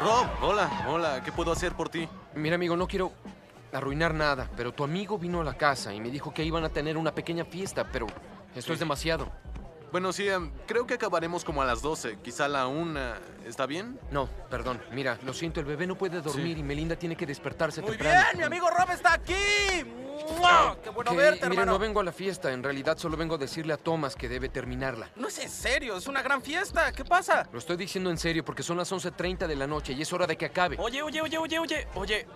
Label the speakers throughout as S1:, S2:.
S1: Rob, hola, hola, ¿qué puedo hacer por ti?
S2: Mira, amigo, no quiero arruinar nada, pero tu amigo vino a la casa y me dijo que iban a tener una pequeña fiesta, pero esto
S1: Sí.
S2: es demasiado.
S1: Bueno, sí, em, creo que acabaremos como a las 12, quizá la una. ¿Está bien?
S2: No, perdón. Mira, lo siento, el bebé no puede dormir y Melinda tiene que despertarse
S3: Muy
S2: temprano.
S3: bien, mi amigo Rob está aquí. ¡Mua! ¡Qué bueno
S2: Que,
S3: verte,
S2: mira,
S3: hermano!
S2: no vengo a la fiesta, en realidad solo vengo a decirle a Thomas que debe terminarla.
S3: No es en serio, es una gran fiesta. ¿Qué pasa?
S2: Lo estoy diciendo en serio porque son las 11.30 de la noche y es hora de que acabe.
S4: Oye, oye, oye, oye, oye, oye.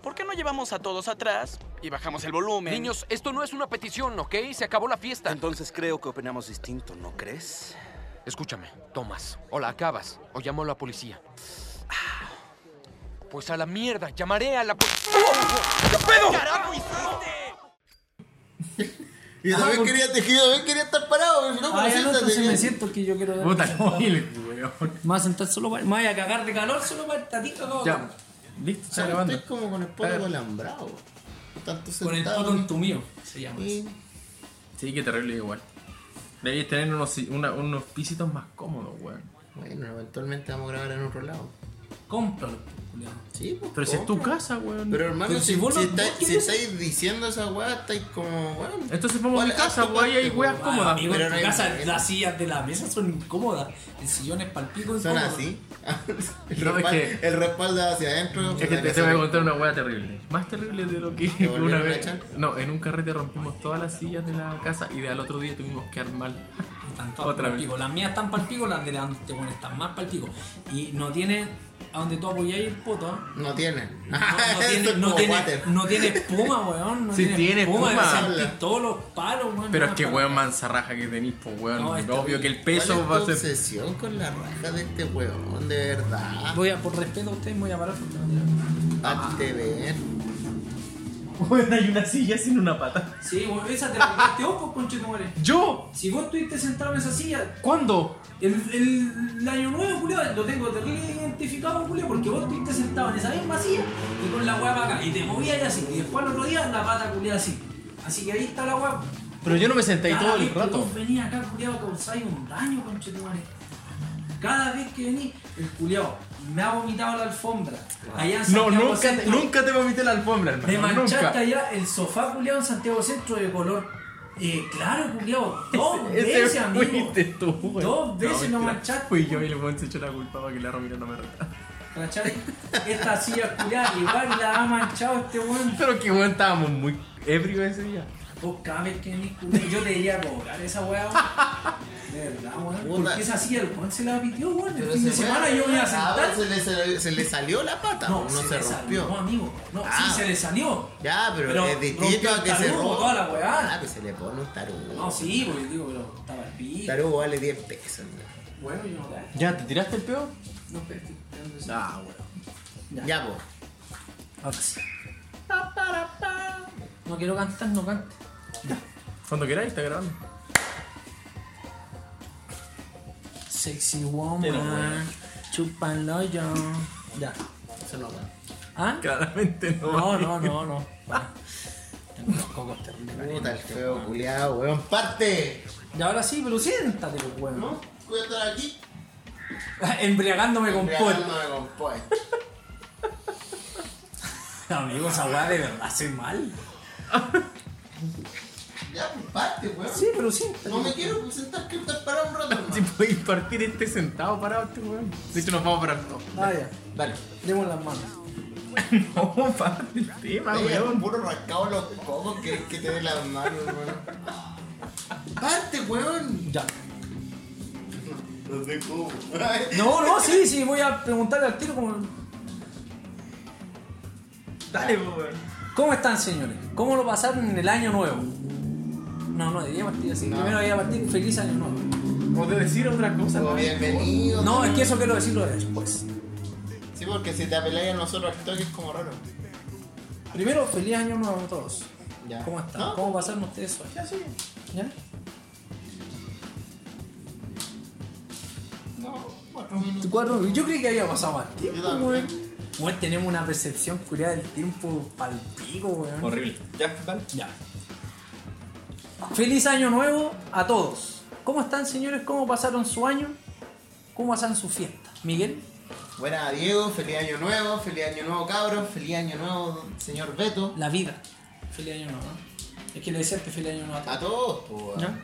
S4: ¿Por qué no llevamos a todos atrás y bajamos el volumen?
S2: Niños, esto no es una petición, ¿ok? Se acabó la fiesta.
S3: Entonces creo que opinamos distinto, ¿no crees?
S2: Escúchame, Thomas. O la acabas, o llamo a la policía. Ah, Pues a la mierda, llamaré a la policía.
S3: ¡Carajo hiciste!
S5: Y también quería tejido, también quería estar parado, pero si no,
S6: Ah,
S5: como
S6: ya no,
S5: siéntate,
S6: entonces me
S5: bien.
S6: siento que yo quiero dar.
S7: Puta, como el weón.
S6: Más sentar solo para. Me voy a cagar de calor solo para el tatico, cabrón.
S7: Ya. Listo, está
S5: Claro,
S7: grabando.
S5: Estoy como con el
S7: A ver.
S5: poto alambrado. Tanto
S6: Con el
S5: sentado.
S6: toto entumido, se llama.
S5: Sí.
S7: Sí, qué terrible igual. Debíais tener unos, una- unos pisitos más cómodos, weón.
S5: Bueno, eventualmente vamos a grabar en otro lado.
S6: Cómpralo, culiao.
S7: Ah,
S5: Sí, pues,
S7: Pero si es tu
S5: compra.
S7: casa, weón.
S5: Pero hermano,
S6: Pero si
S5: si,
S6: vos
S5: si
S6: no-
S5: estáis-
S6: vos qué
S5: si
S6: eres-
S5: estáis diciendo esa weá, estáis como, bueno.
S7: Entonces vamos a mi
S5: ¿Cuál-
S7: casa,
S5: haz tu
S7: weón. Ahí hay
S5: parte,
S7: weas
S5: weón?
S7: cómodas.
S6: Amigo,
S5: Pero
S6: en tu
S5: no hay-
S6: casa las sillas de la mesa son incómodas. El sillón es palpico
S5: Son
S6: incómodo.
S5: así. el,
S7: No, es
S5: respal-
S7: que-
S5: el respaldo hacia adentro.
S7: Es Ah, que te, te voy a contar una hueá terrible. Más terrible de lo que
S5: volvieron
S7: una
S5: a
S7: vez.
S5: echar?
S7: No, en un carrete rompimos todas las sillas de la casa y de al otro día tuvimos que armar.
S6: Están todas
S7: Otra
S6: palpico. Las mías están palpico, las de la te pones están más palpico. Y no tiene a donde tú apoyáis el poto.
S5: No tiene.
S6: No, no tiene, no, tiene, no tiene espuma, weón. No
S7: Sí tiene
S6: espuma.
S7: espuma.
S6: sentís todos los palos, weón.
S7: Pero
S6: no
S7: es que
S6: para-
S7: weón manzarraja que tenís, pues weón.
S6: No, está
S7: Obvio
S6: bien.
S7: que el
S5: Eso
S7: peso va a ser.
S5: obsesión con la raja de este huevón, de verdad.
S6: Voy a, por respeto a ustedes, me voy a parar.
S5: A te ver.
S7: Weón, hay una silla sin una pata.
S6: Sí, weón, esa te la compraste vos, pues, conchetumare.
S7: ¡Yo!
S6: Si vos estuviste sentado en esa silla,
S7: ¿Cuándo?
S6: el, el, el año nuevo, culiao, lo tengo terrible identificado, culiao, porque vos estuviste sentado en esa misma silla y con la weá para acá, y te movías y así, y después al otro día la pata, culiao, así. Así que ahí está la weá.
S7: Pero yo no me senté ahí
S6: Cada
S7: todo
S6: vez
S7: el
S6: que
S7: rato.
S6: vos venís acá, culiao, causáis un daño, conchetumare. Cada vez que venís, el culiao me ha vomitado la alfombra. Allá en
S7: No,
S6: Santiago
S7: nunca te,
S6: Centro-
S7: nunca te vomité la alfombra,
S6: Me
S7: hermano.
S6: manchaste
S7: Nunca.
S6: allá el sofá culiado en Santiago Centro de color. Eh, claro, culiado. Dos
S7: Ese
S6: veces, amigo.
S7: fuiste tú, weón.
S6: Dos veces no
S7: mentira.
S6: manchaste.
S7: Fui yo y le pongo echó la culpa para que la Romina no me reta.
S6: ¿Cachai? Esta silla culiada igual la ha manchado este weón.
S7: Pero que weón estábamos muy ebrios ese día.
S6: Vos cada vez que venís culiado, yo te iría a cobrar esa weá. weón. De verdad, weón.
S5: Puta.
S6: Porque esa silla el weón se la pitió, weón. El
S5: Pero
S6: fin de semana yo me iba a sentar.
S5: Se le, se, le, se le salió la pata, no, se,
S6: le
S5: rompió.
S6: salió, No, amigo. No, sí
S5: Ah.
S6: se le salió.
S5: Ya, pero,
S6: Pero
S5: es distinto
S6: rompió
S5: a
S6: el
S5: que se
S6: tarugo,
S5: rompa.
S6: toda la weá.
S5: Ah, que se le pone un tarugo.
S6: No, sí, porque digo, pero estaba el pico.
S5: Tarugo vale 10 pesos. ¿no?
S6: Bueno, yo no caí.
S7: ¿Ya te tiraste el peo?
S6: No, espérate, espérate, espérate.
S7: Ah,
S6: Ya.
S7: weón.
S5: Ya, pues.
S6: Ahora Ah, sí. No quiero cantar, no cante.
S7: Cuando queráis, está grabando.
S6: Sexy woman, chúpalo yo. Ya.
S5: Eso no va.
S6: ¿Ah?
S7: Claramente no.
S6: No, no, no, no. Va. Tengo unos cocos terribles.
S5: Puta, el feo culiado, weón. ¡Parte!
S6: Y ahora sí, pero siéntate, pues, weón.
S5: ¿No? Voy a estar aquí.
S6: Embriagándome con
S5: Regalándome
S6: pol.
S5: con Paul.
S6: Amigo, esa weá de verdad hace mal.
S5: Ya, pues, parte, weón.
S6: Sí, pero siéntate.
S5: No me quiero sentar que estar parado un rato.
S7: Si podéis partir este sentado parado, este weón. De hecho, nos vamos a parar todos.
S6: Ah, ya.
S5: Vale.
S6: Demos las manos.
S7: No, para el tema,
S5: Oye, un
S7: weón.
S5: puro rascado los cocos que, que te den las manos, weón. Parte, weón.
S6: Ya.
S5: No sé cómo.
S6: No, no, sí, sí, voy a preguntarle al tiro como.
S7: Dale, pues, weón.
S6: ¿Cómo están, señores? ¿Cómo lo pasaron en el año nuevo? No, no, debía partir así.
S5: No.
S6: Primero debía partir feliz año nuevo.
S7: O de decir otra cosa,
S5: O
S7: weón.
S5: bienvenido.
S6: No, es que eso quiero decirlo después.
S5: Sí, porque si te apeláis a nosotros al toque es como raro.
S6: Primero, feliz año nuevo a todos.
S5: Ya.
S6: ¿Cómo están?
S5: ¿No?
S6: ¿Cómo pasaron ustedes hoy? Ya, ¿Ya?
S5: No, cuatro minutos.
S6: Cuatro- Yo creí que había pasado más tiempo,
S5: Yo también.
S6: weón. Weón, tenemos una percepción curada del tiempo pal pico, weón.
S7: Horrible. Ya, dale.
S6: Ya. Feliz año nuevo a todos. ¿Cómo están, señores? ¿Cómo pasaron su año? ¿Cómo pasaron su fiesta? Miguel,
S5: Buena, Diego. Feliz año nuevo. Feliz año nuevo, cabros. Feliz año nuevo, señor Beto.
S6: La vida. Feliz año nuevo. ¿no? Es que le decía que feliz año nuevo a
S5: A todos,
S6: todos.
S5: po, weón.
S6: ¿Ya?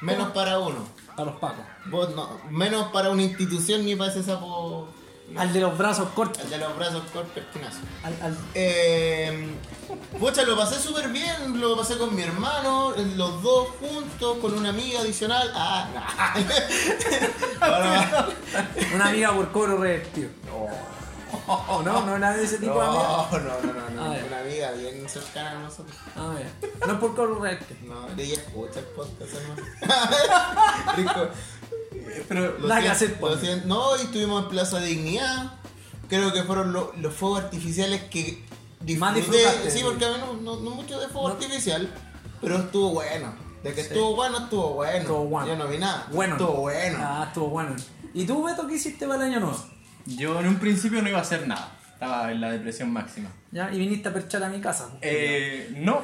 S5: Menos para uno.
S6: A los pacos.
S5: Vos no. Menos para una institución ni para ese sapo.
S6: Al de los brazos cortos.
S5: El de los brazos cortos, tinazo.
S6: Al, al...
S5: Eh, pucha, lo pasé súper bien, lo pasé con mi hermano, los dos juntos, con una amiga adicional. Ah, nah. Ahora,
S6: Una amiga por cobro revertido. No. No, no, nada de ese tipo de amiga. Ah,
S5: no, no, no, no, no,
S6: A ver.
S5: una amiga bien cercana a nosotros.
S6: A ver. No es por cobro revertido.
S5: No, ella escucha el podcast, hermano. Rico. Pero lo
S6: La
S5: siento,
S6: cassette,
S5: lo
S6: pues.
S5: siento. No, y estuvimos en Plaza Dignidad. Creo que fueron lo- los fuegos artificiales que
S6: Más
S5: disfruté.
S6: disfrutaste.
S5: Sí, porque a mí no, no- no mucho de fuego
S6: No.
S5: artificial, pero estuvo bueno. De que estuvo bueno, estuvo bueno.
S6: Estuvo bueno.
S5: Yo no vi nada.
S6: Bueno.
S5: Estuvo bueno.
S6: Ah, estuvo bueno. ¿Y tú, Beto, qué hiciste para el año nuevo?
S7: Yo en un principio no iba a hacer nada. Estaba en la depresión máxima.
S6: ¿Ya? Y viniste a perchar a mi casa. po.
S7: Eh, no.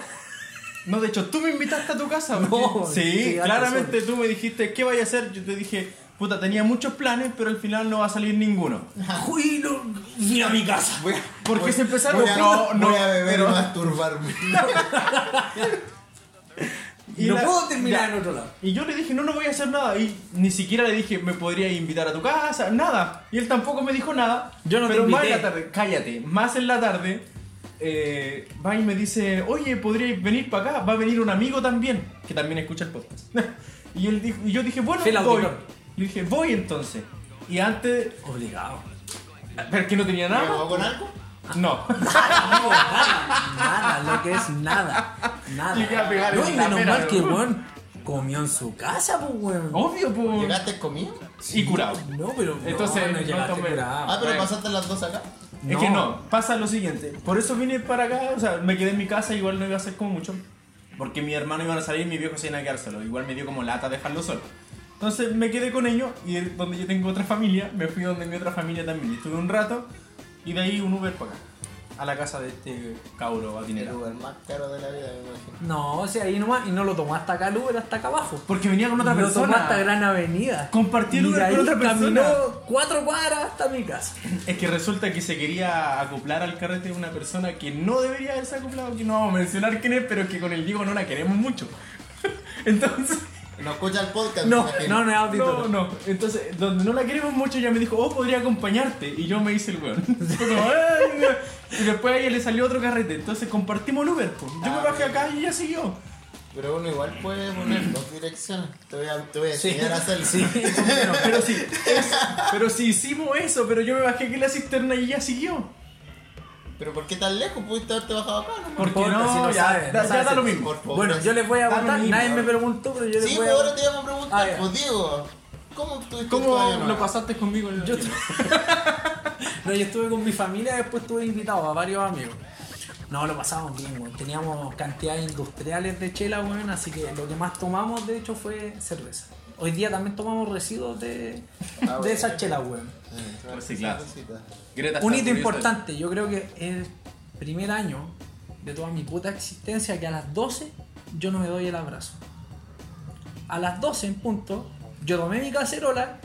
S7: No, de hecho, tú me invitaste a tu casa.
S6: No,
S7: porque- sí,
S6: llegaste
S7: claramente tú me dijiste, ¿qué vaya a hacer? Yo te dije, puta, tenía muchos planes, pero al final no va a salir ninguno.
S6: Uy, no. Mira mi casa.
S5: Voy a-
S7: Porque
S5: voy-
S7: se empezaron-
S5: voy a,
S7: no, no,
S5: voy a beber
S7: pero-
S5: y masturbarme.
S7: Y
S6: no
S7: la-
S6: puedo terminar
S7: ya.
S6: en otro lado.
S7: Y yo le dije, no, no voy a hacer nada. Y ni siquiera le dije, me podría invitar a tu casa, nada. Y él tampoco me dijo nada.
S6: Yo no te
S7: Pero más en
S6: invité.
S7: la tarde, cállate, más en la tarde, eh, va y me dice, oye, podríais venir para acá. Va a venir un amigo también, que también escucha el podcast. y, él dijo, y yo dije, bueno,
S6: Fiel
S7: voy.
S6: auditor.
S7: Y dije, voy entonces. Y antes,
S6: Obligado.
S7: pero que no tenía
S5: ¿Me
S7: nada.
S5: hago con algo?
S7: No.
S6: No, nada, nada, lo que es nada. Nada.
S7: Llegué a pegar
S6: no,
S7: en
S6: y
S7: la
S6: menos
S7: pera,
S6: mal que el
S7: weón.
S6: weón comió en su casa, pues weón.
S7: Obvio, pues.
S5: ¿Llegaste conmigo?
S7: Y curado.
S6: No, pero
S7: Entonces,
S6: no, no
S7: no
S6: llegaste
S7: tomé.
S6: curado.
S5: Ah, pero
S7: bueno.
S5: pasaste las dos acá.
S7: Es que no, pasa lo siguiente. Por eso vine para acá, o sea, me quedé en mi casa, igual no iba a hacer como mucho. Porque mi hermano iban a salir y mi viejo se iban a quedar solo. Igual me dio como lata dejarlo solo. Entonces me quedé con ellos y el- donde yo tengo otra familia, me fui donde mi otra familia también. Y Estuve un rato y de ahí un Uber para acá. A la casa de este cabro
S5: El
S7: adinerado.
S5: lugar más caro de la vida, me imagino.
S6: No, o sea, ahí nomás, y no lo tomó hasta acá el Uber, hasta acá abajo.
S7: Porque venía con otra
S6: lo tomó hasta
S7: persona.
S6: Gran Avenida.
S7: Compartí el
S6: Y
S7: Uber
S6: de
S7: con
S6: ahí
S7: otra persona.
S6: Caminó cuatro cuadras hasta mi casa.
S7: Es que resulta que se quería acoplar al carrete de una persona que no debería haberse acoplado, que no vamos a mencionar quién es, pero que con el Diego no la queremos mucho. Entonces,
S5: No escucha el podcast.
S6: No,
S5: me imagino.
S6: no, no es
S7: no,
S6: auditor.
S7: no. Entonces, donde no la queremos mucho, ya me dijo, oh, podría acompañarte. Y yo me hice el weón. Fue como, "Ay, no". y después a ella le salió otro carrete. Entonces compartimos el Uber. po. Yo me
S6: Ah,
S7: bajé acá y ella siguió.
S5: Pero uno igual puede poner dos direcciones. Te voy a, te voy a enseñar a hacerlo.
S6: Sí,
S7: Pero, pero sí, es- pero sí hicimos eso, pero yo me bajé aquí en la cisterna y ella siguió.
S5: Pero ¿por qué tan lejos? Pudiste haberte bajado acá, ¿no?
S7: Porque
S6: importa
S7: no,
S6: si no
S7: ya,
S6: sabe, no
S7: ya- ya
S6: sabe
S7: da
S6: si-
S7: lo mismo.
S5: Por favor.
S6: Bueno, yo les voy a
S7: Dame
S6: contar,
S7: mi-
S6: nadie me preguntó, pero yo les
S5: Sí,
S6: voy
S5: pues
S6: a.
S5: ahora te iba a
S6: Ah, ya.
S5: preguntar, pues Diego, ¿cómo estuviste tu año
S7: ¿Cómo
S5: nuevo?
S7: lo pasaste conmigo? en la-
S6: Yo No, yo estuve con mi familia, después estuve invitado a varios amigos. No, lo pasamos bien, weón. Teníamos cantidades industriales de chela, weón, así que lo que más tomamos, de hecho, fue cerveza. Hoy día también tomamos residuos de,
S5: Ah,
S6: de
S5: bueno.
S6: esas chelas, weón.
S5: Eh, claro,
S7: Reciclado.
S5: cosita.
S7: Greta
S6: Un hito
S7: está orgullosa.
S6: importante, yo creo que es el primer año de toda mi puta existencia que a las 12 yo no me doy el abrazo. A las 12 en punto, yo tomé mi cacerola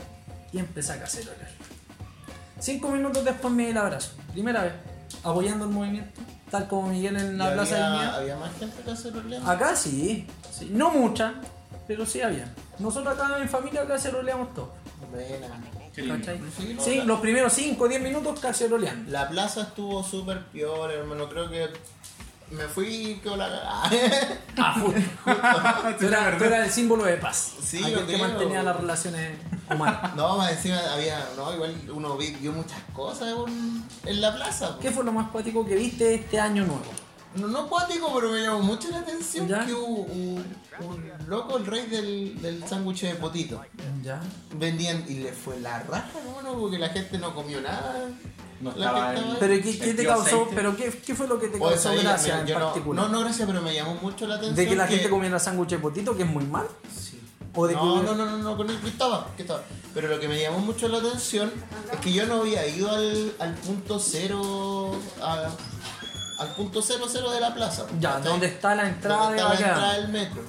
S6: y empecé a cacerolar. Cinco minutos después me di el abrazo. Primera vez, apoyando el movimiento, tal como Miguel en
S5: ¿Y
S6: la Plaza de
S5: había,
S6: Dignidad.
S5: había más gente que hace problemas.
S6: Acá sí, sí, no mucha, pero sí había. Nosotros acá en mi familia caceroleamos todo.
S5: Buena.
S7: Qué lindo.
S6: ¿cachai?
S5: Sí, no,
S6: Sí,
S5: la-
S6: los primeros 5 o 10 minutos caceroleando.
S5: La plaza estuvo súper peor, hermano. Creo que me fui con la...
S6: Ah, justo. tú, eras, tú eras el símbolo de paz.
S5: Sí,
S6: Aquel
S5: lo
S6: que
S5: creo.
S6: mantenía las relaciones humanas.
S5: No, más encima había... No, igual uno vi- vio muchas cosas en, en la plaza. pues.
S6: ¿Qué fue lo más cuático que viste este año nuevo?
S5: No, no cuático, pero me llamó mucho la atención
S6: ¿Ya?
S5: que hubo un, un loco, el rey del, del sándwich de potito,
S6: Ya.
S5: vendían y le fue la raja, hermano, porque la gente no comió nada.
S7: No
S5: La
S7: estaba
S5: gente estaba-
S7: el-
S6: Pero ¿qué, qué te
S7: Sentido
S6: causó?
S7: aceite.
S6: ¿Pero qué, qué fue lo que te
S5: Pues
S6: causó
S5: ahí,
S6: gracia
S5: mira, yo
S6: en
S5: no-
S6: particular?
S5: No, no, gracias, pero me llamó mucho la atención.
S6: de que la gente comiera sándwich de potito, que es muy mal. O de que
S5: No, no, no, no, no, con él que estaba, que estaba. Pero lo que me llamó mucho la atención es que yo no había ido al, al punto cero. a- al punto cero cero de la plaza. pues,
S6: Ya,
S5: ¿cachai?
S6: ¿dónde está la entrada
S5: ¿Dónde
S6: de
S5: está la
S6: Bacán?
S5: entrada del metro.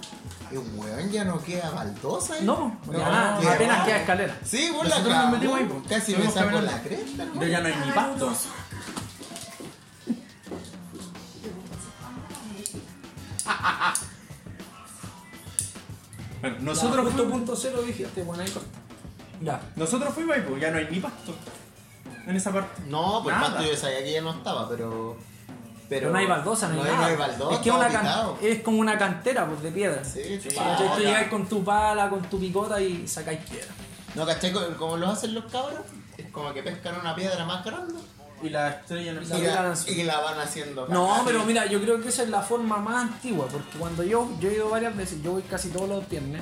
S5: El weón ya no queda baldosa. ¿eh?
S6: No,
S5: No,
S6: ya,
S5: queda
S6: apenas
S5: nada.
S6: queda escalera.
S5: Sí, vos la
S7: Nosotros nos
S5: cagó,
S7: metimos ahí,
S6: pues.
S7: po.
S5: Casi me
S7: Tuvimos que
S5: saco
S7: hablar.
S5: la cresta,
S7: Yo ya no hay ni pasto. Bueno,
S6: Nosotros
S7: nosotros,
S6: justo
S7: fuimos,
S6: punto cero dijiste, bueno, ahí corta. Ya.
S7: nosotros fuimos ahí, pues ya no hay ni pasto. En esa parte.
S5: No, pues
S7: Nada.
S5: pasto yo sabía que ya no estaba, pero.
S6: Pero no hay baldosa, no hay nada.
S5: No hay baldosa,
S6: es que es, una can- es como una cantera pues, de piedra.
S5: Sí, sí,
S6: Entonces
S5: ya.
S6: tú llegas con tu pala, con tu picota y sacáis piedra.
S5: No, ¿cachai? Co- Como lo hacen los cabros, es como que pescan una piedra más grande
S7: Y la estrella no
S5: y
S6: La
S5: la,
S6: tiran así.
S5: y la van haciendo.
S6: No,
S5: cagar.
S6: pero mira, yo creo que esa es la forma más antigua, porque cuando yo, yo he ido varias veces, yo voy casi todos los viernes,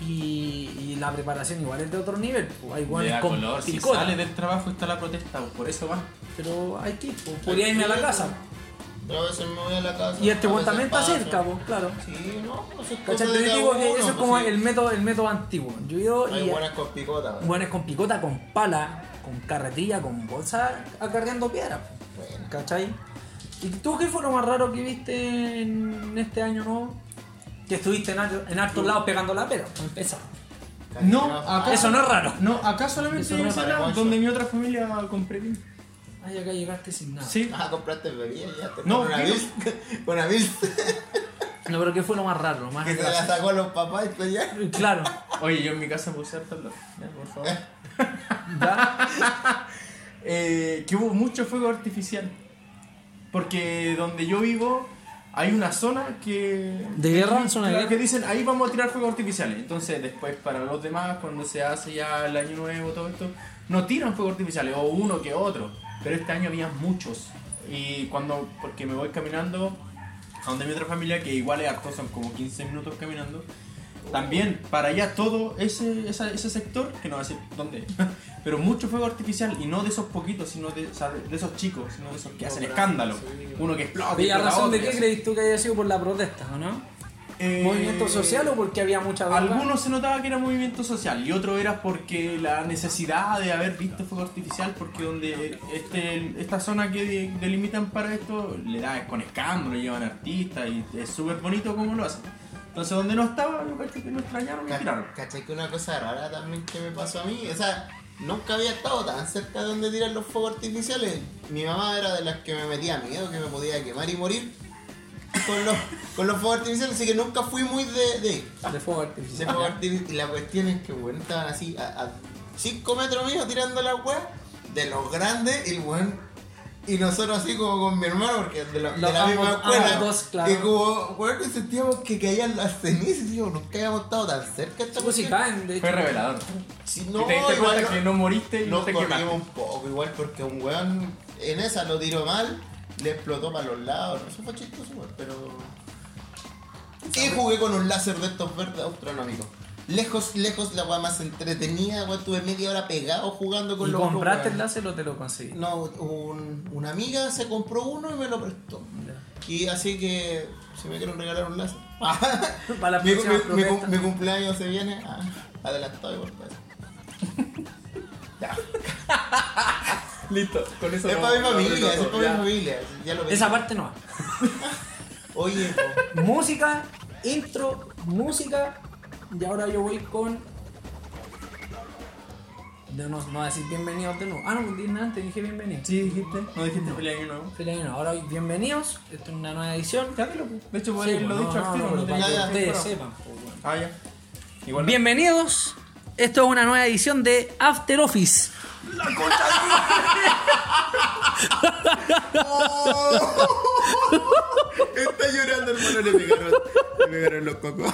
S6: y, y la preparación igual es de otro nivel, pues, hay
S7: Le
S6: guanes
S7: da
S6: con
S7: color, si
S6: picota,
S7: sale del trabajo está la protesta, pues, por eso va.
S6: pero hay que, ir, pues, podría irme a la casa.
S5: Yo a veces me voy a la casa.
S6: Y este
S5: a
S6: weón
S5: veces
S6: también está
S5: paso.
S6: cerca, pues, claro.
S5: Sí, no, pues es cosa
S6: ¿Cachai?
S5: de
S6: Yo
S5: cada
S6: digo que
S5: uno,
S6: eso es
S5: pues,
S6: como
S5: sí.
S6: el método, el método antiguo. Yo he ido
S5: Hay
S6: y
S5: buenas con picota, pues. weón.
S6: guanes con picota, con pala, con carretilla, con bolsa, acarreando piedras, pues.
S5: Bueno.
S6: ¿Cachai? ¿Y tú qué fue lo más raro que viste en este año nuevo? Que estuviste en, alto- en altos lados pegando la pera, para empezar.
S7: No,
S5: Cachai,
S7: acá-
S6: Eso no es raro.
S7: No, acá solamente
S6: Eso
S7: hay
S6: no
S7: una
S6: es
S7: sala
S5: paraguayo.
S7: donde mi otra familia compré vino.
S6: Ay, acá llegaste sin nada.
S7: Sí.
S5: Ah, compraste bebida ya. Te
S7: No,
S5: no, una
S7: vino.
S5: vis. Una vis.
S6: No, pero ¿qué fue lo más raro? Lo más
S5: Que se la
S6: gracioso?
S5: sacó a los papás y pues ya.
S6: Claro.
S7: Oye, yo en mi casa puse harto olor. Ya, por favor.
S6: ¿Ya?
S7: Eh, que hubo mucho fuego artificial. Porque donde yo vivo hay una zona que...
S6: ¿De guerra? ¿Zona de
S7: Claro,
S6: guerra?
S7: que dicen, ahí vamos a tirar fuegos artificiales. Entonces después para los demás, cuando se hace ya el año nuevo, todo esto, no tiran fuegos artificiales, o uno que otro. Pero este año había muchos. Y cuando, porque me voy caminando a donde mi otra familia, que igual es harto, son como 15 minutos caminando. También para allá todo ese, esa- ese sector, que no voy a decir dónde, pero mucho fuego artificial y no de esos poquitos, sino de, o sea, de esos chicos, sino de esos que hacen escándalo. Uno que explota.
S6: ¿Y la
S7: explota
S6: razón
S7: otro,
S6: de
S7: y
S6: qué
S7: así.
S6: crees tú que haya sido por la protesta, o no?
S7: Eh,
S6: ¿Movimiento social o porque había mucha droga?
S7: Algunos se notaba que era movimiento social y otro era porque la necesidad de haber visto fuego artificial, porque donde este, esta zona que de- delimitan para esto le da con escándalo, llevan artistas y es súper bonito como lo hacen. Entonces, donde no estaba, yo cacho que no extrañaron y tiraron.
S5: Ca- ¿Cachai que una cosa rara también que me pasó a mí? O sea, nunca había estado tan cerca de donde tiran los fuegos artificiales. Mi mamá era de las que me metía miedo, que me podía quemar y morir con los, con los fuegos artificiales, así que nunca fui muy de, de ir.
S6: De fuego
S5: Se
S6: artificial.
S5: fue a partir- y la cuestión es que, weón, estaban así a 5 metros míos tirando la weá de los grandes y, weón, y nosotros así como con mi hermano, porque de, lo- de
S6: Los
S5: la misma
S6: ambos-
S5: escuela.
S6: ambos dos, claro.
S5: Y como, weón, que sentíamos que caían las cenizas y digo, nunca habíamos estado tan cerca esta
S6: Pues si
S5: cuestión.
S6: caen, de hecho.
S7: Fue revelador.
S5: Si
S7: y
S5: no,
S7: te diste
S5: igual
S7: cuenta que no moriste y no,
S5: nos
S7: te
S5: corrimos
S7: quemaste.
S5: un poco, igual, porque un weón en esa lo tiró mal, le explotó para los lados. Eso fue chistoso, weón, pero. Y jugué con un láser de estos verdes astronómicos. Lejos, lejos, la weá más entretenida, weón. Tuve media hora pegado jugando con
S6: ¿Y
S5: los
S6: compraste
S5: otros,
S6: el
S5: weón.
S6: láser o te lo conseguí?
S5: No, un- una amiga se compró uno y me lo prestó. Y así que, si me quieren regalar un láser.
S6: Para la
S5: mi,
S6: próxima
S5: mi- mi-
S6: protesta.
S5: mi cumpleaños se viene ah, adelantado igual. pues.
S7: Listo, con eso.
S5: Es
S7: no-
S5: para mi
S7: no
S5: familia, es
S7: recuerdo,
S5: para
S7: ya.
S5: mi familia. Ya lo
S6: Esa
S5: pedí.
S6: parte no va.
S5: Oye, po,
S6: Música, intro, música. Y ahora yo voy con. De no, no voy a decir bienvenidos de nuevo. Ah, no, dije antes, dije bienvenidos.
S7: Sí, dijiste. No dijiste feliz año nuevo.
S6: Feliz año nuevo. Ahora hoy bienvenidos. Esto es una nueva edición.
S7: Ya dilo, pues. De hecho, voy a
S6: Sí,
S7: lo
S6: no,
S7: dicho al
S6: no,
S7: tiro,
S6: no,
S7: no
S6: pero
S7: tenía
S6: para
S7: nada
S6: que ustedes sepan,
S7: preparado.
S6: po, weón.
S7: Ah, ya. Igual no-
S6: Bienvenidos. Esto es una nueva edición de After Office.
S5: está llorando, hermano. Le pegaron, le pegaron los cocos.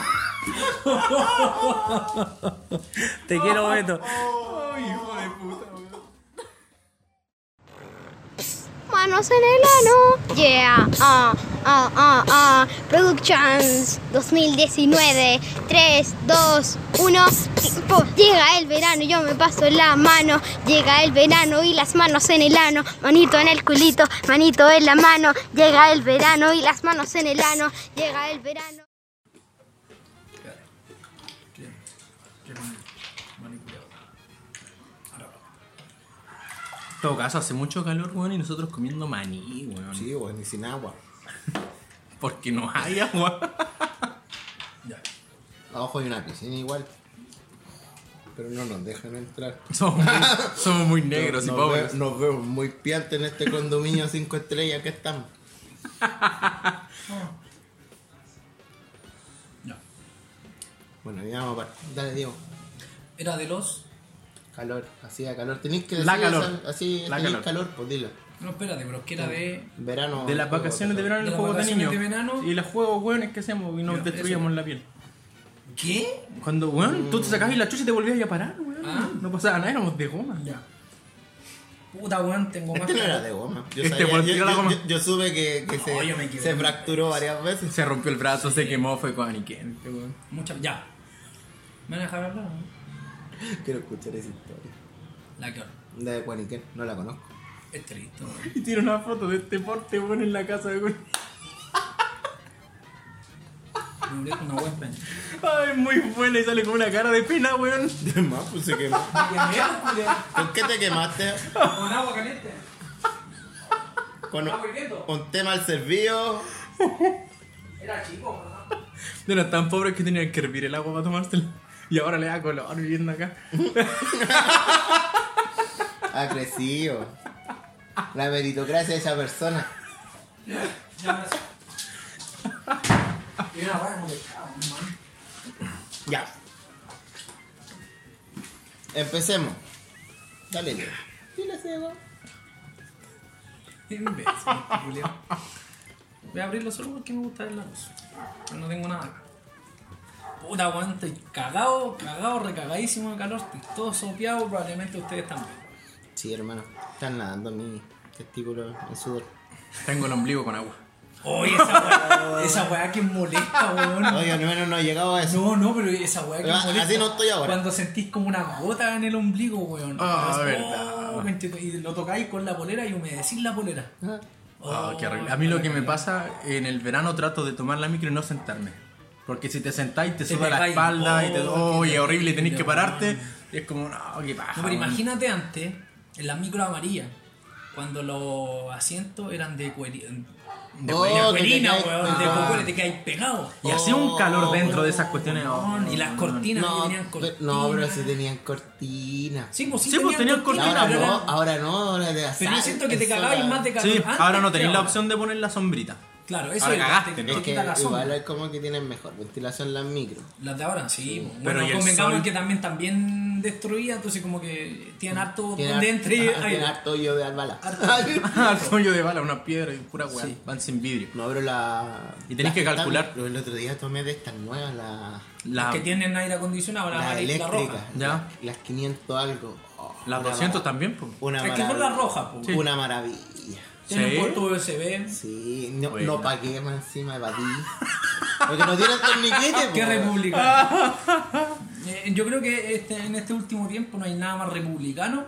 S6: Te quiero, Beto.
S8: Manos en el ano. Yeah. Ah, ah, ah, ah. Productions 2019. 3, 2, 1. Llega el verano, yo me paso la mano. Llega el verano y las manos en el ano. Manito en el culito, manito en la mano. Llega el verano y las manos en el ano. Llega el verano.
S7: En todo caso, hace mucho calor, weón, y nosotros comiendo maní, weón.
S5: Sí, weón, y sin agua.
S7: Porque no hay agua. ya.
S5: Abajo hay una piscina igual. Pero no nos dejan entrar.
S7: Somos muy, somos muy
S5: nos,
S7: negros y
S5: nos
S7: pobres.
S5: ve- nos vemos muy piantes en este condominio 5 estrellas que estamos.
S6: No.
S5: Bueno, ya vamos a partir. Dale, Diego.
S6: Era de los.
S5: Calor, hacía calor. Tenéis que
S7: La
S5: decir
S7: calor.
S5: esa- así,
S7: La
S5: tenéis
S7: calor.
S5: calor, pues dilo.
S6: No, espérate, pero es que era de.
S5: Verano.
S7: De las vacaciones de verano y
S6: De
S7: los
S6: las
S7: juegos de
S6: vacaciones
S7: niños.
S6: de verano.
S7: Y los juegos hueones que hacíamos y nos
S6: Mira,
S7: destruíamos
S6: eso.
S7: la piel.
S6: ¿Qué?
S7: Cuando, weón, tú te sacabas y la chucha y te volvías a parar, weón.
S6: Ah.
S7: No pasaba nada, éramos de goma.
S6: Ya. Puta, weón, tengo más.
S5: Este no era de goma. Yo,
S7: Este
S5: sabía-
S7: weón
S5: yo-
S7: tiró la
S5: yo-
S7: goma.
S5: yo- yo supe que, que
S6: No, yo me
S5: se,
S6: equivoqué.
S5: se fracturó varias veces.
S7: Se rompió el brazo, se quemó, fue con Aniquén. weón.
S6: Mucha... Ya. ¿Me van a dejar hablar? no?
S5: Quiero escuchar esa historia.
S6: La que
S5: La de Juaniquén, no la conozco.
S6: Es triste, weón.
S7: Y tiene una foto de este porte, weón, en la casa de weón.
S6: Me murió con una weón pena.
S7: Ay, muy buena y sale con una cara de pena, weón.
S5: De más, pues se quemó. ¿Con qué te quemaste?
S6: Con agua caliente.
S5: Con
S6: Ah, volviendo.
S5: un tema al servido.
S6: Era chico, ¿no?
S7: Eran tan pobres que tenían que hervir el agua para tomársela. Y ahora le da color viviendo acá.
S5: Agresivo. La meritocracia de esa persona.
S6: Y una weón molestaba, man.
S5: Ya. Empecemos. Dale, Leo. Dile, Seba.
S6: Imbécil, este culiao. Voy a abrirlo solo porque me gusta ver la luz. Pero no tengo nada. Puta, weón, estoy cagado, cagado, recagadísimo de calor. Estoy todo sopeado, probablemente ustedes también.
S5: Sí, hermano. Están nadando mi testículo en sudor.
S7: Tengo el ombligo con agua.
S6: Oye, esa weá, esa weá que molesta, weón.
S5: Oye, al menos no he llegado a eso.
S6: No, no, pero esa weá que
S5: Ah,
S6: molesta.
S5: así no estoy ahora.
S6: Cuando sentís como una gota en el ombligo, weón.
S7: Ah,
S6: Así,
S7: verdad.
S6: oh, conchito, y lo tocáis con la polera y humedecís la polera.
S5: Ah,
S6: Oh,
S7: Ah, qué horrible. A mí lo que me pasa en el verano trato de tomar la micro y no sentarme. Porque si te sentáis te
S6: Te
S7: suda la
S6: pegáis.
S7: espalda y te.
S6: Oh,
S7: ¡Oh, y es horrible! Y tenés
S6: qué
S7: que pararte. Y es como, no, qué paja.
S6: No, pero
S7: weón.
S6: imagínate antes, en las micro amarillas, cuando los asientos eran de cuelina. De
S5: Oh,
S6: cuelina,
S5: te Ah.
S6: cuelina,
S5: quedáis
S6: weón, de
S5: pegado.
S6: cocuela, te quedáis pegado.
S7: Y hacía un calor dentro de esas cuestiones. oh,
S6: Oh, Weón, y las cortinas que
S5: No,
S6: tenían
S5: pero-
S6: cortinas.
S5: no, pero si tenían cortina.
S6: Sí, pues sí,
S7: Sí, pues, tenían cortinas,
S5: Ahora
S6: pero
S5: no,
S6: eran-
S5: ahora no, ahora de azar.
S6: Pero yo siento que te
S5: Eso
S6: cagabas
S5: era-
S6: más de calor.
S7: Sí,
S6: antes
S7: ahora no
S6: que
S7: tenéis la
S6: ahora.
S7: opción de poner la sombrita.
S6: Claro, eso
S7: Ahora
S6: es,
S7: cagaste,
S6: te-
S7: ¿no?
S6: te
S5: Es
S6: quita la
S5: que
S6: sombra.
S5: igual es como que tienen mejor ventilación las micro.
S6: Las de ahora, sí. bueno,
S7: Pero ¿y el
S6: convengamos
S7: sol?
S6: que también, también destruía, entonces como que tienen harto
S5: Tienen
S6: de entre
S5: harto- ah, tienen harto yo de albala.
S7: Al coño de bala, una piedra y pura weá.
S6: Sí.
S7: Van sin vidrio.
S5: No, pero la.
S7: Y tenés
S5: las
S7: que
S5: están-
S7: calcular.
S5: el otro día tomé de estas nuevas, la,
S7: La,
S6: que tienen aire acondicionado, Ah, la,
S5: la
S6: amarilla y la
S5: eléctrica.
S6: roja.
S7: Ya.
S5: Las 500 algo. Oh,
S7: las
S5: una
S7: 200
S5: mara-
S7: también, pues.
S5: Una
S6: Es que son
S5: maravilla.
S6: las rojas, pues. po.
S7: Sí.
S5: Una maravilla.
S6: Tienen
S7: Sí.
S6: puerto USB.
S5: Sí, no,
S7: Buena.
S5: no pagué más encima de ti. Porque no tienen torniquete,
S6: Qué
S5: po.
S6: republicano. Eh, Yo creo que este, en este último tiempo no hay nada más republicano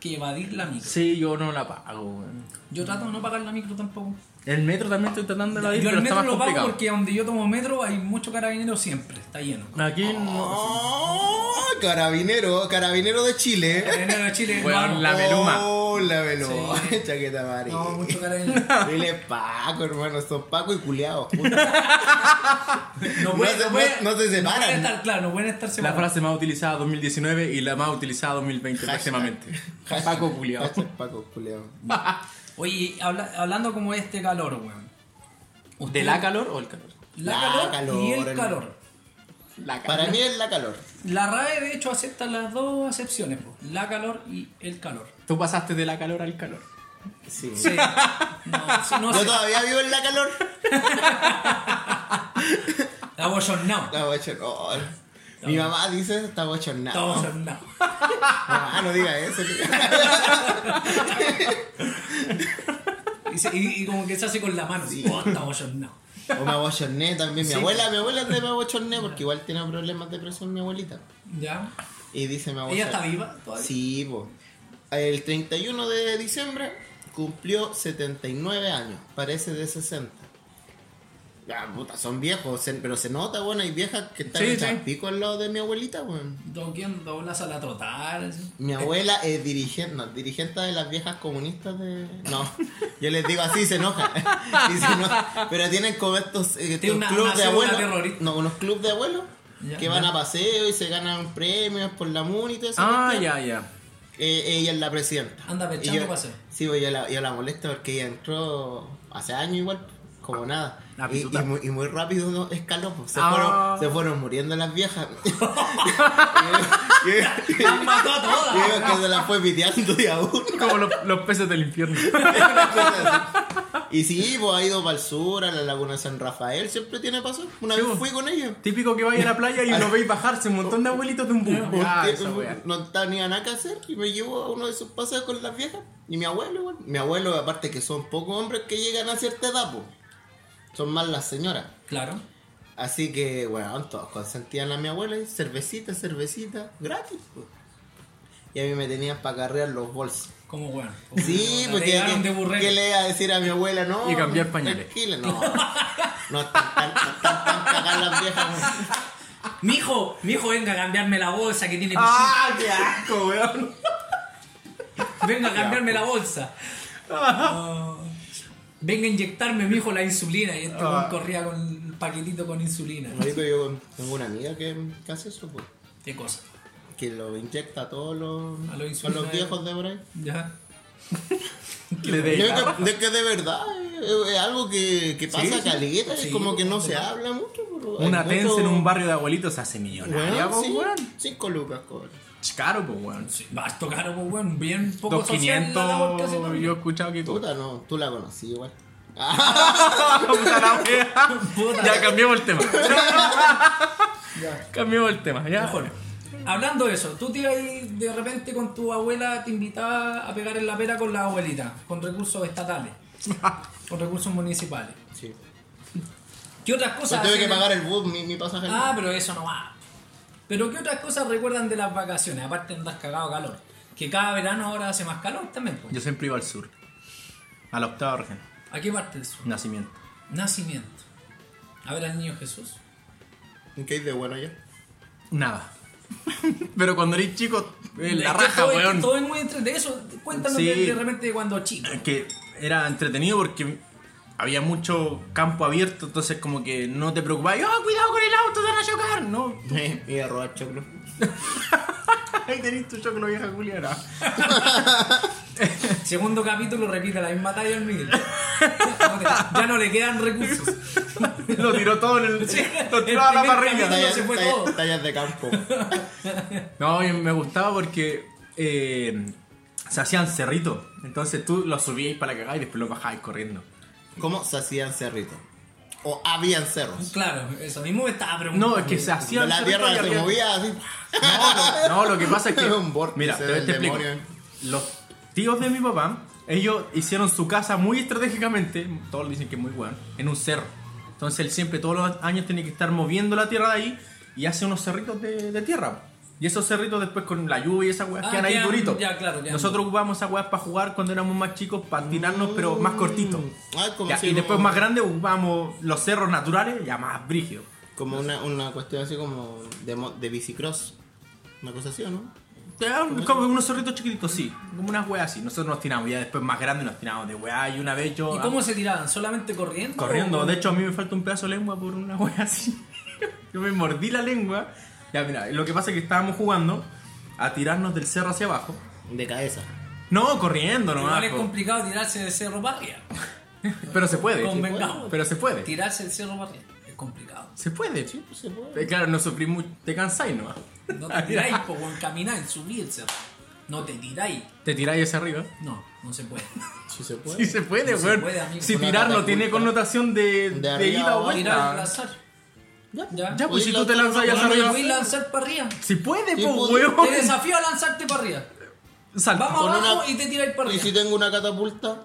S6: que evadir la micro.
S7: Sí, yo no la pago, weón.
S6: Yo trato de no pagar la micro tampoco.
S7: El metro también estoy tratando de la ir,
S6: yo
S7: pero
S6: el
S7: está
S6: metro
S7: más
S6: lo pago
S7: complicado.
S6: porque donde yo tomo metro hay mucho carabinero siempre, está lleno.
S7: Aquí no.
S5: Oh, carabinero, carabinero de Chile.
S6: Carabinero de Chile,
S7: Weón,
S6: vamos.
S7: La Veluma.
S5: Oh, la veluma.
S6: Sí.
S5: Chaqueta amarilla.
S6: No, mucho carabinero.
S5: Dile Paco, hermano, son Paco y culeados. juntos.
S6: No,
S5: No
S6: puede-
S5: se-
S6: no puede-
S5: no- no se separan.
S6: No pueden estar, claro, no pueden estar
S7: La
S6: separados.
S7: frase más utilizada 2019 y la más utilizada 2020 próximamente.
S5: Hashtag-
S7: Paco culiao.
S5: hashtag Paco culiao.
S6: Oye, habla- hablando como de este calor, weón.
S7: ¿De la calor o el calor?
S6: La,
S5: La
S6: calor,
S5: calor,
S6: y el
S5: hermano.
S6: calor.
S7: La
S5: Para mí es la calor.
S6: La RAE, de hecho, acepta las dos acepciones, po. la calor y el calor.
S7: Tú pasaste de la calor al calor.
S5: Sí.
S6: Sí. No, sí, no
S5: Yo
S6: sé.
S5: todavía vivo en la calor.
S6: La bochornado.
S5: Está bochornado. Mi mamá dice está
S6: La
S5: bochornado.
S6: bochornado.
S5: Mamá, no diga eso.
S6: Y, se- y- y como que se hace con la mano. Oh, está bochornado.
S5: O me abochorné también. Mi
S6: Sí.
S5: abuela, mi abuela me abochorné porque igual tiene problemas de presión mi abuelita.
S6: ¿Ya?
S5: Y dice me abochorné.
S6: ¿Ella está viva todavía?
S5: Sí, po. El 31 de diciembre cumplió 79 años, parece de 60. Ya, puta, son viejos, se- pero se nota, bueno, hay viejas que están
S7: Sí,
S5: hechas
S7: sí.
S5: pico al lado de mi abuelita, bueno.
S6: Doquian doblas a la trotar. así.
S5: Mi abuela es dirigente, no, dirigente de las viejas comunistas de... No, yo les digo así, se enoja. Y se enoja. Pero tienen como estos, eh, estos
S6: Tiene una-
S5: clubes
S6: una
S5: de
S6: célula
S5: abuelos.
S6: terrorista.
S5: No, unos clubes de abuelos
S7: Ya,
S5: que van
S7: ya.
S5: a paseo y se ganan premios por la MUNI y todo eso.
S7: Ah, ya, ya.
S5: Eh, ella es la presidenta.
S6: Anda
S5: Y
S6: pechando
S5: yo-
S6: paseo.
S5: Sí, pues yo la, yo la molesto porque ella entró hace años igual, como nada.
S7: la
S5: Y,
S7: pituta.
S5: y muy, y muy rápido no escaló, pues, se,
S7: Ah.
S5: fueron, se fueron muriendo las viejas. y yo- y yo-
S6: Las mató a todas.
S5: y yo que se la fue piteando de a uno.
S7: Como los, los peces del infierno.
S5: Una cosa así. Y sí, pues ha ido para el sur, a la laguna de San Rafael, siempre tiene paso. Una
S7: Sí,
S5: vez
S7: pues.
S5: fui con ella.
S7: Típico que vaya a la playa y lo veis bajarse un montón de abuelitos de un bus. Ah,
S5: Porque
S7: esa wea.
S5: no tenía nada que hacer y me llevó a uno de sus paseos con las viejas. Y mi abuelo, igual. Mi abuelo, aparte que son pocos hombres que llegan a cierta edad, pues. Son más las señoras.
S6: Claro.
S5: Así que, bueno, todos consentían a mi abuela y cervecita, cervecita, gratis, pues. Y a mí me tenían para carrear los bolsos.
S6: Como bueno.
S5: Sí,
S6: Te
S5: porque
S6: llegaron de burrero.
S5: ¿qué le iba a decir a mi abuela? No.
S7: Y cambiar pañales.
S5: Tranquila, no. No están tan, no están tan cagadas las viejas.
S6: Mijo, mijo, venga a cambiarme la bolsa que tiene
S7: ¡Ah, qué asco, weón!
S6: pichí. Venga a cambiarme la bolsa. Ah. venga a inyectarme, mijo, la insulina. Y
S7: Ah.
S6: este weón corría con el paquetito con insulina.
S5: Marico, yo tengo una amiga que, que hace eso, pues.
S6: Qué cosa.
S5: Que lo inyecta a todos los,
S6: A
S5: a
S6: los
S5: los,
S7: eh.
S6: insulinados.
S5: viejos de por ahí.
S6: Ya.
S7: Le
S5: Yo
S7: de-
S5: creo que- de que de verdad eh, es, es algo que, que pasa caleta, es como que no se habla mucho. pero hay
S7: pues, Una
S5: mucho-
S7: tensa en un barrio de abuelitos se hace
S5: Weón,
S7: millonaria, po,
S5: sí,
S7: pues, weón.
S5: cinco lucas, cobra.
S7: Caro, po, weón.
S6: Sí, vas caro, pues weón. Bien poco
S7: Dos
S6: social la labor que hace, ¿no?
S7: 500, yo he escuchado que.
S5: Puta, no, tú la conocí igual.
S7: Puta la wea.
S6: Puta.
S7: Ya cambiamos el tema. Cambiamos el tema, ya.
S6: Mejor. Hablando de eso, tú te ibas ahí de repente con tu abuela, te invitaba a pegar en la pera con la abuelita, con recursos estatales, con recursos municipales.
S5: Sí.
S6: ¿Qué otras cosas?
S5: Yo tuve
S6: hacen
S5: que
S6: en-
S5: pagar el bus, mi, mi pasaje.
S6: Ah, pero eso no va. Pero ¿qué otras cosas recuerdan de las vacaciones? Aparte de andar cagado a calor. Que cada verano ahora hace más calor también. pues.
S7: Yo siempre iba al sur. A la octava región.
S6: ¿A qué parte del sur?
S7: Nacimiento.
S6: Nacimiento. A ver al niño Jesús.
S5: ¿Qué hay de bueno ya?
S7: Nada. Pero cuando eres chico, eh, la
S6: Es que
S7: raja,
S6: todo, es que
S7: weón.
S6: Todo es muy entretenido. Eso, cuéntanos
S7: Sí.
S6: de, de repente cuando chico.
S7: que era entretenido porque había mucho campo abierto, entonces como que no te preocupabas, ¡oh, cuidado con el auto, te van a chocar! No,
S5: Y a robar choclo.
S7: ahí tenés tu choclo vieja culiara.
S6: Segundo capítulo repite la misma talla al Miguel. ya no le quedan recursos.
S7: Lo tiró todo en el...
S6: Sí,
S7: lo tiró a la
S6: el primer
S7: parrilla.
S6: capítulo.
S5: Tallas,
S6: se fue
S5: tallas-
S6: todo.
S5: tallas de campo.
S7: No, y me gustaba porque eh, se hacían cerritos, entonces tú los subías para cagar y después los bajabas corriendo.
S5: ¿Cómo se hacían cerritos? ¿O habían cerros?
S6: Claro, eso mismo me estaba preguntando.
S7: No, es que se hacían
S5: La
S7: cerritos
S5: tierra
S7: y
S5: se
S7: había-
S5: movía así.
S7: No, no, no, lo que pasa es que.
S5: Era un vórtice
S7: mira, te, te
S5: del
S7: explico.
S5: demonio.
S7: Los tíos de mi papá, ellos hicieron su casa muy estratégicamente, todos dicen que es muy bueno, en un cerro. Entonces él siempre, todos los años, tiene que estar moviendo la tierra de ahí y hace unos cerritos de, de tierra. Y esos cerritos después con la lluvia y esas weas
S6: Ah,
S7: quedan ahí
S6: quedan-
S7: duritos.
S6: ya, claro, quedan
S7: Nosotros ocupábamos esas weas para jugar cuando éramos más chicos, para tirarnos, pero más cortitos.
S5: Ah, como
S7: Ya,
S5: si
S7: y
S5: uno-
S7: después más grandes ocupábamos los cerros naturales, ya más brígidos.
S5: Como una, una cuestión así como de, mo- de bicicross. Una cosa así, ¿o no?
S7: Ya, Como unos zorritos chiquititos, sí. Como unas weas así. Nosotros nos tiramos ya después más grandes nos tiramos de weá. Y una vez yo.
S6: ¿Y cómo se tiraban? ¿Solamente corriendo?
S7: Corriendo.
S6: ¿O-
S7: De hecho, a mí me falta un pedazo de lengua por una wea así. yo me mordí la lengua. Ya, mira, lo que pasa es que estábamos jugando a tirarnos del cerro hacia abajo.
S5: De cabeza.
S7: No, corriendo nomás.
S6: Igual es
S7: po.
S6: complicado tirarse del cerro barria.
S7: Pero se puede.
S6: Convengamos.
S7: Pero se puede.
S6: Tirarse del cerro barria es complicado.
S7: Se puede. Sí,
S6: pues
S7: Eh,
S5: se puede.
S7: Claro, no sufrí mucho. Te cansáis nomás.
S6: No
S7: Ah,
S6: te tiráis, po, weón, camináis, subí el cerro. No te tiráis.
S7: Te tiráis hacia arriba.
S6: No, no se puede.
S5: Si se puede.
S7: Sí se puede,
S6: No se
S7: weón.
S6: puede, amigo.
S7: si
S5: Una
S7: tirar no
S5: catapulta.
S7: tiene connotación de,
S5: De
S7: de
S5: arriba
S7: ida o
S5: abajo.
S6: Tirar al
S7: vuelta.
S6: azar. Ya.
S7: Ya,
S5: Oye,
S7: pues si
S5: la
S7: tú te
S5: otra
S7: lanzas ya
S6: No te
S7: arriba.
S6: voy a lanzar para arriba.
S7: Si puede, pues,
S5: Sí,
S7: po,
S5: puede.
S7: huevón.
S6: Te desafío a lanzarte para arriba.
S7: Salta.
S6: Vamos
S5: Con
S6: abajo
S5: una-
S6: y te tiráis para
S5: Y
S6: arriba.
S5: si tengo una catapulta,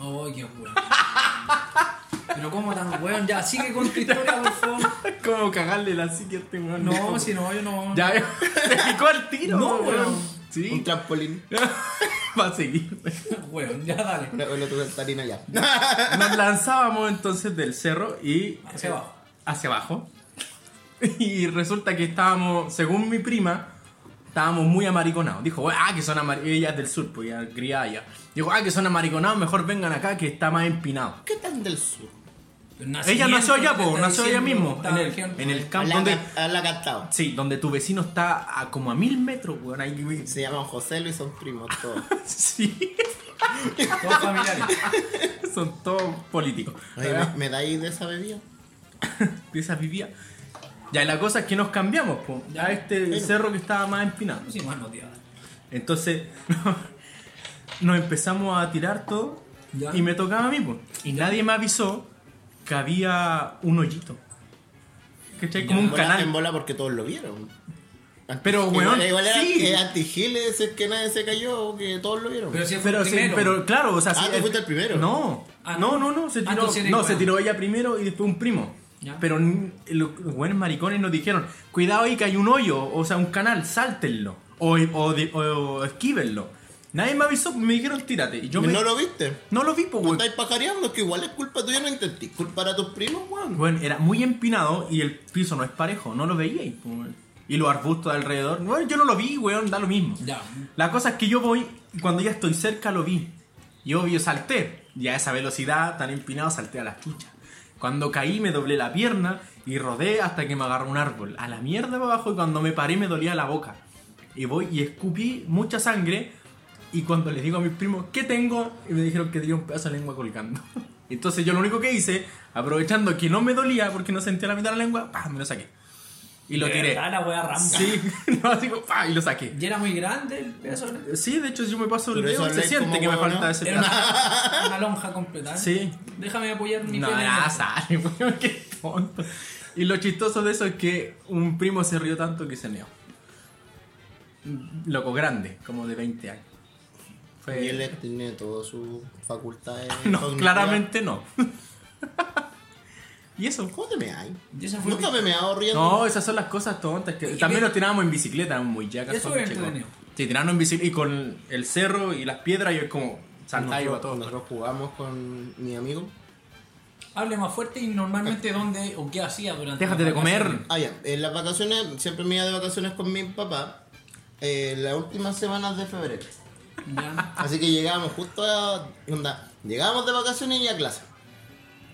S6: Oh, qué weón. Pero cómo tan weón, ya sigue con tu historia, por favor.
S7: Como cagarle la psique a este weón.
S6: No, si no, yo no.
S7: Ya, te picó el tiro.
S6: No,
S7: po,
S6: weón.
S5: un
S7: Sí.
S5: trampolín.
S7: Va a seguir.
S6: Weón, ya dale.
S5: Una, una tarina ya.
S7: Nos lanzábamos entonces del cerro y. eh,
S6: Hacia abajo.
S7: Hacia abajo. Y resulta que estábamos, según mi prima, estábamos muy amariconados. Dijo, ah, que son amariconados. Ella es del sur, pues ya criada allá. Dijo, ah, que son amariconados, mejor vengan acá que está más empinado.
S5: ¿Qué tan del sur?
S7: Ella nació allá, po,
S9: pues
S7: nació allá mismo, en el, en el campo donde...
S5: Habla cantado.
S7: Sí, donde tu vecino está a como a mil metros, weón. Ahí, güey.
S5: Se llaman José Luis, son primos todos.
S7: Sí,
S10: Todos familiares.
S7: son todos políticos.
S5: Oye, ¿me, me dais de esa bebida?
S7: de esas vivías. Ya la cosa es que nos cambiamos, po, a este cerro que estaba más empinado.
S9: Sí, más notiada.
S7: Entonces, nos empezamos a tirar todo
S9: Ya.
S7: y me tocaba a mí, po. Y nadie me avisó que había un hoyito. ¿Cachai? Como un
S5: En bola- En
S7: canal.
S5: bola porque todos lo vieron.
S7: Pero,
S5: Igual-
S7: weón,
S5: Igual era
S7: sí.
S5: era anti-giles, es que nadie se cayó, que todos lo vieron.
S9: Pero si fue
S7: Pero,
S9: el
S7: sí,
S9: primero.
S7: pero claro, o sea,
S5: Ah,
S7: sí, eh,
S5: tú fuiste el primero.
S7: No,
S9: Ah,
S7: no,
S9: no.
S7: no, no, se
S9: Ah,
S7: tiró,
S9: entonces eres
S7: no,
S9: igual.
S7: se tiró ella primero y después un primo.
S9: Ya.
S7: Pero n- los los buenos maricones nos dijeron, cuidado ahí que hay un hoyo, o sea, un canal, sáltenlo, o, o, de- o esquívenlo. Nadie me avisó, me dijeron tírate. Y yo me-
S5: ¿No lo viste?
S7: no lo vi, pues,
S5: ¿No
S7: weón.
S5: estáis pajareando? Es que igual es culpa tuya, no intenté culpar a tus primos, weón.
S7: Weón, era muy empinado y el piso no es parejo, no lo veía. Y, pues, weón. Y los arbustos de alrededor, weón, yo no lo vi, weón, da lo mismo.
S9: Ya.
S7: La cosa es que yo voy, y cuando ya estoy cerca lo vi. Y obvio salté. Y a esa velocidad tan empinado salté a las chuchas. Cuando caí me doblé la pierna y rodé hasta que me agarró un árbol. A la mierda para abajo y cuando me paré me dolía la boca. Y voy y escupí mucha sangre. Y cuando les digo a mis primos, ¿qué tengo? Y me dijeron que tenía un pedazo de lengua colgando. Entonces yo lo único que hice, aprovechando que no me dolía porque no sentía la mitad de la lengua, ¡pah! me lo saqué. Y lo tiré.
S9: Ah, la wea rampa.
S7: Sí, no, así como, ¡pah! y lo saqué.
S9: Y era muy grande el peso. ¿no?
S7: Sí, de hecho yo me paso el
S5: Pero eso
S7: dedo y se
S5: habláis
S7: siente
S5: como
S7: que me
S5: huevón,
S7: falta
S5: ¿no?
S7: ese
S9: Era
S7: pedazo.
S9: una, una lonja completa. ¿eh?
S7: Sí.
S9: Déjame apoyar mi
S7: No,
S9: pene.
S7: nada, sale, weón, qué tonto. Y lo chistoso de eso es que un primo se rió tanto que se meó. Mm, Loco grande, como de 20 años. Fue-
S5: Y él tiene todas sus facultades.
S7: Pues- No,
S5: cognitivas.
S7: claramente no. ¿Y eso?
S5: ¿Cómo te me hay?
S9: Y eso fue
S5: Nunca me me hago riendo.
S7: No, esas son las cosas tontas. Que...
S9: pues. Y
S7: También
S9: ve-
S7: nos tirábamos en bicicleta, muy yacas.
S9: Eso
S7: cuando
S9: es
S7: chicos.
S9: entretenido.
S7: Sí, tirábamos en bicicleta y con el cerro y las piedras y es como saltar y va
S5: nosotros,
S7: todo.
S5: nosotros jugamos con mi amigo.
S9: Hable más fuerte y normalmente dónde o qué hacía durante.
S7: Déjate
S9: las
S7: de comer.
S9: vacaciones.
S5: Ah, ya. En las vacaciones, siempre me iba de vacaciones con mi papá. eh, las últimas semanas de febrero.
S9: Ya.
S5: Así que llegábamos justo a. Onda, llegábamos de vacaciones y a clase.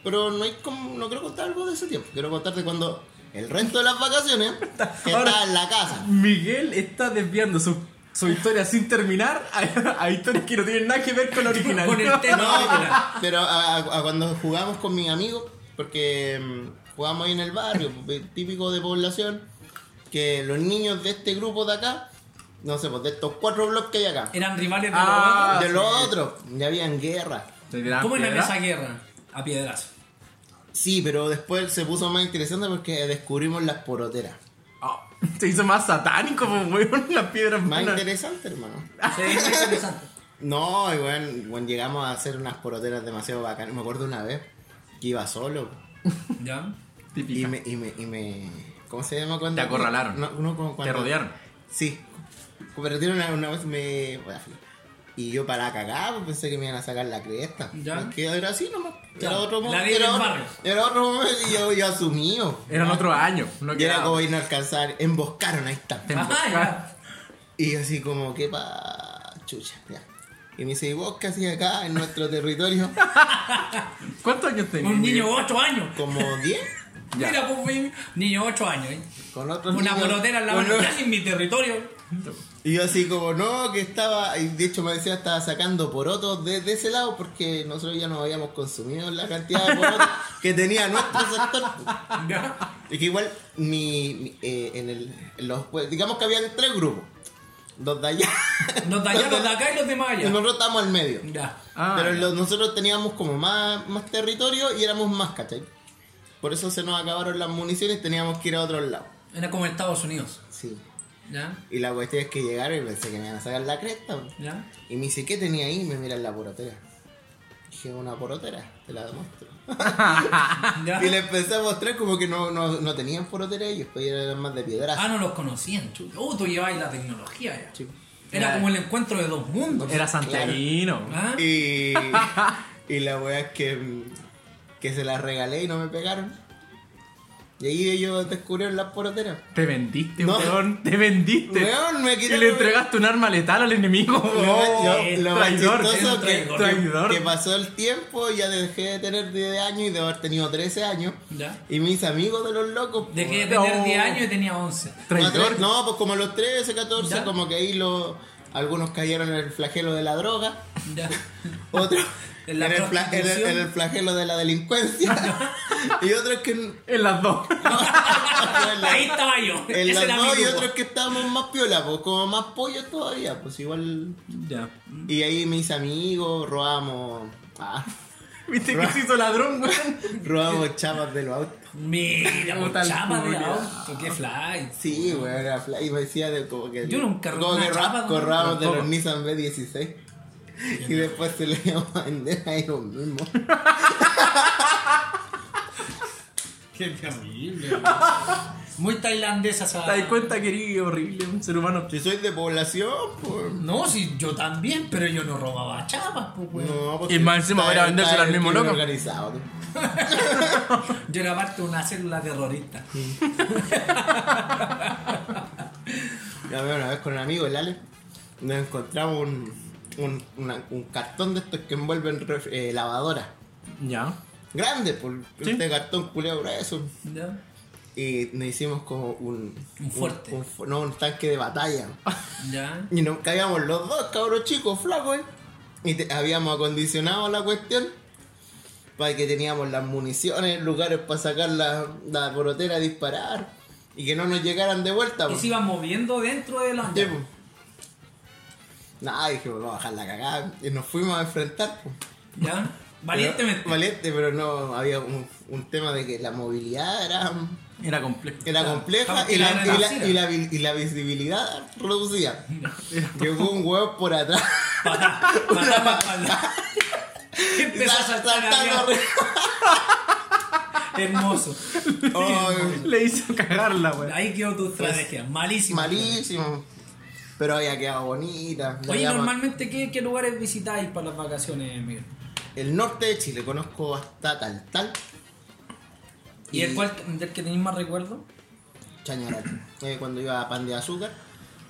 S5: Pero no, hay como, no quiero contar algo de ese tiempo. Quiero contarte cuando el resto de las vacaciones
S7: ahora-
S5: estaba en la casa.
S7: Miguel está desviando su, su historia sin terminar a, a historias que no tienen nada que ver con la original.
S9: Con el tema.
S5: No, pero a, a- a cuando jugamos con mis amigos, porque mm, jugamos ahí en el barrio, pues, típico de población, que los niños de este grupo de acá, no sé, pues de estos cuatro bloques que hay acá,
S9: Eran rivales de
S7: Ah.
S5: de los
S7: sí.
S5: otros, ya habían guerra.
S7: Te
S9: los
S7: dirán,
S9: otros. ¿Cómo era
S7: ¿verdad?
S9: esa guerra? A piedrazo.
S5: Sí, pero después se puso más interesante porque descubrimos las poroteras.
S7: Ah, se hizo más satánico, pues, weón, las piedras.
S5: Más
S7: buenas.
S5: interesante, hermano.
S9: Se ve interesante.
S5: No, y bueno, bueno, llegamos a hacer unas poroteras demasiado bacanas. Me acuerdo una vez que iba solo
S9: Ya.
S5: y
S7: Típica.
S5: me, y me, y me- ¿Cómo se llama cuando?
S7: Te acorralaron.
S5: No, no, como
S7: Te
S5: cuando-
S7: rodearon.
S5: Sí. Pero tiene una, una vez me. bueno, filo. Y yo para cagar pues, pensé que me iban a sacar la cresta.
S9: Ya.
S5: Porque era así nomás.
S9: Ya.
S5: Era otro
S9: La
S5: momento.
S9: ley del
S5: Era, otro-
S9: barrio.
S5: era otro momento y yo, yo asumí. oh. o.
S7: Eran otros años. No
S5: Y era
S7: quedaba.
S5: como ir a alcanzar. Emboscaron, ahí está.
S9: Ajá, ya.
S5: Y así como, que pa. chucha, ya. Y me dice, ¿y vos qué hacías acá en nuestro territorio?
S7: ¿Cuántos años tenías?
S9: Un niño de 8 años.
S5: Como 10.
S7: Ya.
S9: Mira, pues, baby, niño de 8 años. ¿eh?
S5: Con otros
S9: Una
S5: niños.
S9: pelotera en la
S5: Con
S9: mano.
S5: otros-
S9: Ya en mi territorio.
S5: Y yo así como, no, que estaba, y de hecho me decía, estaba sacando porotos de, de ese lado porque nosotros ya no habíamos consumido la cantidad de porotos que tenía nuestro sector.
S9: Ya.
S5: Es que igual, mi, mi- eh, en el, en los, pues, digamos que habían tres grupos. Dos de allá.
S9: Los de allá, los de acá y los de más
S5: Y
S9: allá.
S5: nosotros estábamos al medio.
S9: Ya.
S7: Ah,
S5: Pero
S7: ya.
S5: los- nosotros teníamos como más, más territorio y éramos más, ¿cachai? Por eso se nos acabaron las municiones y teníamos que ir a otro lado.
S9: Era como Estados Unidos.
S5: Sí.
S9: Ya.
S5: Y la cuestión es que llegaron y pensé que me iban a sacar la cresta.
S9: Ya.
S5: Y me dice, ¿qué tenía ahí? Y me mira en la porotera. Dije, una porotera, te la demuestro.
S9: Ya.
S5: y le empecé a mostrar como que no, no, no tenían porotera ellos, pues eran más de
S9: Ah,
S5: piedraza.
S9: no los conocían, chulo.
S6: Uh,
S9: Oh, tú llevabas la tecnología ya.
S5: Sí.
S9: Era
S7: Ya.
S9: como el encuentro de dos mundos.
S7: Era santiaguino.
S9: ¿Ah?
S5: Y, y la weá es que, mm, que se la regalé y no me pegaron. Y ahí ellos descubrieron las poroteras.
S7: Te vendiste,
S5: No.
S7: weón. Te vendiste.
S5: Weón, me
S7: y
S5: quitaron-
S7: le entregaste un arma letal al enemigo.
S5: Lo,
S6: Oh,
S7: weón.
S5: lo- lo más
S7: traidor,
S5: chistoso que,
S7: traidor. traidor.
S5: que pasó el tiempo, ya dejé de tener 10 años y de haber tenido 13 años.
S6: ¿Ya?
S5: Y mis amigos de los locos.
S6: Dejé de
S5: pues,
S6: tener
S7: No.
S6: 10 años y tenía 11.
S7: traidor.
S5: No, pues como a los 13, 14,
S6: Ya.
S5: como que ahí los algunos cayeron en el flagelo de la droga,
S6: Ya.
S5: otros
S6: En
S5: en,
S6: la
S5: el fla- en el- en el
S6: prostitución.
S5: flagelo de la delincuencia, y otros que. no-
S7: En las dos.
S5: en la-
S6: Ahí estaba yo.
S5: en
S6: Ese
S5: las
S6: era mi
S5: dos y
S6: grupo.
S5: otros que estábamos más piola, pues como más pollos todavía, pues igual.
S7: ya.
S5: Y ahí mis amigos robamos. ah,
S7: Viste que se hizo ladrón, weón.
S5: robamos chapas de los autos.
S6: Mira,
S7: Puta
S6: pues, chapa de
S7: altura.
S6: auto, qué fly.
S5: Sí, güey, era fly. Y me decía de como que.
S6: Yo nunca robé
S5: Como
S6: una
S5: que ra-
S6: chapa, ¿no?
S5: corrábamos de los
S7: Tampoco.
S5: Nissan B16. Y después se le íbamos a vender a ellos mismos.
S11: Qué terrible. güey. Muy tailandesa esa.
S7: Te das cuenta que eres horrible, un ser humano.
S5: Si soy de población, pues.
S11: No, sí, yo también, pero yo no robaba chapas, pues, güey.
S5: No, pues.
S7: Y más encima
S5: está-
S7: van a
S5: está
S7: vendérsela al
S5: el
S7: mismo
S5: crimen
S7: loco.
S5: organizado.
S6: Yo era parte de una célula terrorista.
S5: Ya veo una vez con un amigo, el Ale, nos encontramos un, un, una- un cartón de estos que envuelven ref- eh, lavadora.
S7: Ya.
S5: Grande, pues. Este cartón culeo grueso.
S6: ¿Ya?
S5: Y nos hicimos como un.
S6: Un fuerte.
S5: un fu- no, un tanque de batalla.
S6: ¿Ya?
S5: Y nos caíamos los dos, cabros chicos, flacos, ¿eh? Y te- habíamos acondicionado la cuestión para que teníamos las municiones, lugares para sacar la, la porotera a disparar y que no nos llegaran de vuelta.
S6: Y
S5: po.
S6: se iban moviendo dentro de la...
S5: Sí, po. Nah, dijimos, vamos a bajar la cagada. Y nos fuimos a enfrentar. po.
S6: ¿Ya? Valientemente.
S5: Pero- valiente, pero no, había un, un tema de que la movilidad era,
S7: Era complejo.
S5: era compleja y la, y, la, y la vi- y la visibilidad reducida. Llegó un huevo por atrás.
S6: Patá, patá, patá. Empezó a saltar arriba.
S5: Saltando
S6: Hermoso.
S5: Ay,
S7: Le hizo cagarla, weón.
S6: Ahí quedó tu estrategia. Malísimo.
S5: Pues, malísimo. pues. Pero había quedado bonita. Le
S6: Oye,
S5: llamo-
S6: normalmente, ¿qué, qué lugares visitáis para las vacaciones, Miguel?
S5: El norte de Chile conozco hasta Taltal,
S6: ¿Y, el cual del que tenéis más recuerdo?
S5: Chañaral. Eh, cuando iba a Pan de Azúcar,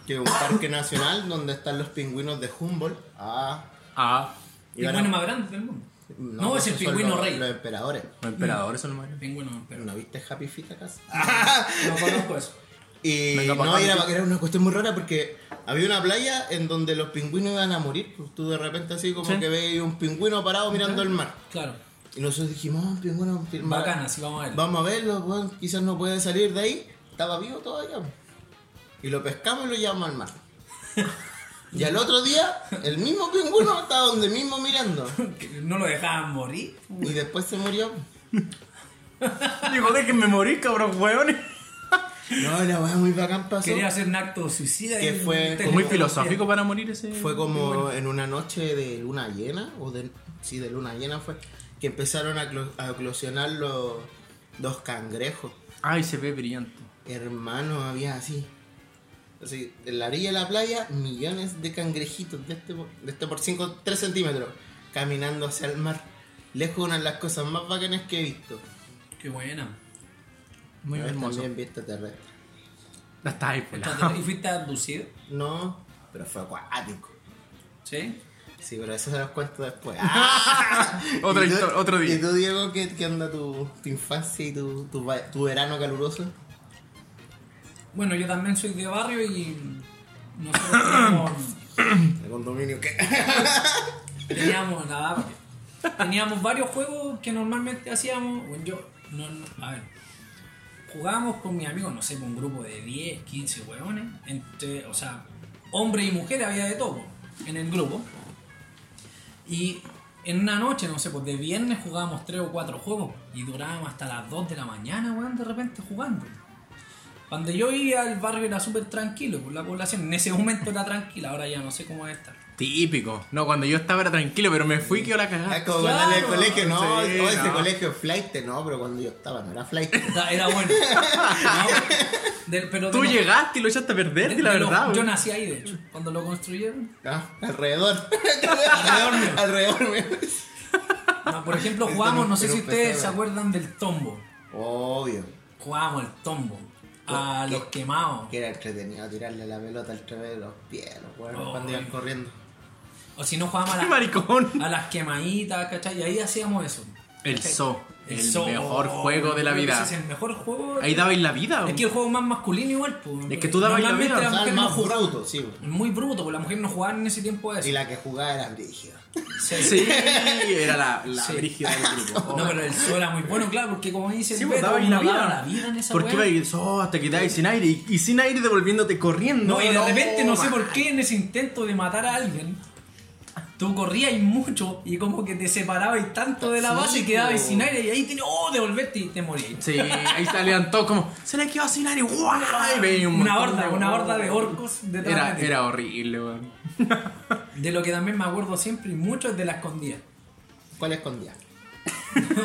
S5: que es un parque nacional donde están los pingüinos de Humboldt. Ah,
S7: Ah,
S5: Y van
S6: Pingüino
S5: a-
S6: más grande del mundo. No, es el
S5: esos son
S6: pingüino
S5: los-
S6: rey.
S5: Los emperadores.
S7: los emperadores son
S6: El
S7: los mayores.
S6: pingüino, pero
S5: Pero no viste Happy Feet acaso.
S6: Ah. no conozco eso.
S5: Y
S7: Venga pa'
S5: no,
S7: acá,
S5: era,
S7: Lupi.
S5: era una cuestión muy rara porque había una playa en donde los pingüinos iban a morir. Pues tú de repente así como
S7: Sí.
S5: que veis un pingüino parado mirando el mar.
S6: Claro,
S5: Y nosotros dijimos, oh, pingüino, pingüino,
S6: bacana, sí, vamos a ver.
S5: Vamos a verlo, weón, quizás no puede salir de ahí. Estaba vivo todavía. weón. Y lo pescamos y lo llevamos al mar. Y al otro día, el mismo pingüino estaba donde mismo mirando.
S6: No lo dejaban morir.
S5: Y después se murió.
S7: Dijo, déjenme morir, cabros, weones.
S5: No, la weá muy bacán pasó.
S6: Quería hacer un acto suicida.
S5: Que
S6: y-
S5: fue
S6: te-
S7: Muy filosófico para morir ese.
S5: Fue como en una noche de luna llena, o de, sí, de luna llena fue, que empezaron a, clo- a eclosionar los, los cangrejos.
S7: Ay, se ve brillante.
S5: Hermano, había así. Así, en la orilla de la playa, millones de cangrejitos de este, por- de este por 5, 3 centímetros, caminando hacia el mar. Lejos una de las cosas más bacanas que he visto.
S6: Qué buena.
S7: Muy
S5: Yo
S7: hermoso.
S5: También vi extraterrestre.
S7: La está ahí, pues, la-
S6: ¿Y fuiste abducido?
S5: No, pero fue acuático.
S6: ¿Sí?
S5: Sí, pero eso se los cuento después. ¡Ah!
S7: Otra
S5: ¿Y tú-
S7: histo- otro día.
S5: ¿Y tú, Diego, qué, qué onda tu, tu infancia y tu, tu, va- tu verano caluroso?
S6: Bueno, yo también soy de barrio y nosotros teníamos,
S5: El condominio que.
S6: teníamos la barrio. Teníamos varios juegos que normalmente hacíamos. Bueno, yo, no, no, a ver, jugábamos con mis amigos, no sé, con un grupo de 10, 15 hueones, entre, o sea, hombres y mujeres había de todo en el grupo. Y en una noche, no sé, pues de viernes jugábamos 3 o 4 juegos y durábamos hasta las 2 de la mañana, weón, de repente jugando. Cuando yo iba al barrio era súper tranquilo, pues, la población en ese momento era tranquila, ahora ya no sé cómo es estar.
S7: Típico. No, cuando yo estaba era tranquilo, pero me fui que la
S5: Ah,
S7: cagada.
S5: como cuando en el
S6: claro.
S5: colegio, no,
S7: Sí,
S5: no, ese
S7: no.
S5: colegio es flight, no, pero cuando yo estaba no era flight.
S6: Era, era bueno. No, del- pero de
S7: Tú
S6: lo-
S7: llegaste y lo echaste a perder,
S6: de-
S7: la
S6: de lo-
S7: verdad.
S6: Yo
S7: weón.
S6: nací ahí, de hecho, cuando lo construyeron.
S5: Ah, alrededor. alrededor mío. Alrededor mío.
S6: No, por ejemplo,
S5: Este
S6: jugamos,
S5: no-
S6: no sé
S5: era
S6: si
S5: un
S6: ustedes
S5: pesebre.
S6: se acuerdan del tombo.
S5: Obvio.
S6: Jugábamos el tombo. A
S5: ¿Qué?
S6: los quemados.
S5: Que era entretenido tirarle la pelota al través de los pies, los huevos,
S6: Oh.
S5: cuando iban corriendo.
S6: O si no jugábamos a
S7: ¡Qué
S6: las,
S7: maricón!
S6: a las quemaditas, ¿cachai? Y ahí hacíamos eso.
S7: El
S6: ¿cachai?
S7: zoo. El,
S6: zoo,
S7: mejor
S6: oh,
S7: juego de la
S6: weón,
S7: vida.
S6: ese Es el mejor juego.
S7: Ahí dabais la vida.
S6: Es que el juego más masculino igual, pues.
S7: Es que tú dabas la
S6: Normalmente la
S7: vida.
S5: O sea,
S6: mujer
S5: el
S6: no
S5: más
S6: jugaba.
S5: bruto, sí, güey.
S6: Muy bruto, pues la mujer no jugaba en ese tiempo a eso.
S5: Y la que jugaba era brígida.
S6: Sí.
S7: Sí, era la, la
S6: Sí.
S7: brígida del grupo.
S6: No, pero el sol era muy bueno, claro, porque como dice el
S7: Sí, pues,
S6: Beto,
S7: daba
S6: uno
S7: la
S6: daba
S7: vida.
S6: la vida en esa
S7: Porque
S6: weá.
S7: iba y oh, hasta quedáis sin aire y, y sin aire devolviéndote corriendo.
S6: No, y de repente, no sé
S7: ma-
S6: por qué, en ese intento de matar a alguien, tú corrías mucho y como que te separabas tanto de la
S5: Sí,
S6: base y
S5: po.
S6: quedabas sin aire y ahí tenías, oh, devolverte y te morías.
S7: Sí, ahí salían todos como, se le quedó sin aire, guay. Y veía un
S6: Una
S7: montón
S6: horda,
S7: de-
S6: una horda de orcos detrás
S7: Era,
S6: de ti.
S7: era horrible, weón.
S6: De lo que también me acuerdo siempre y mucho es de la escondida.
S5: ¿Cuál escondía?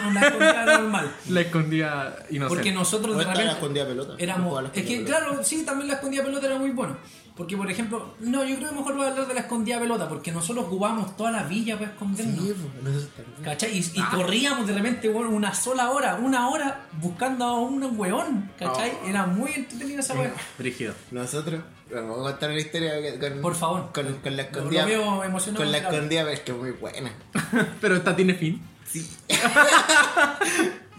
S6: Una escondida normal.
S7: La escondía inocente.
S6: Porque nosotros
S5: No
S6: de
S5: estaba
S6: repente
S5: la escondida pelota. No jugaba
S6: éramos.
S5: la
S6: Es que,
S5: escondida pelota.
S6: claro, sí, también la escondida pelota era muy buena. Porque, por ejemplo, no, yo creo que mejor voy a hablar de la escondida pelota, porque nosotros jugábamos toda la villa para escondernos.
S5: Sí, pues, no sé si te-
S6: ¿Cachai? Y, y corríamos de repente bueno, una sola hora, una hora buscando a un weón. ¿Cachai? Era muy entretenida esa weá.
S7: Brígido.
S5: Nosotros, vamos a contar la historia que- con,
S6: Por favor.
S5: con, con la
S6: Lo- lo
S5: escondida.
S6: veo emocionado.
S5: con la
S6: Claro.
S5: escondida, pero es que es muy buena.
S7: Pero esta tiene fin.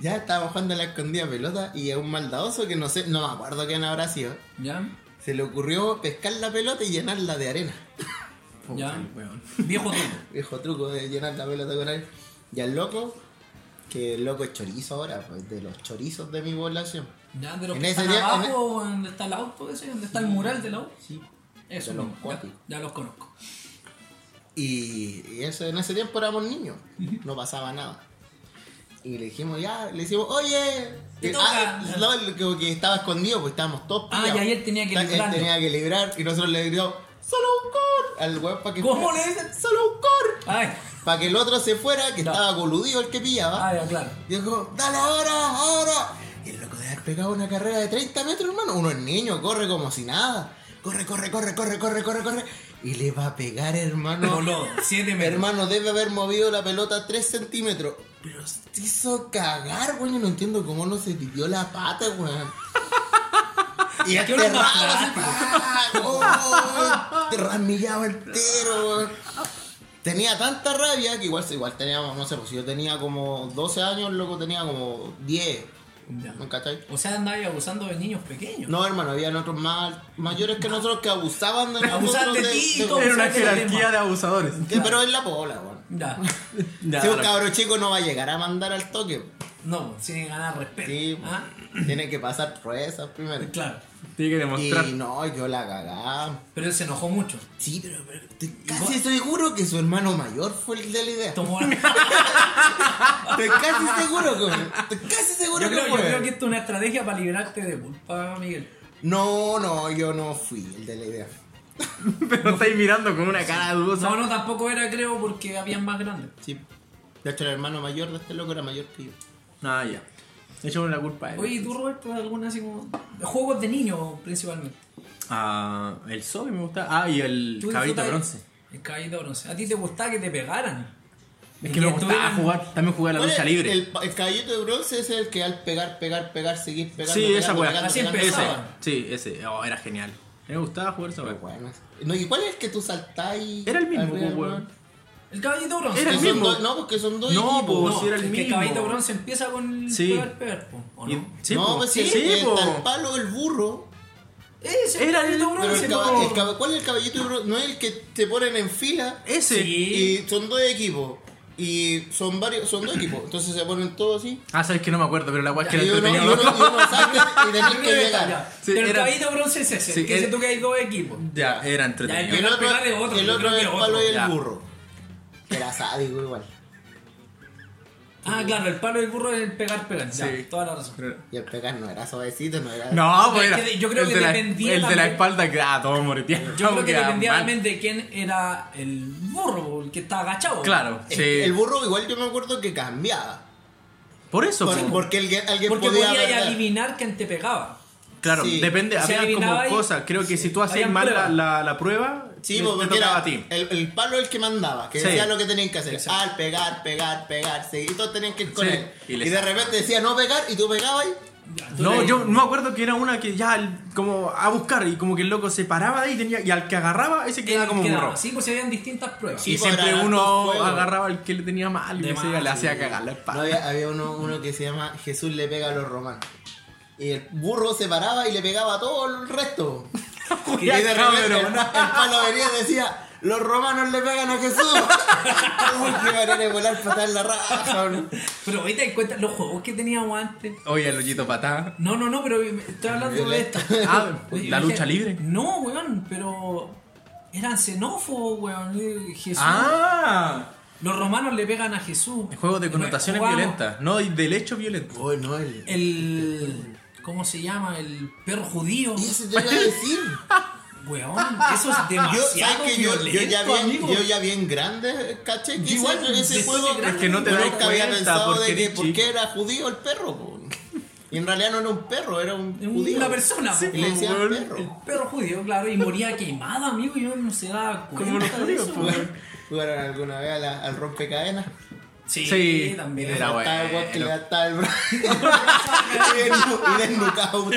S5: Ya estábamos jugando a la escondida pelota y a un maldadoso que no sé, no me acuerdo quién habrá sido.
S6: ¿Ya?
S5: Se le ocurrió pescar la pelota y llenarla de arena.
S6: ¿Ya? Viejo tú.
S5: Viejo truco de llenar la pelota con arena. Y al loco, que el loco es chorizo ahora, pues de los chorizos de mi población.
S6: ¿Ya? De los
S5: En
S6: que
S5: ese
S6: están
S5: día- en e-
S6: abajo, donde está el auto ese, donde está el mural del auto.
S5: Sí.
S6: Eso,
S5: De los
S6: mismo, ya,
S5: cuatis.
S6: ya los conozco.
S5: Y, y eso, en ese tiempo éramos niños, no pasaba nada. Y le dijimos, ya, le decimos, oye.
S6: Te
S5: Y-
S6: toca.
S5: ah, no, el- como que estaba escondido, pues estábamos todos
S6: Ah,
S5: pillados.
S6: y ayer tenía que
S5: Él
S6: librarlo.
S5: tenía que librar y nosotros le gritamos, solo un cor. Al weón para que
S6: ¿Cómo
S5: fuera.
S6: le dicen?
S5: Solo un cor.
S6: Ay,
S5: Para que el otro se fuera, que
S6: Ya.
S5: estaba coludido el que pillaba.
S6: ah, ya, claro.
S5: Dijo, dale ahora, ahora. Y el loco de haber pegado una carrera de 30 metros, hermano. Uno es niño, corre como si nada. Corre, corre, corre, corre, corre, corre, corre. Y le va a pegar, hermano.
S6: Voló, 7 metros.
S5: hermano, debe haber movido la pelota 3 centímetros. Pero se hizo cagar, güey. Yo no entiendo cómo no se pidió la pata, güey. Y
S6: ¿Qué
S5: este
S6: hora más
S5: rabo así, ¡ah! ¡Oh! Te rasmillaba entero, güey. Tenía tanta rabia que igual, igual teníamos, no sé, pues si yo tenía como 12 años, el loco tenía como 10.
S6: Ya.
S5: ¿No cachai?
S6: O sea, andaba ahí abusando de niños pequeños.
S5: No, hermano, habían otros más mayores que nosotros que abusaban de nosotros.
S6: Abusaban de ti, ¿cómo?
S7: Era una
S6: Ese era el tema.
S7: jerarquía de abusadores.
S5: Sí, pero es la pola, weón.
S6: Ya.
S7: Ya,
S5: Si un
S7: ahora-
S5: cabro chico no va a llegar a mandar al toque,
S6: No, tiene que ganar respeto.
S5: sí,
S6: Ah,
S5: tiene que pasar proezas primero.
S6: Claro.
S7: Tiene que
S5: Y
S7: demostrar.
S5: no, yo la cagaba.
S6: Pero él se enojó mucho. "Ah,
S5: Sí, pero, pero estoy casi seguro que su hermano mayor fue el de la idea.
S6: Tomó
S5: Estoy casi seguro que Estoy casi seguro
S6: Yo
S5: que
S6: creo, yo
S5: fue.
S6: creo que esto es una estrategia para liberarte de culpa, Miguel.
S5: No, no, yo no fui el de la idea.
S7: Pero estáis mirando con una cara dudosa.
S6: No, no, tampoco era, creo, porque habían más grandes.
S5: Sí. De hecho, el hermano mayor de este loco era mayor que yo.
S7: Ah, ya. Echamos la culpa a él.
S6: Oye, ¿y tú, Roberto, alguna así como. Juegos de niños, principalmente.
S7: Ah, el Sobe me gusta. Ah, y el
S6: ¿Tú
S7: Caballito
S6: disfrutabas-
S7: Bronce.
S6: El caballito bronce. ¿A ti te gustaba que te pegaran?
S7: Es
S6: Y
S7: que me gustaba
S6: estuvieran-
S7: jugar. También jugué a la
S5: ¿Cuál
S7: lucha
S5: es?
S7: libre.
S5: El, el caballito de bronce es el que al pegar, pegar, pegar, seguir pegando.
S7: Sí,
S5: pegando,
S7: esa weá.
S5: pegando,
S6: Así
S5: pegando,
S6: empezó.
S7: Ese,
S5: pegando.
S7: sí, ese. Oh, era genial. Me gustaba jugar esa weá.
S5: Bueno, no, ¿y cuál es el que tú saltás y.
S7: Era el mismo,
S5: arriba,
S7: pues, weón.
S5: weón?
S6: El caballito bronce.
S7: Era
S5: Que
S7: el
S5: son
S7: mismo.
S5: dos- no, porque son dos.
S7: No,
S5: equipos.
S7: pues,
S6: No,
S7: si era el
S6: es que
S7: mismo.
S6: caballito bronce empieza con el
S7: Sí.
S6: pegar, pegar, po, ¿o
S7: Y-
S6: no?
S7: Sí,
S5: no,
S7: po.
S5: pues
S7: sí,
S5: sí, el,
S7: po.
S5: está el palo, el burro.
S6: Ese
S7: Era el-
S6: caballito
S5: Pero
S6: bronce.
S5: el
S6: po.
S5: caba- el caba- ¿Cuál es el caballito de bronce? No es el que te ponen en fila.
S7: Ese.
S6: Sí.
S5: Y son dos equipos. Y son varios, son dos equipos. Entonces se ponen todos así.
S7: Ah, sabes que no me acuerdo, pero la weá es que
S5: Y
S7: era
S5: uno, y
S7: entretenido.
S5: uno, y uno salta y tenés que llegar.
S6: Ya,
S7: Sí,
S6: Pero el
S7: era-
S6: caballito bronce es ese.
S7: Sí,
S6: el que dice
S7: era-
S6: tú que hay dos equipos.
S7: Ya, era entretenido.
S6: Ya,
S5: el
S6: Pegar,
S5: otro,
S6: pegar es otro,
S5: el
S6: yo
S5: otro
S6: creo
S5: es
S6: que
S5: el
S6: otro,
S5: palo y
S7: ya.
S5: el burro. Que era sádico igual.
S6: Ah, claro, el palo del burro es el pegar, pegar. Ya,
S7: Sí.
S6: toda la razón.
S7: Pero-
S5: Y el pegar no era suavecito, no era.
S7: No, pues
S6: Es
S7: era.
S6: que de- yo creo
S7: el
S6: que
S7: de la,
S6: dependía
S7: El de la
S6: también-
S7: espalda que ah, todo moreteado.
S6: Yo creo que
S7: quedaba
S6: dependía
S7: mal.
S6: también de quién era el burro, el que estaba agachado.
S7: Claro,
S5: El-
S7: sí.
S5: El burro igual yo me acuerdo que cambiaba.
S7: Por eso,
S5: Por-
S7: po.
S5: porque alguien, alguien
S6: Porque
S5: podía
S6: podía
S5: perder.
S6: adivinar quién te pegaba.
S7: Claro,
S5: Sí.
S7: depende,
S6: Si
S7: había como
S6: adivinaba ahí-
S7: cosas. Creo que si tú hacías
S6: Habían
S7: mal la,
S6: pruebas.
S7: la, la prueba,
S5: Sí, pues,
S7: te- te
S5: porque
S7: tocaba
S5: era
S7: a ti.
S5: El, el palo el que mandaba, que
S7: Sí.
S5: decía lo que tenían que hacer. Ah,
S6: Exacto.
S5: Al pegar, pegar, pegar, seguir. Y todos tenían que ir con
S7: Sí.
S5: él.
S7: Y
S5: Y,
S7: le
S5: de
S7: saca.
S5: repente decía no pegar y tú pegabas y
S6: Ya, tú
S7: No,
S6: le-
S7: yo no me acuerdo que era una que ya el- como a buscar y como que el loco se paraba de ahí tenía, y al que agarraba ese quedaba como
S6: quedaba,
S7: burro.
S6: Sí, pues si habían distintas pruebas.
S7: y
S5: Sí,
S7: siempre
S5: podrán hartos
S7: uno
S5: juegos.
S7: agarraba al que le tenía mal y
S6: De
S7: ese
S6: más,
S7: le hacía
S6: sí.
S7: cagar la
S5: No,
S7: espalda.
S5: había había uno, uno que se llama Jesús le pega a los romanos. Y el burro se paraba y le pegaba a todo el resto. y de repente el, el palo venía y decía, los romanos le pegan a Jesús. Uy, qué manera de volar fatal la raja. bro.
S6: Pero ahí te das cuenta los juegos que teníamos antes.
S7: Oye, el hoyito patá.
S6: No, no, no, pero estoy hablando de esto.
S7: Ah, la lucha libre.
S6: No, weón, pero eran xenófobos, weón. eh, Jesús.
S7: Ah,
S6: Los romanos le pegan a Jesús.
S7: juegos de connotaciones
S6: Jugamos
S7: violentas, no y del hecho violento.
S5: Uy, no, el-
S6: El. ¿Cómo se llama? El perro judío.
S5: Y eso yo iba a decir.
S6: Weón, eso es
S5: Yo,
S6: demasiado
S5: ¿sabes que yo,
S6: violento,
S5: yo, ya bien,
S6: amigo.
S5: yo ya bien grande caché que
S6: Igual,
S5: ese- ese
S6: de-
S5: juego
S6: de- Es
S7: que no te
S5: yo
S7: das
S5: nunca había
S7: cuenta
S5: pensado
S7: porque
S5: de que
S7: eres
S5: por
S7: chico.
S5: qué era judío el perro po. y en realidad no era un perro era un
S6: Una
S5: judío
S6: persona,
S5: Sí,
S6: po,
S5: y le decían
S7: weón.
S6: El
S5: perro
S6: perro judío, claro, y moría quemado, amigo, y uno no se daba cuenta.
S7: Como los
S6: de
S7: judíos,
S6: eso.
S7: po.
S5: jugaron alguna vez a la- al rompecadenas
S6: Sí,
S7: Sí,
S6: también.
S7: era bueno.
S5: estaba el guan que le ataba el brazo y desnu- y desnucado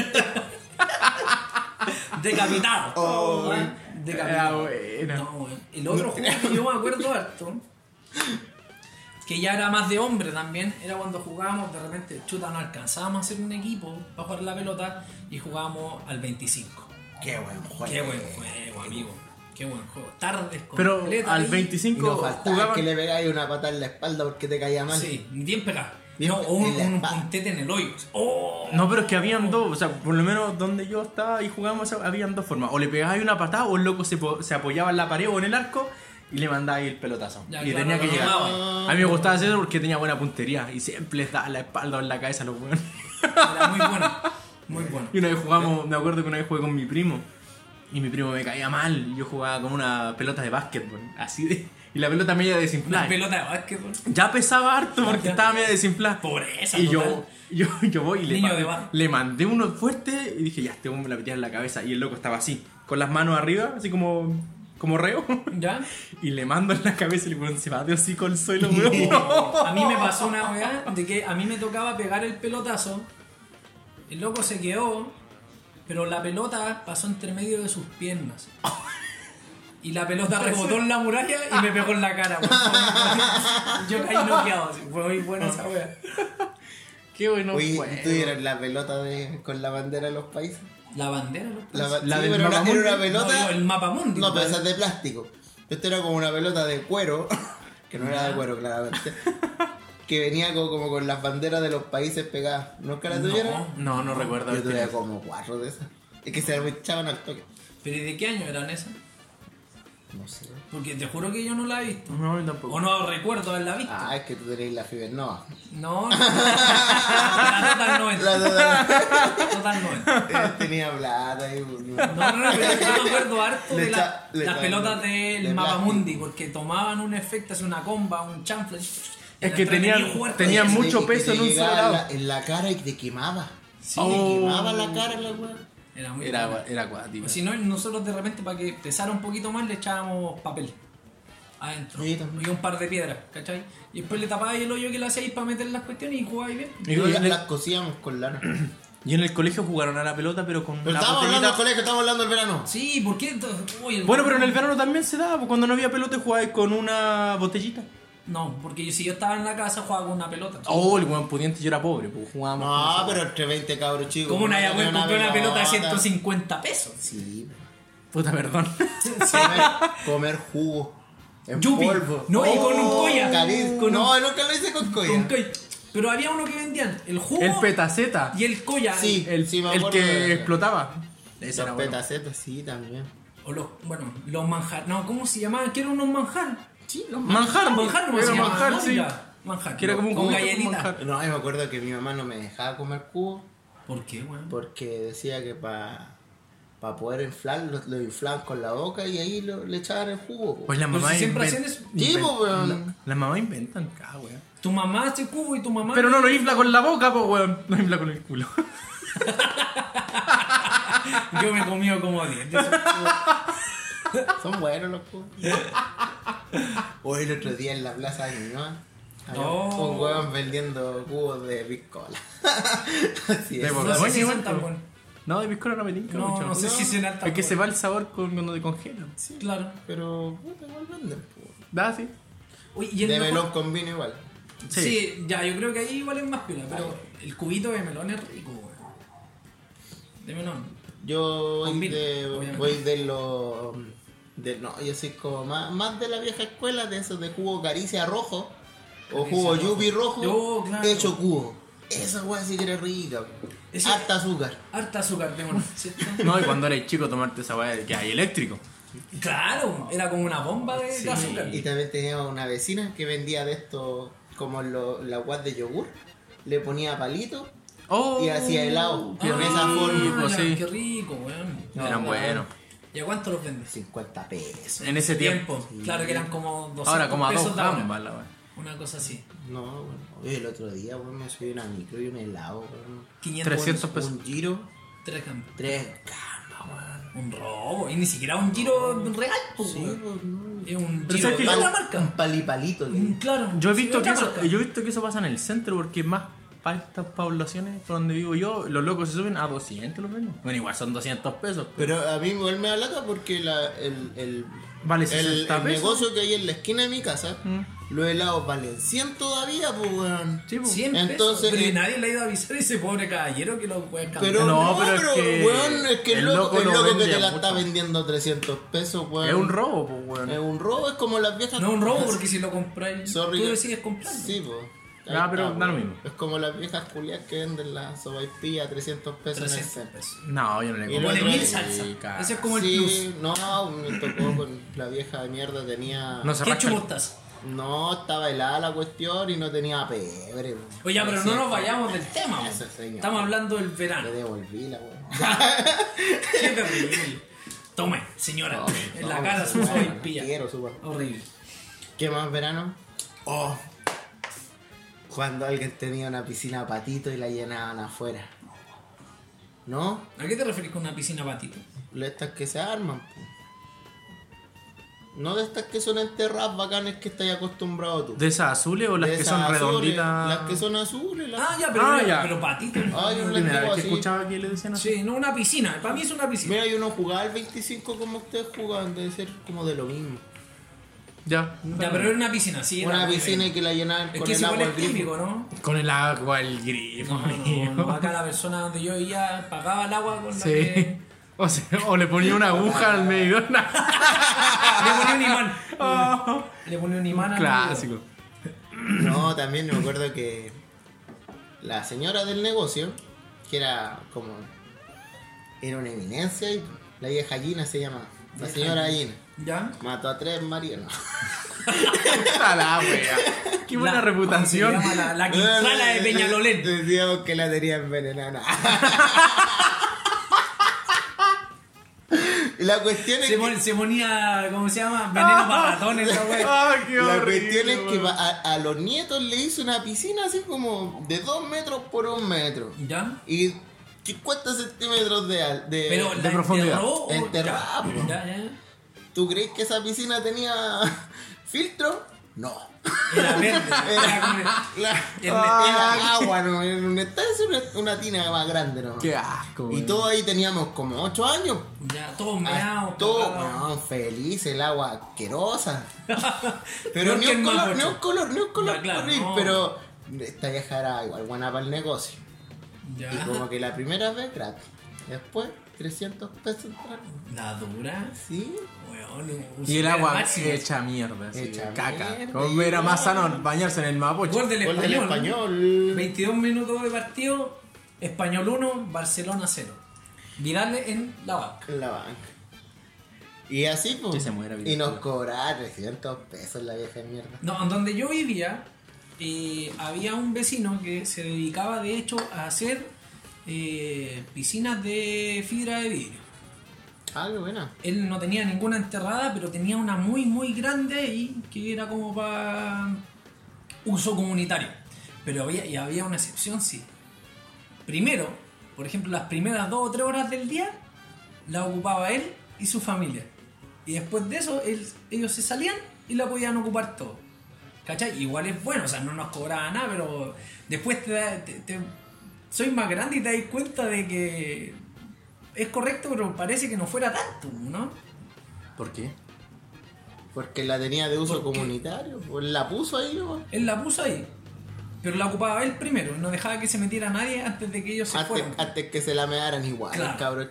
S6: Decapitado.
S5: Oh, Ah,
S6: ¿verdad?
S7: Era
S6: Decapitado.
S7: buena.
S6: No, weón. el otro juego que yo me acuerdo harto, que ya era más de hombre también, era cuando jugábamos, de repente, chuta, no alcanzábamos a hacer un equipo para jugar la pelota y jugábamos al 25.
S5: qué buen juego
S6: Qué buen juego, amigo. Qué buen juego. Tardes
S7: Pero
S6: completas
S7: al
S6: ahí.
S5: y no
S7: 25
S5: faltaba
S7: jugaban
S5: que le pegáis una patada en la espalda porque te caía mal
S6: Sí, bien pegado.
S5: Bien
S6: no, o un,
S5: en la
S6: un
S5: espalda.
S6: puntete en el hoyo. ¡Oh!
S7: No, pero es que habían dos, o sea, por lo menos donde yo estaba y jugábamos, habían dos formas. O le pegabas ahí una patada o el loco se, po- se apoyaba en la pared o en el arco y le mandaba ahí el pelotazo.
S6: Ya,
S7: y
S6: claro,
S7: tenía que
S6: lo
S7: llegar.
S6: tomaba.
S7: A mí me gustaba hacer eso porque tenía buena puntería y siempre les daba la espalda o en la cabeza a los hueones.
S6: Era muy bueno. Muy bueno.
S7: Y una vez jugamos, me acuerdo que una vez jugué con mi primo y mi primo me caía mal y yo jugaba con una pelota de básquetbol, así de... Y la pelota media
S6: Una
S7: desinflada.
S6: pelota de básquetbol.
S7: Ya pesaba harto porque
S6: Ya.
S7: estaba media desinflada.
S6: Pobreza
S7: Y yo,
S6: total.
S7: yo, yo voy y le,
S6: Niño
S7: pa-
S6: de barrio.
S7: le mandé uno fuerte y dije, ya, este hombre me la metía en la cabeza. Y el loco estaba así, con las manos arriba, así como, como reo.
S6: ¿Ya?
S7: Y le mando en la cabeza y le ponen, se va de hocico al suelo, weón.
S6: A mí me pasó una weá de que a mí me tocaba pegar el pelotazo. El loco se quedó, pero la pelota pasó entre medio de sus piernas. Y la pelota rebotó en la muralla y me pegó en la cara. weón. Yo caí noqueado. así. Fue muy buena esa weá.
S7: Qué bueno
S5: Oye,
S7: fue.
S5: ¿tú vieron la pelota de, con la bandera de los países?
S6: La bandera, ¿no?
S5: La, ba-
S7: La
S5: sí,
S7: del
S5: pero era, era
S7: mapamundi.
S5: una
S6: No,
S5: pelota.
S6: el mapa mundi.
S5: No, pero esa es de plástico. Esto era como una pelota de cuero, que no era de cuero, claramente. que venía como, como con las banderas de los países pegadas. ¿Nunca la tuvieron?
S7: No, no recuerdo.
S5: Yo tuve
S7: este.
S5: como cuatro de esas. Es que se me echaban al toque.
S6: ¿Pero y de qué año eran esas?
S5: No sé.
S6: Porque te juro que yo no la he visto.
S7: No, yo tampoco.
S6: O no recuerdo haberla visto.
S5: Ah, es que tú tenéis la fibra. No.
S6: No. la total 90.
S5: La- la-
S6: Total 90.
S5: la- tenía plata y.
S6: No, no, no, pero yo me acuerdo harto
S5: Le
S6: de la-
S5: echa- le
S6: las
S5: echa-
S6: pelotas del
S5: de
S6: Mapamundi, porque tomaban un efecto, así una comba, un chanfle.
S7: Es que tenían- tenían
S6: tenían
S5: Oye,
S7: mucho
S5: que te
S7: peso en un solo
S5: llegaba
S7: lado.
S5: la- En la cara y te quemaba. Sí,
S7: Oh.
S5: te quemaba la cara la weá.
S6: Era muy
S7: Era,
S6: buena.
S7: era acuático.
S6: Si no, nosotros de repente, para que pesara un poquito más, le echábamos papel adentro.
S5: Sí, también.
S6: Y un par de piedras, ¿cachai? Y después le tapabais el hoyo que le hacíais para meter las cuestiones y jugabais bien.
S7: Y,
S5: Yo la-
S7: en el,
S5: las cosíamos con lana.
S7: y en el colegio jugaron a la pelota, pero con
S5: Pero
S7: una
S5: estamos
S7: botellita-
S5: hablando del colegio, estamos hablando del verano.
S6: Sí, ¿por qué? Entonces, uy,
S7: Bueno, pero en el verano también se daba, pues, cuando no había pelota jugabas con una botellita.
S6: No, porque yo- si yo estaba en la casa jugaba con una pelota.
S7: Oh, el buen pudiente, yo era pobre, pues jugábamos. con
S5: No,
S7: esa-
S5: pero entre 20 cabros chicos.
S6: Como una
S5: no
S6: Yahweh
S5: tenía
S6: compré una pelota de 150 pesos.
S5: Sí,
S7: Puta, perdón.
S5: comer, comer jugo. En
S6: Yupi.
S5: polvo.
S6: No, y con un colla.
S5: cariz-
S6: Con
S5: no,
S6: un-
S5: yo nunca lo hice con colla.
S6: Con coi- Pero había uno que vendían el jugo
S7: El petaceta.
S6: y el collar.
S5: Sí.
S7: El,
S5: me
S7: el
S5: acuerdo
S7: que
S5: de-
S7: explotaba. Ese
S5: Los
S7: era bueno.
S5: petacetas, sí, también.
S6: O los, bueno, los manjar. No, ¿cómo se llamaban? ¿Qué eran unos manjar? Sí, los
S7: Manjar, pues.
S6: Manjar, ¿cómo
S7: era
S6: se llamaban?
S7: manjar,
S6: ¿no?
S7: sí.
S6: Ya, Manjar.
S7: Que era como un
S6: con
S7: cubito con
S6: galletita.
S7: manjar.
S5: No, yo me acuerdo que mi mamá no me dejaba comer jugo
S6: ¿Por qué, weón?
S5: porque decía que para poder inflar, lo, lo inflaban con la boca y ahí lo- le echaban el jugo. po.
S7: Pues la
S6: Pero
S7: mamá
S6: si siempre
S7: inven-
S6: hacían eso.
S5: Sí,
S7: inven-
S5: po, weón.
S7: la- La mamá inventan, cada weón.
S6: Tu mamá hace cubo y tu mamá.
S7: Pero no lo infla con la boca, pues weón. Lo infla con el culo.
S6: Yo me he comido como 10. de esos.
S5: Son buenos los cubos. Hoy el otro día en la plaza de Ñuñoa Había
S6: No.
S5: Un weón vendiendo cubos de piscola. Así es.
S7: De
S6: No
S7: Borgoña
S6: sé si
S7: igual,
S6: son tan
S7: pero-
S6: buenos.
S7: No, de piscola no me tinca
S6: No,
S7: mucho.
S6: no sé si son altas
S7: Es que se va
S6: buenas.
S7: el sabor con- cuando te congelan.
S6: Claro.
S5: Pero, puta, igual venden. po.
S7: Da, sí.
S6: Uy, y el
S5: De
S6: mejor-
S5: melón con vino igual.
S7: Sí.
S6: Sí. ya, yo creo que ahí valen más piola, pero el cubito de melón es rico, weón. De melón.
S5: Yo voy
S6: Con vino,
S5: de,
S6: obviamente.
S5: voy de lo. De, no, yo soy como más, más de la vieja escuela de esos de jugo caricia rojo o
S6: Caricia
S5: jugo
S6: rojo.
S5: yubi rojo
S6: Yo, claro.
S5: hecho cubo. Esa weá sí que era rica. po.
S6: Ese-
S5: Harta azúcar.
S6: Harta azúcar de melón, ¿cierto?
S7: No, y cuando eres chico tomarte esa weá que hay eléctrico.
S6: Claro, era como una bomba de, de
S7: Sí.
S6: azúcar.
S5: Y también tenía una vecina que vendía de esto como lo- la guas de yogur. Le ponía palito
S7: Oh.
S5: y hacía helado. Pero de esa
S6: Ah,
S5: forma.
S6: ya,
S7: sí.
S6: Qué rico, weón.
S5: No,
S7: Eran
S5: no.
S7: buenos.
S6: ¿Y a cuánto los vendes?
S5: 50 pesos.
S7: En ese tiempo.
S6: Claro que eran como 200
S7: Ahora como a
S6: pesos
S7: dos
S6: la hora.
S7: gambas la weá.
S6: Una cosa así.
S5: No, bueno. Oye, el otro día weón, me subí una micro y un helado. weón.
S6: 500
S7: 300 pesos.
S5: Un giro,
S6: Tres gambas.
S5: tres.
S6: Un robo. Y ni siquiera un giro real, pues,
S5: Sí,
S6: weón.
S5: pues, no.
S6: Es un
S7: Pero
S6: giro
S7: ¿sabes
S6: de
S7: qué?
S6: otra
S7: Yo-
S5: Un
S6: marca.
S5: palipalito.
S6: Mm,
S5: que-
S6: Claro.
S7: Yo he
S6: sí,
S7: visto que
S6: otra
S7: eso,
S6: marca.
S7: yo he visto que eso pasa en el centro porque más para estas poblaciones por donde vivo yo, los locos se suben a 200 los menos. Bueno, igual son 200 pesos.
S5: Pero a mí igual me da lata porque la- el, el,
S7: Vale
S5: el-
S7: 60
S5: el
S7: pesos. Mm.
S5: negocio que hay en la esquina de mi casa, los helados valen 100 todavía, pues, weón.
S7: Sí, po.
S6: 100
S5: Entonces,
S6: pesos. Pero
S5: eh,
S6: y nadie le ha ido a avisar a ese pobre caballero que lo puede cambiar.
S5: Pero no,
S7: No, pero
S5: pero,
S7: es que
S5: weón, es que el
S7: el
S5: loco,
S7: loco
S5: el
S7: lo
S5: loco que
S7: vende
S5: te la
S7: mucho.
S5: está vendiendo 300 pesos, weón.
S7: Es un robo, pues weón.
S5: Es un robo, es como las viejas.
S6: No es un robo porque si lo compráis,
S5: Sorry,
S6: tú
S5: yo-
S6: decides comprarlo.
S5: Sí, pues.
S7: Ah, pero da lo mismo.
S5: Es como las viejas culias que venden la sopaipilla a 300 pesos en el
S6: 300
S5: centro.
S6: pesos.
S7: No, yo no
S5: Y
S7: le
S5: el
S7: compro.
S6: Pone
S5: otro
S6: mil
S5: día-
S6: salsa.
S7: ca-
S6: Ese es como el
S5: Sí,
S6: plus.
S5: no, me tocó con la vieja de mierda, tenía...
S7: No se
S6: ¿Qué
S7: rasca. el-
S6: chubotas?
S5: No, estaba helada la cuestión y no tenía pebre. po.
S6: Oye, pero no nos vayamos del tema.
S5: Eso, señor.
S6: Estamos hablando del verano.
S5: Le devolví la weón.
S6: Qué terrible. Tome, señora. en la cara su
S5: suba
S6: soy pilla.
S5: Quiero, suba.
S6: Horrible.
S5: ¿Qué más verano? Oh. Cuando alguien tenía una piscina patito y la llenaban afuera. ¿No?
S6: ¿A qué te refieres con una piscina patito?
S5: De estas que se arman, po. No de estas que son enterradas bacanes que estás acostumbrado tú.
S7: ¿De esas azules o las
S5: De
S7: que
S5: esas
S7: son
S5: azules,
S7: redonditas?
S5: Las que son azules. las-
S6: Ah, ya, pero,
S7: Ah, ya.
S6: pero patito.
S5: Ay, yo las
S7: Primera
S5: digo
S7: vez que
S5: así.
S7: escuchaba que le decían así.
S6: Sí, no, una piscina. Para mí es una piscina.
S5: Mira, yo no jugaba al 25 como ustedes jugaban, debe ser como de lo mismo.
S7: Ya.
S6: Ya, pero era una piscina, sí. era
S5: Una
S6: horrible.
S5: piscina y que la llenaban
S6: Es
S5: con
S6: que
S5: el
S6: ese
S5: agua del
S6: igual es
S5: grifo.
S6: típico, ¿no?
S7: Con el agua, el grifo.
S6: No, no, no, acá la persona donde yo iba pagaba el agua con la
S7: Sí.
S6: que...
S7: O, sea, o le ponía una aguja al medidor.
S6: Le ponía un imán. Le ponía un imán al
S7: Oh. Clásico.
S5: No, también me acuerdo que la señora del negocio, que era como. Era una eminencia y la vieja Gina se llama. La señora Gina.
S6: dedo. ¿Ya?
S5: Mató a tres maridos.
S7: Puta la wea. Qué buena
S6: La-
S7: reputación.
S6: ¿cómo se llama? La, la Quintrala de Peñalolén.
S5: Decíamos que la tenía envenenada. Y la cuestión es
S6: Se,
S5: que.
S6: pon- se ponía, ¿cómo se llama? Veneno para ratones, esa wea.
S7: Ah, qué
S5: La
S7: horrible,
S5: cuestión es que
S7: weón.
S5: va- a, a los nietos le hizo una piscina así como de dos metros por un metro.
S6: ¿Ya?
S5: Y 50 centímetros de... al- de
S6: Pero la
S7: profundidad.
S6: enterró, o-
S5: Enterrada, po.
S6: Ya, ya, ya.
S5: ¿Tú crees que esa piscina tenía filtro? No.
S6: Era verde. Era como-
S5: La-
S6: Ah,
S5: era agua, no. Era un- esta es una, una tina más grande, ¿no?
S7: Qué asco,
S5: Y
S7: weón.
S5: todos ahí teníamos como 8 años.
S6: Ya, todo meado.
S5: Ah, Todo,
S6: cagado.
S5: no, feliz, el agua asquerosa.
S6: Peor
S5: Pero ni
S6: que
S5: un,
S6: el
S5: color,
S6: mapocho.
S5: ni un color, ni un color,
S6: Ya, claro,
S5: horrible,
S6: no.
S5: pero esta vieja era igual buena para el negocio.
S6: Ya.
S5: Y como que la primera vez gratis. Después, 300 pesos entraron.
S6: La dura.
S5: Sí.
S6: Weón,
S7: Y el agua eh,
S6: hecha.
S7: hecha mierda, así,
S5: Hecha
S7: caca.
S5: mierda.
S7: Como era más sano bañarse en el mapocho.
S6: Gol del
S5: Gol del
S6: español.
S5: español.
S6: 22 minutos de partido. Español 1, Barcelona 0. Vidal en la banca.
S5: En la banca. Y así, pues.
S7: Que se muera,
S5: y nos
S7: Virgilio.
S5: cobraba 300 pesos la vieja mierda.
S6: No, en donde yo vivía, eh, había un vecino que se dedicaba de hecho a hacer eh, piscinas de fibra de vidrio.
S5: Ah, qué buena.
S6: Él no tenía ninguna enterrada, pero tenía una muy, muy grande y que era como para uso comunitario. Pero había, y había una excepción, sí. Primero, por ejemplo, las primeras dos o tres horas del día la ocupaba él y su familia. Y después de eso, él- ellos se salían y la podían ocupar todo. ¿Cachai? Igual es bueno, o sea, no nos cobraba nada, pero después te, da- te- te- soy más grande y te das cuenta de que es correcto, pero parece que no fuera tanto, ¿no?
S7: ¿Por qué?
S5: Porque la tenía de uso
S6: ¿Por qué?
S5: comunitario. Pues la puso ahí, ¿no?
S6: Él la puso ahí, pero la ocupaba él primero, no dejaba que se metiera nadie antes de que ellos se
S5: Antes,
S6: fueran.
S5: antes que se la mearan igual,
S6: Claro.
S5: cabrón.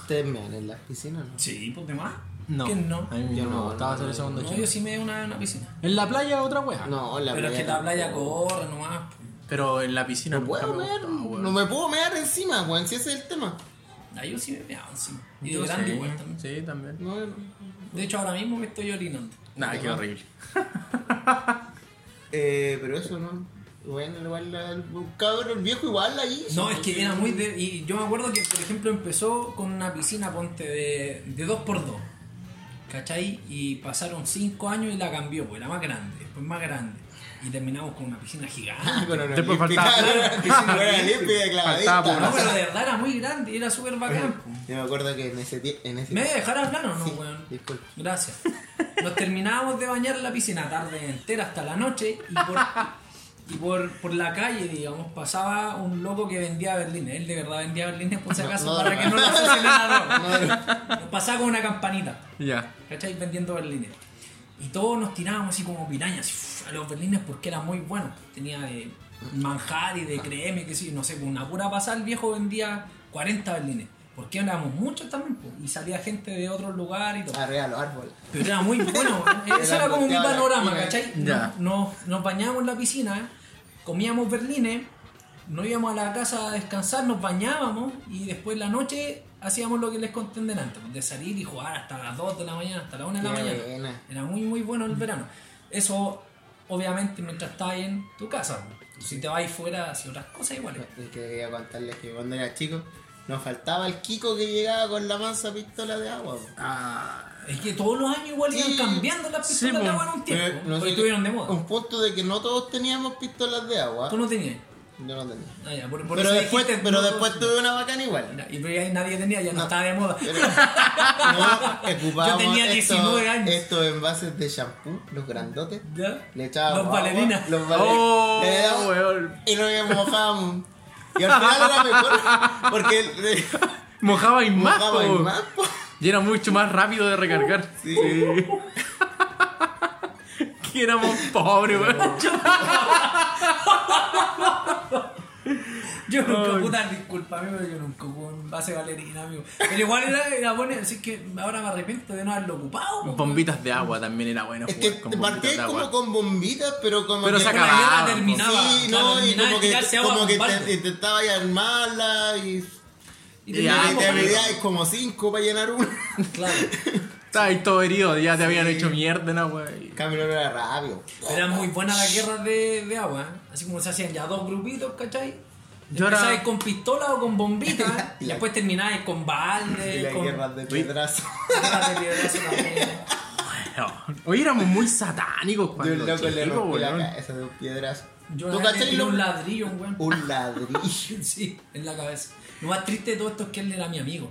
S5: Ustedes mean en la piscina, ¿no?
S6: Sí, pues de más.
S7: No.
S6: ¿Quién no?
S7: A mí
S5: Yo
S7: no me
S5: no,
S7: gustaba
S5: no,
S7: hacer el segundo
S6: No,
S7: check.
S6: yo sí me dio una, una piscina.
S7: En la playa otra wea.
S5: No, en la
S6: pero es que la playa
S5: tampoco.
S6: corre nomás. pues.
S7: Pero en la piscina
S5: No puedo
S7: nunca me
S5: mear,
S7: gustaba, weón.
S5: no me puedo mear encima, weón, si ese es el tema.
S6: Ahí yo sí me meaba encima. Y de
S7: Yo
S6: grande
S7: sí,
S6: igual también.
S7: Sí, también.
S5: No,
S6: De hecho, ahora mismo me estoy orinando.
S7: Nah, qué horrible.
S5: Eh, pero eso no. Bueno, igual la- un cabrón viejo igual ahí.
S6: No, es que era muy de... Y yo me acuerdo que, por ejemplo, empezó con una piscina, ponte, de, de 2x2. ¿Cachai? Y pasaron 5 años y la cambió, pues era más grande, después más grande. Y terminamos con una piscina gigante.
S5: Con una
S7: Después
S5: olímpica,
S7: faltaba-
S5: claro, Ah, que si no era olímpica, clavadita.
S7: Faltaba
S6: No, pero de verdad era muy grande y era súper bacán. pues.
S5: Yo me acuerdo que en ese tie- en ese
S6: ¿Me voy a dejar hablar o no,
S5: Sí,
S6: weón?
S5: disculpe.
S6: Gracias. Nos terminábamos de bañar en la piscina tarde entera hasta la noche y por, y por, por la calle, digamos, pasaba un loco que vendía berlines. Él de verdad vendía berlines por si acaso
S5: no,
S6: para
S5: no.
S6: que no lo asocien a la droga. Pasaba con una campanita,
S7: Ya.
S6: ¿cachai? Vendiendo berlines. Y todos nos tirábamos así como pirañas uf, a los berlines porque eran muy buenos. Tenía de manjar y de creme, que sí, no sé, con una pura pasada el viejo vendía 40 berlines. Porque éramos muchos también, po, y salía gente de otros lugares y todo.
S5: Arriba de los árboles.
S6: Pero era muy bueno. eh, Eso era como mi
S5: volteaba la
S6: panorama,
S5: esquina.
S6: ¿cachai?
S7: Ya.
S6: Nos, nos bañábamos en la piscina, ¿eh? comíamos berlines, nos íbamos a la casa a descansar, nos bañábamos y después en la noche hacíamos lo que les conté en delante, de salir y jugar hasta las 2 de la mañana, hasta la 1 de la
S5: Qué
S6: mañana.
S5: buena.
S6: Era muy, muy bueno el verano. Eso, obviamente, mientras estás en tu casa. Si te vas fuera, hacia otras cosas iguales.
S5: Es que quería contarles que cuando era chico nos faltaba el Kiko que llegaba con la mansa pistola de agua. po.
S6: Ah, Es que todos los años igual iban
S5: Sí.
S6: cambiando las
S7: Sí,
S6: pistolas de
S7: po.
S6: agua en un
S5: Pero
S6: tiempo.
S5: no
S6: porque
S5: sé-
S6: estuvieron de moda.
S5: Un punto de que no todos teníamos pistolas de agua.
S6: Tú no tenías.
S5: Yo no tenía.
S6: Ah, ya, por- por
S5: Pero
S6: eso
S5: después,
S6: dijiste,
S5: pero
S6: no,
S5: después
S6: no,
S5: tuve una bacana igual.
S6: no, Y pero ya nadie tenía, ya no, estaba de moda.
S5: Pero- no, ocupábamos
S6: Yo tenía
S5: estos-
S6: 19 años.
S5: Estos envases de shampoo, los grandotes.
S6: ¿Ya?
S5: Le echábamos
S6: Los
S5: agua,
S6: bailarinas.
S5: Los
S7: Oh,
S5: bailarinas. le dábamos-
S7: weón.
S5: y nos mojábamos. Y al final era mejor porque le-
S7: Mojaba y más,
S5: mojaba el
S7: po.
S5: mapa.
S7: Y era mucho más rápido de recargar.
S5: Sí.
S7: Que éramos pobres, weón.
S6: Yo nunca, puta, disculpa, amigo, yo nunca hubo un base valerina, amigo. Pero igual era, era bueno, así que ahora me arrepiento de no haberlo ocupado. po.
S7: Bombitas de agua también era bueno.
S5: Es que
S7: jugar con
S5: te
S7: bombitas
S5: partí
S7: de
S5: como
S7: agua.
S5: con bombitas, pero como
S7: Pero
S5: que-
S7: se
S6: Como la guerra
S7: acababan, po.
S6: terminaba.
S5: Sí,
S6: claro,
S5: no, y
S6: terminaba
S5: como
S6: de
S5: que,
S6: tirarse agua
S5: como que
S6: con balde.
S5: te, intentaba y armarla y,
S6: Y
S5: y
S7: Ya,
S6: terminaba
S5: te- te
S6: como-
S5: pedías como cinco para llenar una.
S6: Claro.
S7: Estaba ahí todo herido, ya te habían hecho mierda, no, güey.
S5: Camilo era rabio.
S6: Era muy buena la guerra de, de agua, ¿eh? así como se hacían ya dos grupitos, ¿cachai?
S7: Yo era-
S6: Empezabas con pistola o con bombita, y
S5: La-
S6: después terminabas con
S5: Y
S6: balde,
S5: las
S6: con
S5: guerras de piedrazo.
S6: guerra de piedrazo también.
S7: Hoy éramos muy satánicos
S5: De
S7: cuando
S5: un loco le
S7: chicos,
S5: rompí la
S7: weón.
S5: cabeza de un piedrazo.
S6: Yo
S5: ¿Tú
S6: una vez le
S5: cachai
S6: tiré
S5: lo-
S6: un ladrillo, un weón.
S5: Un ladrillo.
S6: Sí, en la cabeza. Lo más triste de todo esto es que él era mi amigo.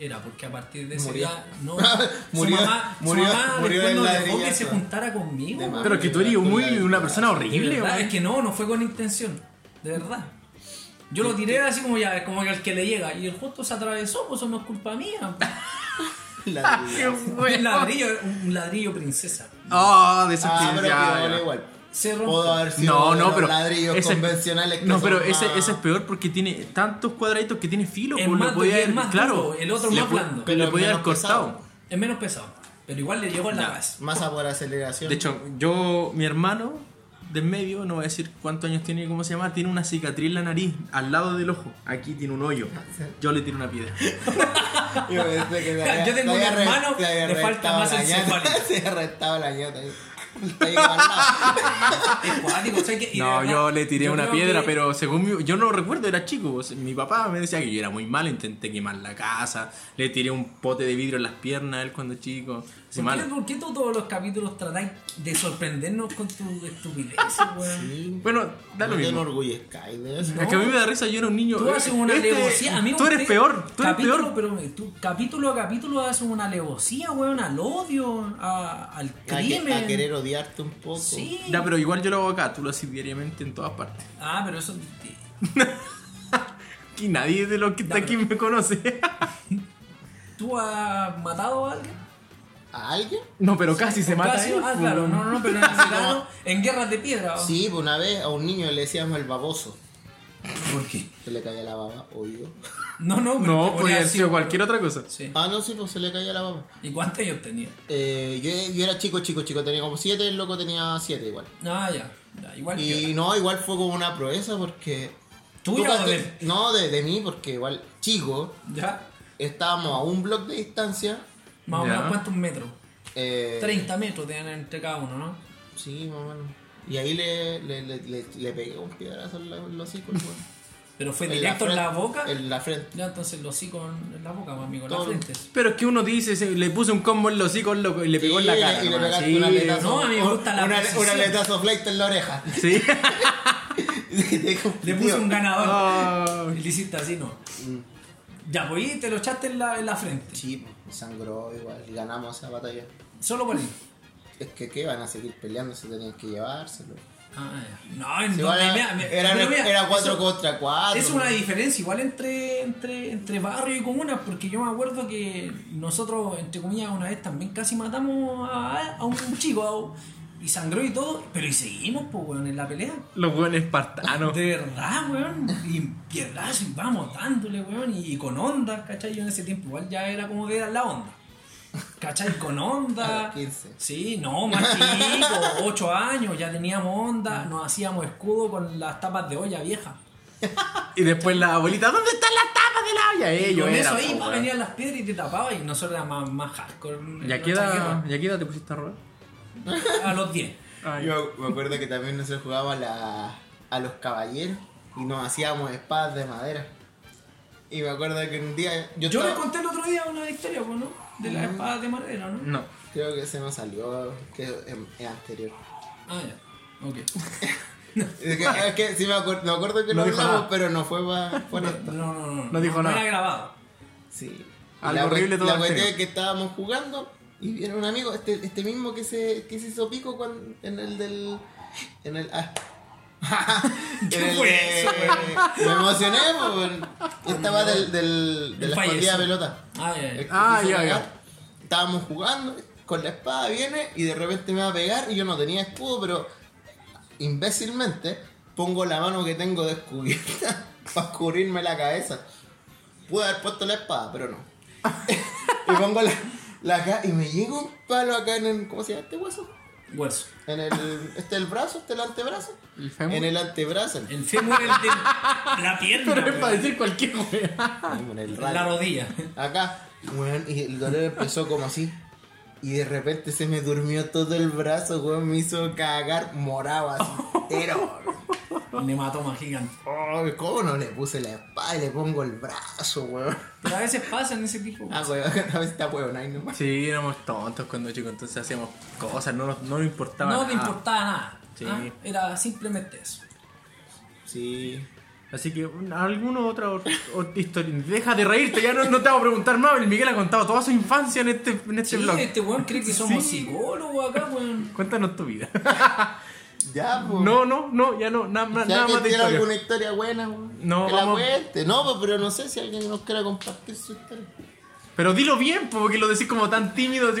S6: Era porque a partir de ese
S5: Murió.
S6: día. No,
S5: Murió,
S6: su mamá, su
S5: murió,
S6: mamá
S5: murió
S6: después
S5: del
S6: no dejó que
S5: ladrillazo.
S6: se juntara conmigo.
S5: De
S6: weón.
S5: más.
S7: Pero que tú eres muy, una persona
S6: De
S7: horrible,
S6: verdad,
S7: weón.
S6: es que no, no fue con intención. De verdad. Yo lo tiré así como ya, como que al que le llega. Y el justo se atravesó, pues eso no es culpa mía.
S5: Ladrillo.
S6: un ladrillo, un ladrillo princesa.
S7: Ah, de esos
S5: Ah,
S7: que-
S5: pero
S7: ya,
S5: que vale
S7: ya.
S5: igual.
S6: Se
S5: Puedo
S6: rompió.
S5: haber sido
S7: No,
S5: de
S7: no,
S5: los
S7: pero.
S5: ladrillos
S7: ese-
S5: convencionales que
S7: No,
S5: son
S7: pero ese,
S5: más-
S7: ese es peor porque tiene tantos cuadraditos que tiene filo,
S6: Es
S7: pues,
S6: más
S7: le
S6: duro,
S7: podía
S6: es
S7: haber-
S6: más
S7: claro,
S6: duro, el otro
S7: le
S6: más
S7: pu-
S6: blando.
S7: le
S5: Pero
S7: podía haber
S5: menos
S7: cortado.
S5: pesado.
S6: Es menos pesado. Pero igual le llegó en la
S7: Ya.
S6: cabeza.
S5: Masa por aceleración.
S7: De hecho, yo, mi hermano del medio, no voy a decir cuántos años tiene, y cómo se llama, tiene una cicatriz en la nariz, al lado del ojo. Aquí tiene un hoyo. Yo le tiro una piedra.
S5: Yo, pensé que te
S6: Yo
S5: había-
S6: tengo
S5: te
S6: un
S5: había re-
S6: hermano,
S5: te había
S6: le falta
S5: reventado
S6: más
S5: la ñata.
S6: encefálico.
S5: Se había reventado la ñata ahí. Está ahí guardado.
S6: Es cuático, o sea que- y de
S7: No,
S6: verdad,
S7: yo le tiré
S6: yo
S7: una
S6: creo
S7: piedra,
S6: que-
S7: pero según mi- yo no recuerdo, era chico. o sea, Mi papá me decía que yo era muy malo, intenté quemar la casa, le tiré un pote de vidrio en las piernas a él cuando chico. Así
S6: ¿Por qué,
S7: malo.
S6: ¿Por qué tú todos los capítulos tratáis de sorprendernos con tu estupidez, weón?
S7: Bueno, da
S5: No
S7: lo
S5: te
S7: mismo.
S5: enorgullezcáis de eso.
S6: No.
S7: Es que a mí me da risa, yo era un niño.
S6: Tú haces una
S7: Este-
S6: alevosía, amigo.
S7: Tú eres
S6: usted-
S7: peor, tú eres
S6: capítulo,
S7: peor.
S6: Pero eh, tú, capítulo a capítulo haces una alevosía, weón, al odio, a- al
S5: A, que-
S6: crimen.
S5: a querer odiarte un poco.
S6: Sí.
S7: Ya, pero igual yo lo hago acá, tú lo haces diariamente en todas partes.
S6: Ah, pero eso es distinto.
S7: Y nadie de los que está
S6: Ya,
S7: aquí me conoce.
S6: ¿Tú has matado a alguien?
S5: ¿A alguien?
S7: No, pero casi se
S6: ¿O
S7: mata.
S6: casi?
S7: él,
S6: Ah,
S7: pues.
S6: claro, no, no, no, pero en el verano, en guerras de piedra. ¿o?
S5: Sí, pues, una vez a un niño le decíamos el baboso.
S6: ¿Por qué?
S5: Se le caía la baba, oído.
S6: No, no, pero podría
S7: No, podría haber
S6: haber
S7: sido cualquier otra cosa.
S6: Sí.
S5: Ah, no, sí, pues se le caía la baba.
S6: ¿Y cuántos ellos tenía?
S5: Eh, yo, yo era chico, chico, chico, tenía como siete, el loco tenía siete igual.
S6: Ah, ya. ya, igual
S5: Y
S6: que
S5: no, igual fue como una proeza porque...
S6: ¿Tuya
S5: Nunca
S6: o
S5: te-
S6: de él?
S5: No, de, de mí, porque igual, chico,
S6: ¿Ya?
S5: estábamos a un bloque de distancia.
S6: Más o
S7: Ya.
S6: menos cuántos metros.
S5: Eh,
S6: 30 metros tenían entre cada uno, ¿no?
S5: Sí, más o menos. Y ahí le, le, le, le, le pegué un piedrazo en la- en los hocico, el weón.
S6: Pero fue directo en la
S5: frente-
S6: boca.
S5: En la frente.
S6: Ya, entonces los hocico en en la boca, pues, amigo, en la
S5: Todo.
S6: frente.
S7: Pero es que uno dice, se- le puse un combo en los hocico loco, y le pegó en la
S5: Sí,
S7: cara.
S5: Y le
S7: nomás,
S5: pegaste
S7: sí.
S5: un aletazo.
S6: No, a mí me
S5: un-
S6: gusta la
S5: un ale- Un
S6: precisión.
S5: aletazo flight en la oreja.
S7: Sí.
S6: Le puse un ganador.
S7: Ah,
S6: Y le hiciste así, ¿no? Ya, pues y te lo echaste en la, en la frente.
S5: Mm. Sí, sangró igual. y Ganamos esa batalla.
S6: Solo por él.
S5: Es que, ¿qué? Van a seguir peleando, se tenían que llevárselo.
S6: Ah, ya. No, en
S5: Si
S6: dos-
S5: igual
S6: mira,
S5: era,
S6: mira,
S5: era,
S6: pero mira,
S5: era cuatro
S6: eso-
S5: contra cuatro.
S6: Es una diferencia igual entre, entre, entre barrio y comunas, porque yo me acuerdo que nosotros, entre comillas, una vez también casi matamos a, a un chico a un- y sangró y todo, pero y seguimos, pues, weón, en la pelea.
S7: los buenos
S5: Ah,
S7: espartanos.
S6: De verdad, weón, y pierdazo, y vamos dándole, weón, y, y con onda, ¿cachai? Yo en ese tiempo igual ya era como de la onda. ¿Cachai? Con
S5: A
S6: onda.
S5: los 15.
S6: Sí, no, más chico, 8 años, ya teníamos onda, nos hacíamos escudo con las tapas de olla vieja.
S7: Y después la abuelita, ¿dónde están las tapas de la olla? Eh,
S6: Y
S7: Ellos
S6: con eso
S7: eran,
S6: ahí
S7: po,
S6: pa,
S7: weón.
S6: venían las piedras y te tapaba y nosotros era más, más hardcore. en
S7: ¿Ya
S6: nuestra
S7: queda,
S6: guerra.
S7: ¿Ya queda te pusiste a robar?
S6: A los 10.
S7: Ay.
S5: Yo me acuerdo que también nosotros jugábamos a, la- a los caballeros y nos hacíamos espadas de madera. Y me acuerdo que un día. Yo,
S6: Yo les
S5: estaba- Mm.
S6: conté el otro día una historia, pues, ¿no? De las espadas de madera, ¿no?
S7: No.
S5: Creo que se nos salió. Que es anterior.
S6: Ah, ya. Ok.
S5: Es que, es que sí me acuerdo, me acuerdo que
S7: No
S5: lo
S7: dijo
S5: hablamos,
S7: nada.
S5: pero no fue pa- fue
S6: No,
S5: esto.
S6: no, no. No,
S7: No dijo
S6: no
S7: nada.
S6: era grabado.
S5: Sí.
S7: Algo
S5: la, cue-
S7: horrible todo
S5: La
S7: anterior.
S5: cuestión es que estábamos jugando y viene un amigo, este, este mismo que se, que se hizo pico cuan- en el del. En el. ah. En el de- me emocioné, po, weón. Estaba del, del, de
S6: El
S5: la
S6: falleció.
S5: escondida de pelota.
S6: Ah, ya,
S5: El
S6: ya.
S5: que
S7: Ah,
S5: quiso
S7: ya, ya.
S5: pegar. Estábamos jugando, con la espada viene y de repente me va a pegar y yo no tenía escudo, pero imbécilmente pongo la mano que tengo descubierta para cubrirme la cabeza. Pude haber puesto la espada, pero no. y pongo la, la acá y me llega un palo acá en el. ¿Cómo se llama este hueso?
S6: Hueso.
S5: En el. Este el brazo, este el antebrazo.
S7: El fémur.
S5: En el antebrazo. El,
S6: El fémur, el de la pierna,
S7: Pero es para
S6: weón.
S7: decir cualquier weá.
S6: Ah,
S5: en el radio.
S6: la rodilla.
S5: acá. Weón, y el dolor empezó como así. Y de repente se me durmió todo el brazo, weón. Me hizo cagar morado así. Pero,
S6: Nematoma gigante.
S5: oh, ¿cómo no le puse la espada y le pongo el brazo, weón?
S6: Pero a veces pasan ese tipo.
S5: Ah, weón, a veces está weón ahí nomás.
S7: Sí, éramos tontos cuando chicos, entonces hacíamos cosas, no nos, no nos importaba
S6: No
S7: nada.
S6: te importaba nada.
S7: ah. Sí.
S6: ¿ah? Era simplemente eso.
S5: Sí.
S7: Así que, un- ¿alguna otra or- or- historia? Deja de reírte, ya no, no te voy a preguntar más. El Miguel ha contado toda su infancia en este, en este
S6: Sí,
S7: blog.
S6: este weón cree que somos
S7: Sí.
S6: psicólogos acá, weón.
S7: Cuéntanos tu vida.
S5: Ya, pues.
S7: No, no, no, ya no, na- na-
S5: Si
S7: nada
S5: alguien
S7: más de
S5: tiene
S7: historia.
S5: alguna historia buena, weón,
S7: No,
S5: que
S7: vamos-
S5: la cuente. No, pues, pero no sé si alguien nos quiera compartir su historia.
S7: Pero dilo bien, po, porque lo decís como tan tímido,
S5: Ah,
S7: así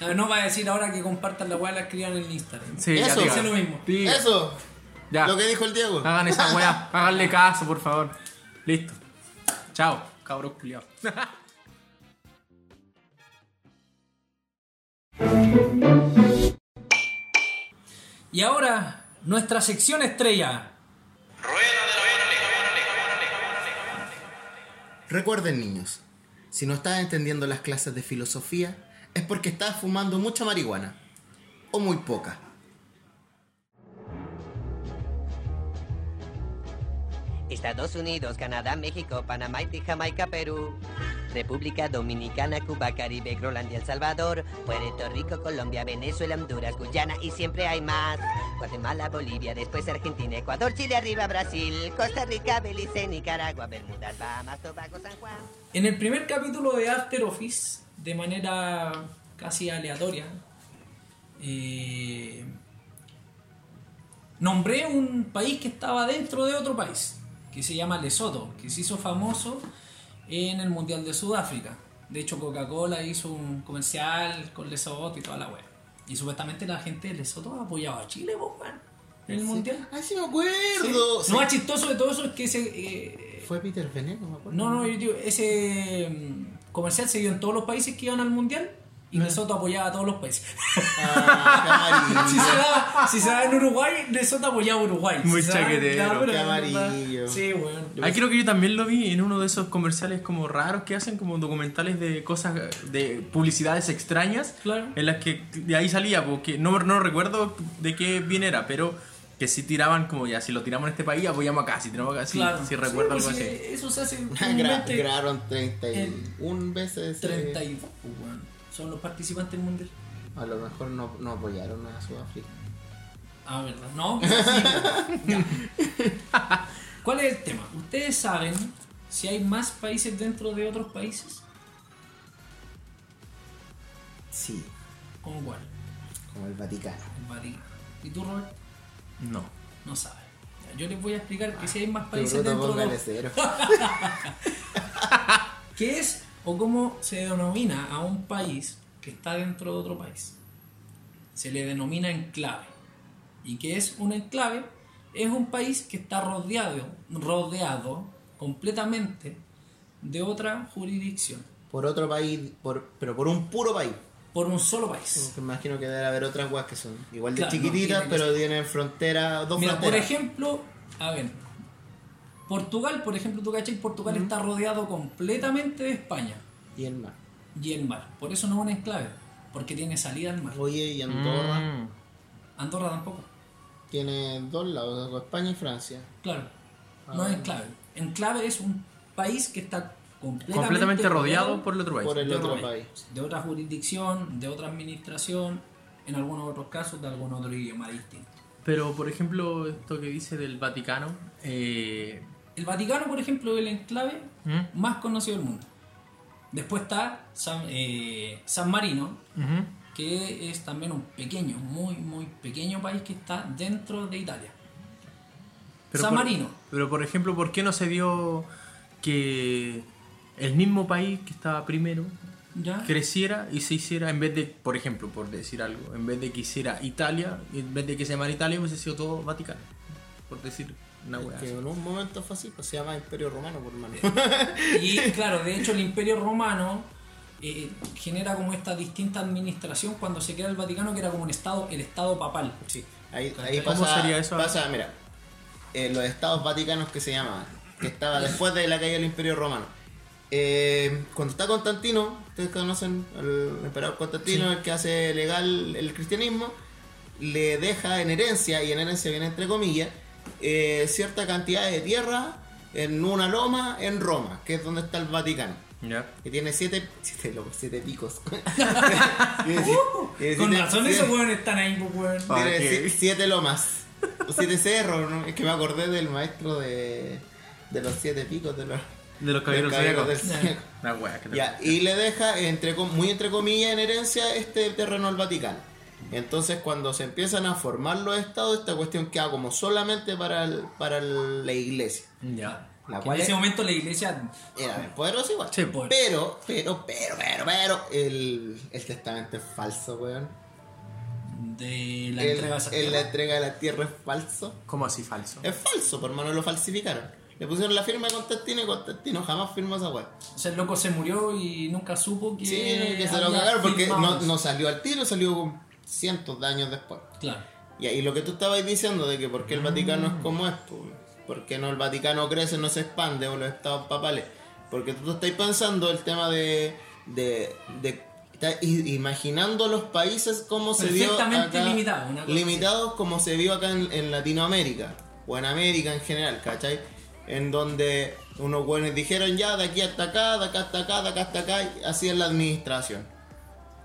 S7: como.
S6: No, No va a decir ahora que compartan la weá la escriban en el Instagram.
S7: Sí,
S5: eso.
S7: ya, diga.
S6: Dice lo mismo.
S7: Diga,
S5: Eso,
S7: ya.
S5: lo que dijo el Diego.
S7: Hagan esa weá, háganle caso, por favor. Listo. Chao, cabros culiados.
S6: Y ahora, nuestra sección estrella.
S5: Recuerden niños, si no estás entendiendo las clases de filosofía es porque estás fumando mucha marihuana o muy poca.
S12: Estados Unidos, Canadá, México, Panamá, Haití, Jamaica, Perú, República Dominicana, Cuba, Caribe, Groenlandia, El Salvador, Puerto Rico, Colombia, Venezuela, Honduras, Guyana y siempre hay más. Guatemala, Bolivia, después Argentina, Ecuador, Chile, arriba Brasil, Costa Rica, Belice, Nicaragua, Bermudas, Bahamas, Tobago, San Juan.
S6: En el primer capítulo de After Office, de manera casi aleatoria, eh, nombré un país que estaba dentro de otro país, que se llama Lesoto, que se hizo famoso en el Mundial de Sudáfrica. De hecho, Coca-Cola hizo un comercial con Lesoto y toda la wea. Y supuestamente la gente de Lesoto apoyaba a Chile, po, weón, en el Mundial.
S5: Ah, sí me acuerdo.
S6: Lo más chistoso de todo eso es que ese... eh,
S5: Fue Peter Veneno, me acuerdo.
S6: no, no, yo digo, ese mm, comercial se dio en todos los países que iban al mundial y De Soto apoyaba a todos los países.
S5: Ah, qué
S6: si,
S5: amarillo.
S6: se daba, si se daba en Uruguay, De Soto apoyaba a Uruguay. Si
S7: Muy
S6: se daba en
S7: chaquetero,
S6: Canadá,
S5: qué
S6: pero-
S5: amarillo.
S6: Sí, weón.
S7: Ahí creo que yo también lo vi en uno de esos comerciales como raros que hacen, como documentales de cosas, de publicidades extrañas,
S6: Claro.
S7: en las que de ahí salía, porque no, no recuerdo de qué bien era, pero que si tiraban como ya, si lo tiramos en este país, apoyamos acá, si tiramos acá, si,
S6: Claro.
S7: si recuerdo
S6: Sí,
S7: algo
S6: pues,
S7: así.
S6: sí, Eso se hace
S5: Gra-
S6: comúnmente
S5: Grabaron 31 veces. eh,
S6: 32, pues, weón. Son los participantes del mundial.
S5: A lo mejor no, no apoyaron a Sudáfrica.
S6: Ah, ¿verdad? No, pues sí, weón. Ya. ¿Cuál es el tema? ¿Ustedes saben si hay más países dentro de otros países?
S5: Sí,
S6: ¿Cómo cuál?
S5: como el Vaticano.
S6: El Vaticano. ¿Y tú, Robert?
S7: No.
S6: No sabes. Ya, Yo les voy a explicar que si hay más
S5: Qué
S6: países
S5: bruto,
S6: dentro de
S5: póngale cero.
S6: ¿Qué es o cómo se denomina a un país que está dentro de otro país? Se le denomina enclave. ¿Y qué es un enclave? Es un país que está rodeado, rodeado completamente de otra jurisdicción,
S5: Por otro país, por, pero por un puro país.
S6: por un solo país.
S5: Me imagino que debe haber otras guas que son igual de
S6: Claro, no,
S5: chiquititas,
S6: tienen que
S5: pero tienen frontera, dos
S6: Mira, por
S5: fronteras.
S6: ejemplo, a ver, Portugal, por ejemplo, tú cachai, Portugal está rodeado completamente de España
S5: y el mar.
S6: y el mar. Por eso no es un enclave, porque tiene salida al mar.
S5: Oye, y Andorra
S6: Andorra tampoco.
S5: tiene dos lados, con España y Francia.
S6: Claro. No
S7: Ah.
S6: es enclave. Enclave es un país que está completamente,
S7: Completamente rodeado por el otro país.
S5: Por el
S6: de
S5: otro
S6: otro
S5: país.
S6: De otra jurisdicción, de otra administración, en algunos otros casos de algún otro idioma distinto.
S7: Pero, por ejemplo, esto que dice del Vaticano, eh,
S6: El Vaticano, por ejemplo, es el enclave
S7: ¿Mm?
S6: más conocido del mundo. Después está San, eh, San Marino,
S7: ujú,
S6: que es también un pequeño, muy, muy pequeño país que está dentro de Italia.
S7: Pero
S6: San
S7: por-
S6: Marino.
S7: Pero por ejemplo, ¿por qué no se dio que el mismo país que estaba primero
S6: ¿Ya?
S7: creciera y se hiciera en vez de, por ejemplo, por decir algo, en vez de que hiciera Italia, en vez de que se llamara Italia, hubiese sido todo Vaticano? Por decir una weá.
S5: Que en un momento fue así, pues se llama Imperio Romano, por mano.
S6: Y claro, de hecho el Imperio Romano eh, genera como esta distinta administración cuando se crea el Vaticano, que era como un estado, el estado papal.
S5: Sí, ahí, ahí
S7: ¿Cómo
S5: pasa,
S7: sería eso?
S5: pasa, mira, eh, los estados vaticanos que se llamaban, que estaba después de la caída del Imperio Romano. Eh, cuando está Constantino, ustedes conocen al emperador Constantino, el que hace legal el cristianismo, le deja en herencia, y en herencia viene entre comillas, eh, cierta cantidad de tierra en una loma en Roma, que es donde está el Vaticano.
S7: Ya.
S5: Que tiene siete, siete, locos, siete picos.
S6: Con razón esos
S5: eso
S6: hueones están ahí, pues, hueón.
S5: tiene
S7: Ok.
S5: si- siete lomas. O siete cerros, ¿no? Es que me acordé del maestro de, de los siete picos de los,
S7: De los
S5: de los
S7: caballeros
S5: caballeros
S7: zodiacos.
S5: del Zodíaco.
S7: Una weá que te-
S5: Ya, y le deja entre com- muy entre comillas en herencia este terreno al Vaticano. Entonces cuando se empiezan a formar los estados, esta cuestión queda como solamente para, el- para el- la iglesia.
S7: Ya.
S5: La
S6: Que en
S5: cual
S6: ese momento la iglesia. pues.
S5: era poderosa igual.
S7: Sí,
S6: po.
S5: pero, pero, pero, pero, pero, el, el testamento es falso, weón.
S6: de la
S5: El-
S6: entrega de
S5: el- la
S6: Santiago.
S5: entrega de la tierra es falso.
S7: ¿Cómo así falso?
S5: Es falso, por hermano, lo falsificaron. Le pusieron la firma de Constantino y Constantino jamás firmó esa weá.
S6: O sea, el loco se murió y nunca supo que.
S5: Sí, que se lo
S6: había
S5: cagaron porque no,
S6: firmado.
S5: no salió al tiro, salió con cientos de años después.
S6: Claro.
S5: Y ahí lo que tú estabas diciendo de que por qué el Vaticano
S6: Mm.
S5: es como es, pues, por qué no el Vaticano crece, no se expande, o los estados papales. Porque tú estás pensando el tema de. de, de- estás i- imaginando los países como se vio.
S6: Perfectamente
S5: acá-
S6: limitado, una cosa
S5: Limitados como se vio acá en, en Latinoamérica, o en América en general, ¿cachai? En donde unos buenos dijeron ya de aquí hasta acá, de acá hasta acá, de acá hasta acá, y así es la administración.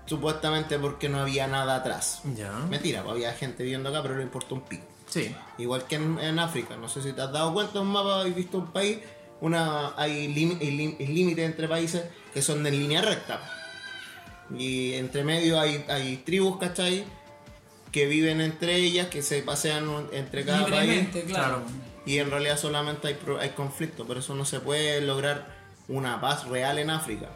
S5: Supuestamente porque no había nada atrás.
S7: Ya.
S5: Mentira, pues, había gente viviendo acá, pero no importa un pico.
S7: Sí.
S5: Igual que en, en África, no sé si te has dado cuenta en un mapa, has visto un país, una hay lim- hay lim- hay límites entre países que son en línea recta. Y entre medio hay, hay tribus, ¿cachai? que viven entre ellas, que se pasean un- entre cada país.
S6: Libremente, claro.
S5: Y en realidad solamente hay, pro- hay conflicto, por eso no se puede lograr una paz real en África.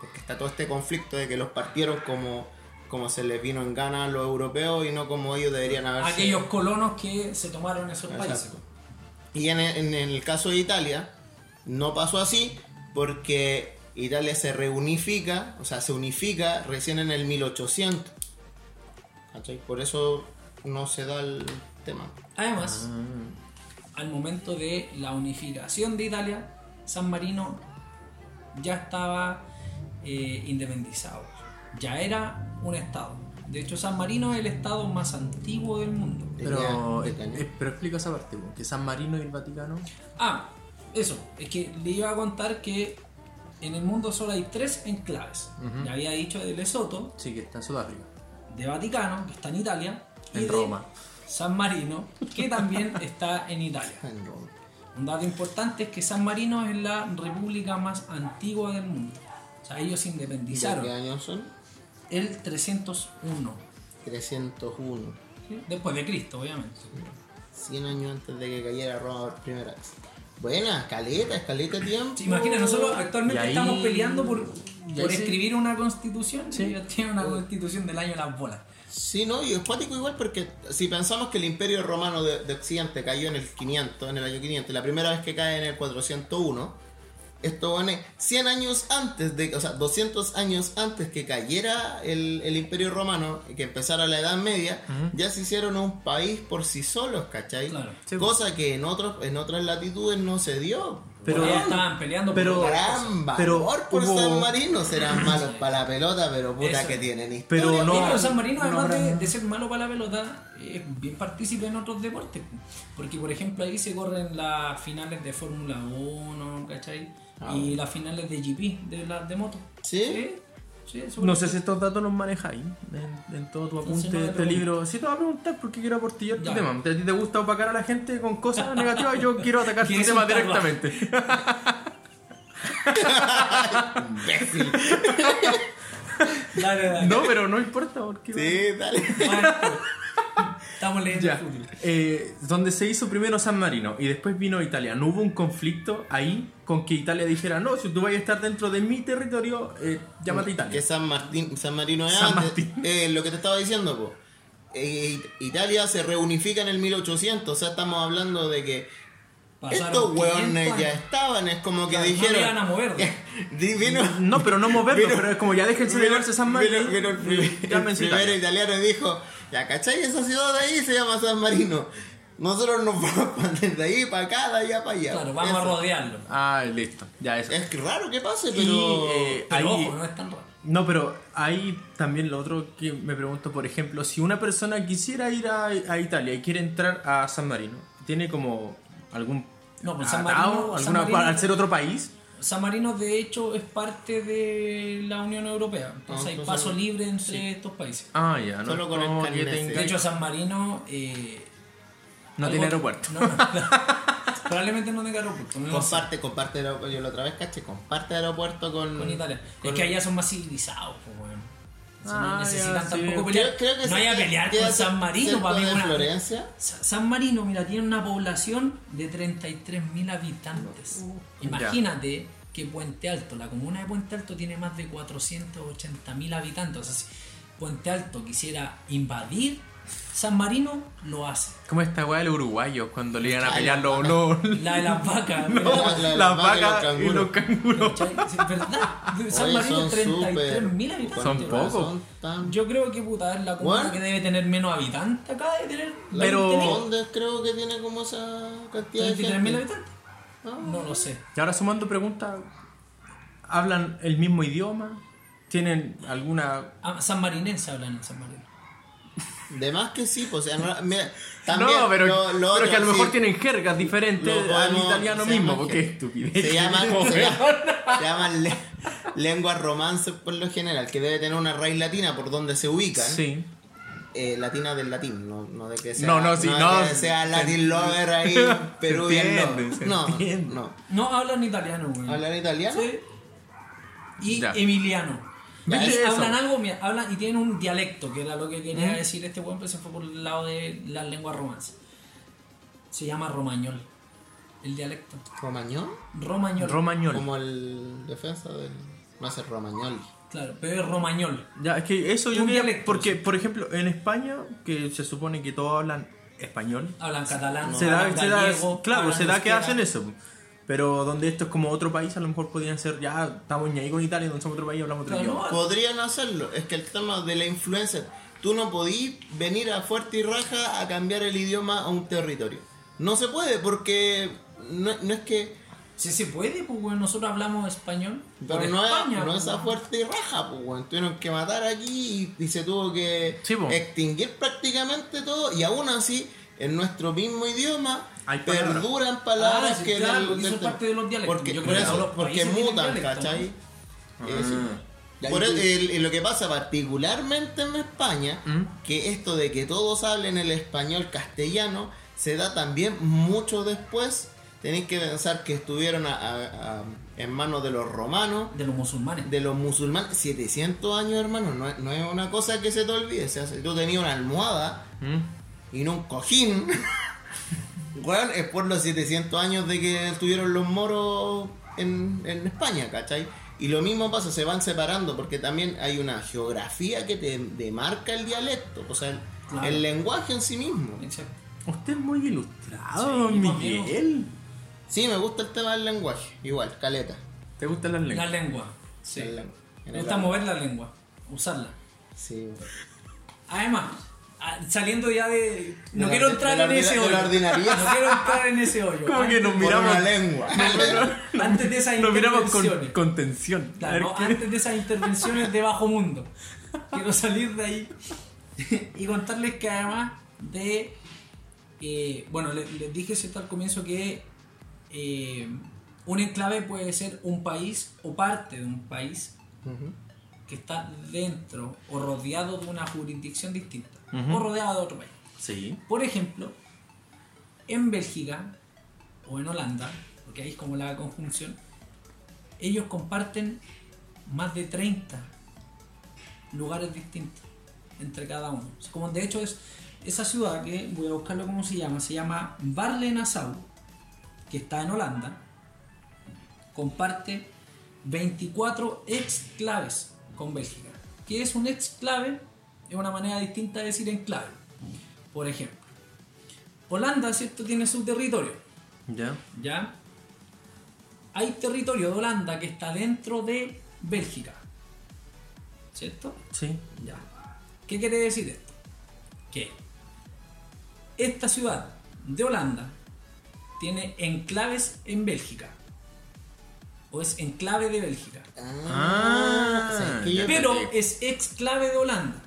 S5: Porque está todo este conflicto de que los partieron como, como se les vino en gana a los europeos y no como ellos deberían haberse.
S6: Aquellos colonos que se tomaron esos
S5: Exacto.
S6: países.
S5: Y en, en el caso de Italia, no pasó así porque Italia se reunifica, o sea, se unifica recién en el 1800. ¿Cachai? Por eso no se da el tema.
S6: Además,
S7: Ah.
S6: al momento de la unificación de Italia, San Marino ya estaba eh, independizado, ya era un estado. De hecho, San Marino es el estado más antiguo del mundo.
S7: Pero, eh, pero explica esa parte, po, que San Marino y el Vaticano.
S6: Ah, eso, es que le iba a contar que en el mundo solo hay tres enclaves.
S7: Ujú.
S6: Ya había dicho de Lesoto,
S7: Sí, que está en Sudáfrica.
S6: de Vaticano, que está en Italia, y
S7: En
S6: de
S7: Roma.
S6: San Marino, que también está en Italia. Un dato importante es que San Marino es la república más antigua del mundo. O sea, ellos se
S5: ¿Y de qué
S6: independizaron
S5: años son?
S6: el 301,
S5: 301.
S6: ¿sí? después de Cristo, obviamente.
S5: 100 años antes de que cayera Roma por primera vez. Buena, escaleta, escaleta de tiempo.
S6: Sí, Imagina, nosotros actualmente
S5: Y ahí-
S6: estamos peleando por,
S5: y
S6: por
S5: ahí sí.
S6: escribir una constitución y ellos tienen una constitución del año de las bolas.
S5: Sí, no, y es cuático igual porque si pensamos que el imperio romano de, de Occidente cayó en el 500, en el año 500, la primera vez que cae en el 401, esto pone 100 años antes de, o sea, 200 años antes que cayera el, el imperio romano y que empezara la Edad Media, ya se hicieron un país por sí solos, ¿cachai? Cosa que en, otros, en otras latitudes no se dio.
S6: Pero ya estaban peleando
S5: Pero,
S6: por otra cosa.
S5: gran valor
S6: Pero
S5: por
S6: hubo-
S5: San Marino serán malos para la pelota, pero puta que tienen historia.
S6: Sí, San Marino, además de, de ser malo para la pelota, es bien partícipe en otros deportes. Porque, por ejemplo, ahí se corren las finales de Fórmula 1, ¿cachai?
S7: Ah,
S6: y
S7: bueno.
S6: las finales de GP, de, las de moto.
S5: ¿Sí?
S6: Sí, eso
S7: No
S6: es-
S7: sé si estos datos los manejáis en, en todo tu
S6: Entonces
S7: apunte
S6: no me
S7: de este
S6: pregunto.
S7: libro. Sí, te voy a preguntar porque quiero aportillar tu
S6: Ya.
S7: tema. ¿Te- ¿A ti te gusta opacar a la gente con cosas negativas? Yo quiero atacar tu
S6: ¿Quieres
S7: tema
S6: un tatuaje?
S7: directamente.
S6: Dale, dale.
S7: No, pero no importa porque...
S5: Sí, dale.
S6: Estamos leyendo
S7: Ya. Eh, donde se hizo primero San Marino y después vino Italia. ¿No hubo un conflicto ahí con que Italia dijera, no, si tú vas a estar dentro de mi territorio, eh, llámate Italia?
S5: Que San Martín, San Marino es
S7: San
S5: antes, eh, lo que te estaba diciendo, po. Eh, Italia se reunifica en el 1800, o sea, estamos hablando de que
S6: Pasaron
S5: estos
S6: 500
S5: hueones ya
S6: años.
S5: estaban, es como que
S6: No, no
S5: dijeron.
S6: le iban a mover.
S5: Di- vino-
S7: No, pero no moverlo,
S5: Pero-
S7: pero es como ya déjense de
S5: pero-
S7: llevarse San Marino.
S5: pero- pero el primer-
S7: llámense
S5: el primero
S7: Italia.
S5: italiano dijo, ya cachai, esa ciudad de ahí se llama San Marino. Nosotros nos vamos pa- desde ahí para acá, de allá para allá.
S6: Claro, vamos a
S5: Eso.
S6: rodearlo.
S7: Ah, listo. Ya eso.
S5: Es raro que pase, pero.
S7: Y, eh,
S6: Pero
S7: ahí-
S6: ojo, no es tan raro.
S7: No, pero hay también lo otro que me pregunto, por ejemplo, si una persona quisiera ir a, a Italia y quiere entrar a San Marino, ¿tiene como algún
S6: No, pues San
S7: atado,
S6: Marino- San
S7: alguna,
S6: Marino-
S7: al ser otro país?
S6: San Marino, de hecho, es parte de la Unión Europea. Entonces
S7: Ah,
S6: hay
S7: entonces-
S6: paso libre entre estos países.
S7: Ah, ya, no.
S5: Solo con el
S7: no, que
S5: carnet,
S7: tenga-
S6: De hecho, San Marino. eh,
S7: no tiene aeropuerto.
S6: No, no. Probablemente no tenga aeropuerto. no lo sé,
S5: Comparte, comparte aeropuerto. Yo la otra vez caché, comparte aeropuerto con.
S6: con Italia.
S5: con-
S6: Es que allá son más civilizados, pues, bueno.
S5: Ah,
S6: no necesitan
S5: ya, sí.
S6: tampoco pelear.
S5: Creo- creo que
S6: no
S5: sí,
S6: hay a pelear
S5: queda
S6: con San Marino,
S5: cerca
S6: para mí.
S5: de
S6: bueno.
S5: Florencia.
S6: Sa- San Marino, mira, tiene una población de 33.000 habitantes. Imagínate que Puente Alto, la comuna de Puente Alto tiene más de 480.000 habitantes. O sea, si Puente Alto quisiera invadir San Marino, lo hace.
S7: ¿Cómo esta weá de los uruguayos cuando le iban a pelear los no?
S6: La de las vacas.
S7: No,
S6: ¿verdad?
S7: las vacas y los
S6: canguros. Sí, ¿Verdad? De San
S5: Oye,
S6: Marino,
S5: son
S6: 33.000
S5: súper-
S6: habitantes.
S7: Son
S6: ¿verdad?
S7: pocos.
S6: Yo creo que puta es la comuna
S5: Bueno.
S6: que debe tener menos habitantes. Acaba de tener.
S5: La-
S7: Pero-
S5: ¿Dónde creo que tiene como esa cantidad de
S6: 33.000
S5: gente? Ah.
S6: habitantes. No lo sé.
S7: Y ahora sumando preguntas, ¿hablan el mismo idioma? ¿Tienen alguna
S6: Ah, San Marinense hablan en San Marino.
S5: De más que sí, pues. o sea, no- mira, también,
S7: no, pero,
S5: lo- lo
S7: pero
S5: otro,
S7: es que a lo
S5: sí,
S7: mejor tienen jergas diferentes
S5: Lo
S7: al
S5: podemos-
S7: italiano
S5: se
S7: mismo,
S5: llama
S7: porque
S5: jerga.
S7: estupidez.
S5: Se llaman,
S7: Como,
S5: se
S7: weón.
S5: llaman, se llaman le- lenguas romances por lo general, que debe tener una raíz latina por donde se ubican.
S7: Sí.
S5: Eh, latina del latín, no, no de que sea,
S7: No, no, sí,
S5: de
S7: no,
S5: que sea
S7: se-
S5: latin lover ahí,
S7: se
S5: Perú y el
S7: entiende, se
S5: no.
S7: entiende.
S5: No,
S6: No hablan italiano, güey.
S5: no. ¿Hablan italiano?
S6: Sí. Y
S7: Ya.
S6: Emiliano. Y
S7: ¿Viste eso?
S6: hablan algo, mira, hablan y tienen un dialecto, que era lo que quería
S7: Ujú.
S6: decir este buen, pero se fue por el lado de las lenguas romances. Se llama romañol, el dialecto.
S5: ¿Romañol?
S6: Romañol.
S5: Como el defensa del. No hace Romañol.
S6: Claro, pero es romañol.
S7: Ya, es que eso yo
S6: Un
S7: quería-
S6: dialecto,
S7: Porque, por ejemplo, en España, que se supone que todos hablan español.
S6: Hablan
S5: Ah,
S6: catalán,
S7: se da,
S6: hablan
S7: se da-
S6: gallego,
S7: claro,
S6: hablan
S7: se da que
S6: euskera.
S7: hacen eso. Pero donde esto es como otro país, a lo mejor podrían ser, ya estamos ahí con Italia, donde somos otro país, hablamos otro idioma.
S5: Podrían hacerlo. Es que el tema de la influencer. Tú no podís venir a fuerte y raja a cambiar el idioma a un territorio. No se puede porque no, no es que.
S6: Si se puede, pues bueno, nosotros hablamos español.
S5: Pero
S6: por
S5: no,
S6: España,
S5: es, no
S6: pues,
S5: es a
S6: weón.
S5: fuerte y raja, pues, weón. Tuvieron que matar aquí y, y se tuvo que extinguir prácticamente todo. Y aún así, en nuestro mismo idioma,
S7: Hay palabras.
S5: perduran palabras
S6: Ah, sí,
S5: que.
S6: claro,
S5: del-
S6: porque
S5: del-
S6: son parte de los dialectos.
S5: Porque,
S6: Yo
S5: por
S6: creo que
S5: eso,
S6: todos los
S5: porque
S6: países tienen
S5: mutan,
S6: dialectos,
S5: ¿cachai? Eso.
S7: Ah. Ya,
S5: Por
S7: y-
S5: eso, el- el- lo que pasa particularmente en España,
S7: ¿Mm?
S5: que esto de que todos hablen el español castellano, se da también mucho después. Tenéis que pensar que estuvieron a- a- a- en manos de los romanos,
S6: De los musulmanes.
S5: de los musulmanes. 700 años, hermano, no es, no es una cosa que se te olvide. O sea, si tú tenías una almohada y no un cojín, weón, es por los 700 años de que estuvieron los moros en, en España, ¿cachai? Y lo mismo pasa, se van separando porque también hay una geografía que te demarca el dialecto, o sea, el,
S6: Claro.
S5: el lenguaje en sí mismo.
S6: Exacto.
S7: Usted es muy ilustrado,
S6: Sí,
S7: don
S6: pues,
S7: Miguel.
S5: Sí, me gusta el tema del lenguaje, igual, caleta.
S7: ¿Te gustan las lenguas?
S6: La lengua. Sí.
S5: El lengu-
S6: Me gusta mover la lengua, usarla.
S5: Sí, weón.
S6: Además, a- saliendo ya de. No
S5: la-
S6: quiero
S5: de
S6: entrar
S5: la
S6: en
S5: ordina-
S6: ese
S5: de
S6: hoyo.
S5: la ordinariedad.
S6: No quiero entrar en ese hoyo.
S7: Como que nos
S5: Por
S7: miramos,
S5: una lengua.
S6: Antes de esas
S7: nos miramos con,
S6: intervenciones.
S7: con tensión. A ver
S6: Claro, no,
S7: qué-
S6: antes de esas intervenciones de bajo mundo. Quiero salir de ahí y contarles que además de. eh, bueno, le- les, dije cierto al comienzo que eh, un enclave puede ser un país o parte de un país que está dentro o rodeado de una jurisdicción distinta
S7: Ujú.
S6: o rodeado de otro país.
S7: Sí.
S6: Por ejemplo, en Bélgica o en Holanda, porque ahí es como la conjunción, ellos comparten más de 30 lugares distintos entre cada uno. Es como de hecho es esa ciudad que voy a buscarlo cómo se llama, se llama Barle Nassau, que está en Holanda, comparte 24 exclaves con Bélgica. ¿Qué es un exclave? Es una manera distinta de decir enclave. Por ejemplo, Holanda, ¿cierto? Tiene su territorio,
S7: Ya.
S6: ¿ya? Hay territorio de Holanda que está dentro de Bélgica, ¿cierto?
S7: Sí.
S6: Ya. ¿Qué quiere decir esto? Que esta ciudad de Holanda tiene enclaves en Bélgica. O es enclave de Bélgica.
S7: Ah.
S5: O sea, es que yo-
S6: Pero es exclave de Holanda.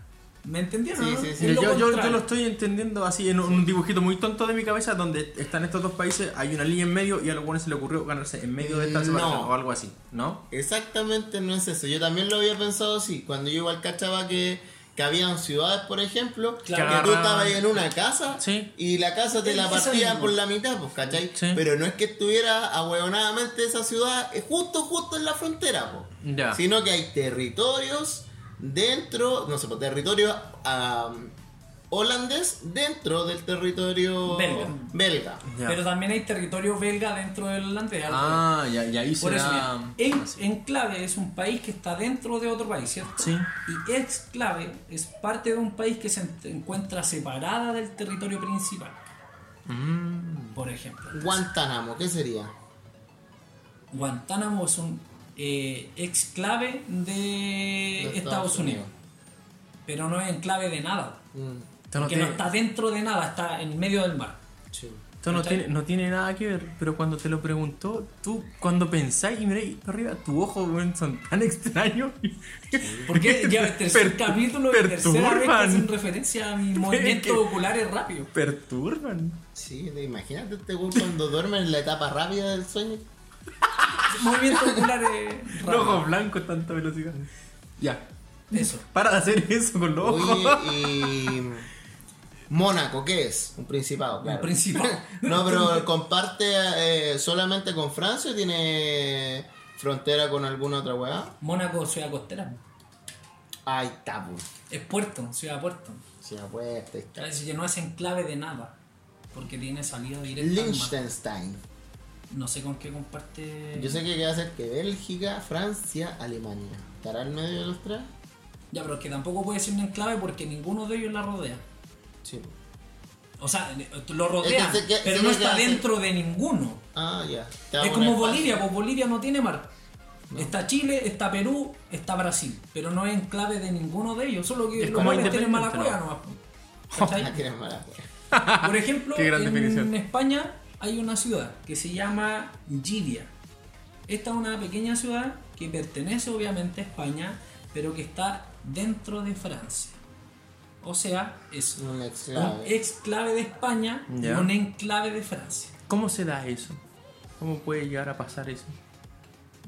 S6: ¿Me entendieron?
S5: Sí,
S6: no?
S5: sí, sí.
S6: Es lo
S7: Yo, yo- yo
S6: contrario.
S7: lo estoy entendiendo así en un dibujito muy tonto de mi cabeza donde están estos dos países, hay una línea en medio y a los buenos se le ocurrió ganarse en medio de esta
S5: No.
S7: separación o algo así, ¿no?
S5: Exactamente no es eso. Yo también lo había pensado así. Cuando yo igual cachaba que, que habían ciudades, por ejemplo,
S7: Claro.
S5: que tú estabas ahí en una casa
S7: Sí.
S5: y la casa te la
S6: Eso
S5: partían
S6: mismo.
S5: por la mitad, pues, ¿cachai?
S7: Sí.
S5: Pero no es que estuviera ahueonadamente esa ciudad eh, justo, justo en la frontera, pues.
S7: Ya.
S5: Sino que hay territorios dentro, no sé, pues, territorio ah, holandés dentro del territorio
S6: Belga.
S5: belga.
S7: Ya.
S6: Pero también hay territorio belga dentro de Holanda.
S7: ah, ya, y ahí se
S6: Por eso,
S7: da...
S6: mira, en- enclave es un país que está dentro de otro país, ¿cierto?
S7: Sí.
S6: Y exclave es parte de un país que se en- encuentra separada del territorio principal.
S7: Mm.
S6: Por ejemplo,
S5: Guantánamo, ¿qué sería?
S6: Guantánamo es un eh, exclave de, Estados, Unidos, pero no es enclave de nada,
S5: Mm,
S7: Esto no
S6: porque no
S7: tiene,
S6: está dentro de nada, está en medio del mar.
S5: sí.
S7: esto no tiene- no tiene nada que ver, pero cuando te lo preguntó, tú cuando pensáis y miráis para arriba, tu ojo weón, son tan extraños.
S6: Porque ya el tercer
S7: Per-
S6: capítulo y tercera vez que
S7: perturban.
S6: hacen referencia a mis movimientos
S7: que-
S6: oculares rápidos.
S7: Perturban.
S5: Sí, te imagínate este weón cuando duerme en la etapa rápida del sueño.
S6: Movimientos oculares
S7: Los
S6: rápidos.
S7: ojos blancos, tanta velocidad. Ya.
S6: Eso.
S7: Para de hacer eso con los ojos.
S5: Oye, y. Mónaco, ¿qué es? Un principado, claro.
S6: Un principal.
S5: No, pero comparte eh, solamente con Francia o tiene frontera con alguna otra weá.
S6: Mónaco, ciudad costera.
S5: Ay, tapu.
S6: Es puerto, ciudad puerto.
S5: Ciudad puerto.
S6: Así que no es enclave de nada. Porque tiene salida directa. al mar.
S5: Liechtenstein.
S6: No sé con qué comparte.
S5: Yo sé que queda cerca de Bélgica, Francia, Alemania. ¿Estará en medio de los tres?
S6: Ya, pero es que tampoco puede ser un enclave porque ninguno de ellos la rodea.
S5: Sí.
S6: O sea, lo rodea,
S5: Es que se que-
S6: pero
S5: se
S6: no
S5: que
S6: está
S5: hace-
S6: dentro de ninguno.
S5: Ah, ya. Te va a
S6: Es
S5: poner
S6: como
S5: fácil.
S6: Bolivia, pues Bolivia no tiene mar. Está Chile, está Perú, está Brasil, pero no es enclave de ninguno de ellos, solo que
S7: Es
S6: los
S7: como
S6: buenos tienen mala
S7: independiente,
S6: cueva
S7: ¿no?
S6: nomás. pues. ¿Cachai?
S5: Ah, tienes mala wea.
S6: Por ejemplo,
S7: Qué gran
S6: en
S7: definición.
S6: España hay una ciudad que se llama Llivia. Esta es una pequeña ciudad que pertenece obviamente a España, pero que está dentro de Francia. O sea, es
S5: Un
S6: un
S5: exclave.
S6: exclave de España y
S7: Ya.
S6: un enclave de Francia.
S7: ¿Cómo se da eso? ¿Cómo puede llegar a pasar eso?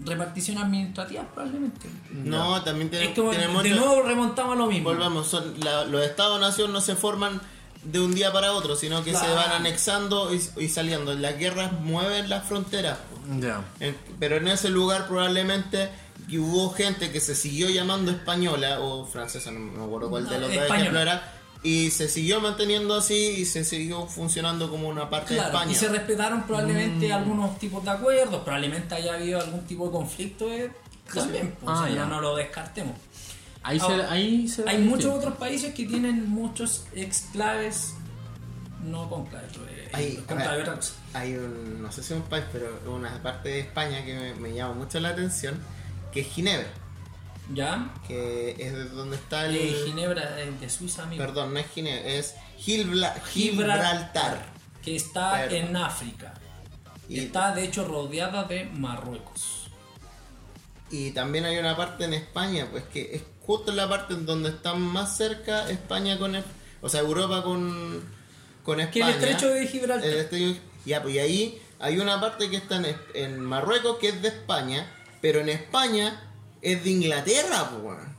S6: Repartición administrativa probablemente.
S5: No, también
S6: Es
S5: tiene-
S6: como
S5: tenemos.
S6: de nuevo remontamos a lo mismo.
S5: Volvamos, son la- los estados-nación no se forman de un día para otro, sino que se
S6: Claro.
S5: van anexando y, y saliendo. Las guerras mueven las fronteras. po.
S7: Ya.
S5: En- pero en ese lugar probablemente y hubo gente que se siguió llamando española o francesa, no me acuerdo cuál de
S6: No,
S5: los dos
S6: española.
S5: ejemplos era. Y se siguió manteniendo así y se siguió funcionando como una parte
S6: Claro,
S5: de
S6: y se
S5: España.
S6: respetaron probablemente
S7: Mm.
S6: algunos tipos de acuerdos, probablemente haya habido algún tipo de conflicto eh, también, pues,
S7: Ah,
S6: o sea,
S7: ya.
S6: no, no lo descartemos.
S7: Ahí, se,
S6: Ahora,
S7: ahí se da
S6: Hay
S7: el
S6: muchos
S7: tiempo.
S6: otros países que tienen muchos exclaves, no conclaves, eh,
S5: Ahí, a
S6: conclave
S5: ver.
S6: otra cosa.
S5: Hay un, no sé si es un país, pero una parte de España que me, me llama mucho la atención, que es Ginebra,
S6: ¿Ya?
S5: que es donde está el...
S6: Eh, Ginebra eh, de Suiza, amigo,
S5: Perdón, no es Ginebra, es Gilbla-
S6: Gibraltar.
S5: Gibraltar.
S6: que está
S5: Perdón.
S6: en África.
S5: Y-
S6: Está de hecho rodeada de Marruecos.
S5: Y también hay una parte en España, pues que es justo la parte en donde están más cerca España con... el- o sea, Europa con, con
S6: Que el
S5: España.
S6: estrecho de Gibraltar.
S5: El estrecho- ya, pues y ahí hay una parte que está en, es- en Marruecos que es de España, pero en España es de Inglaterra, pues. weón.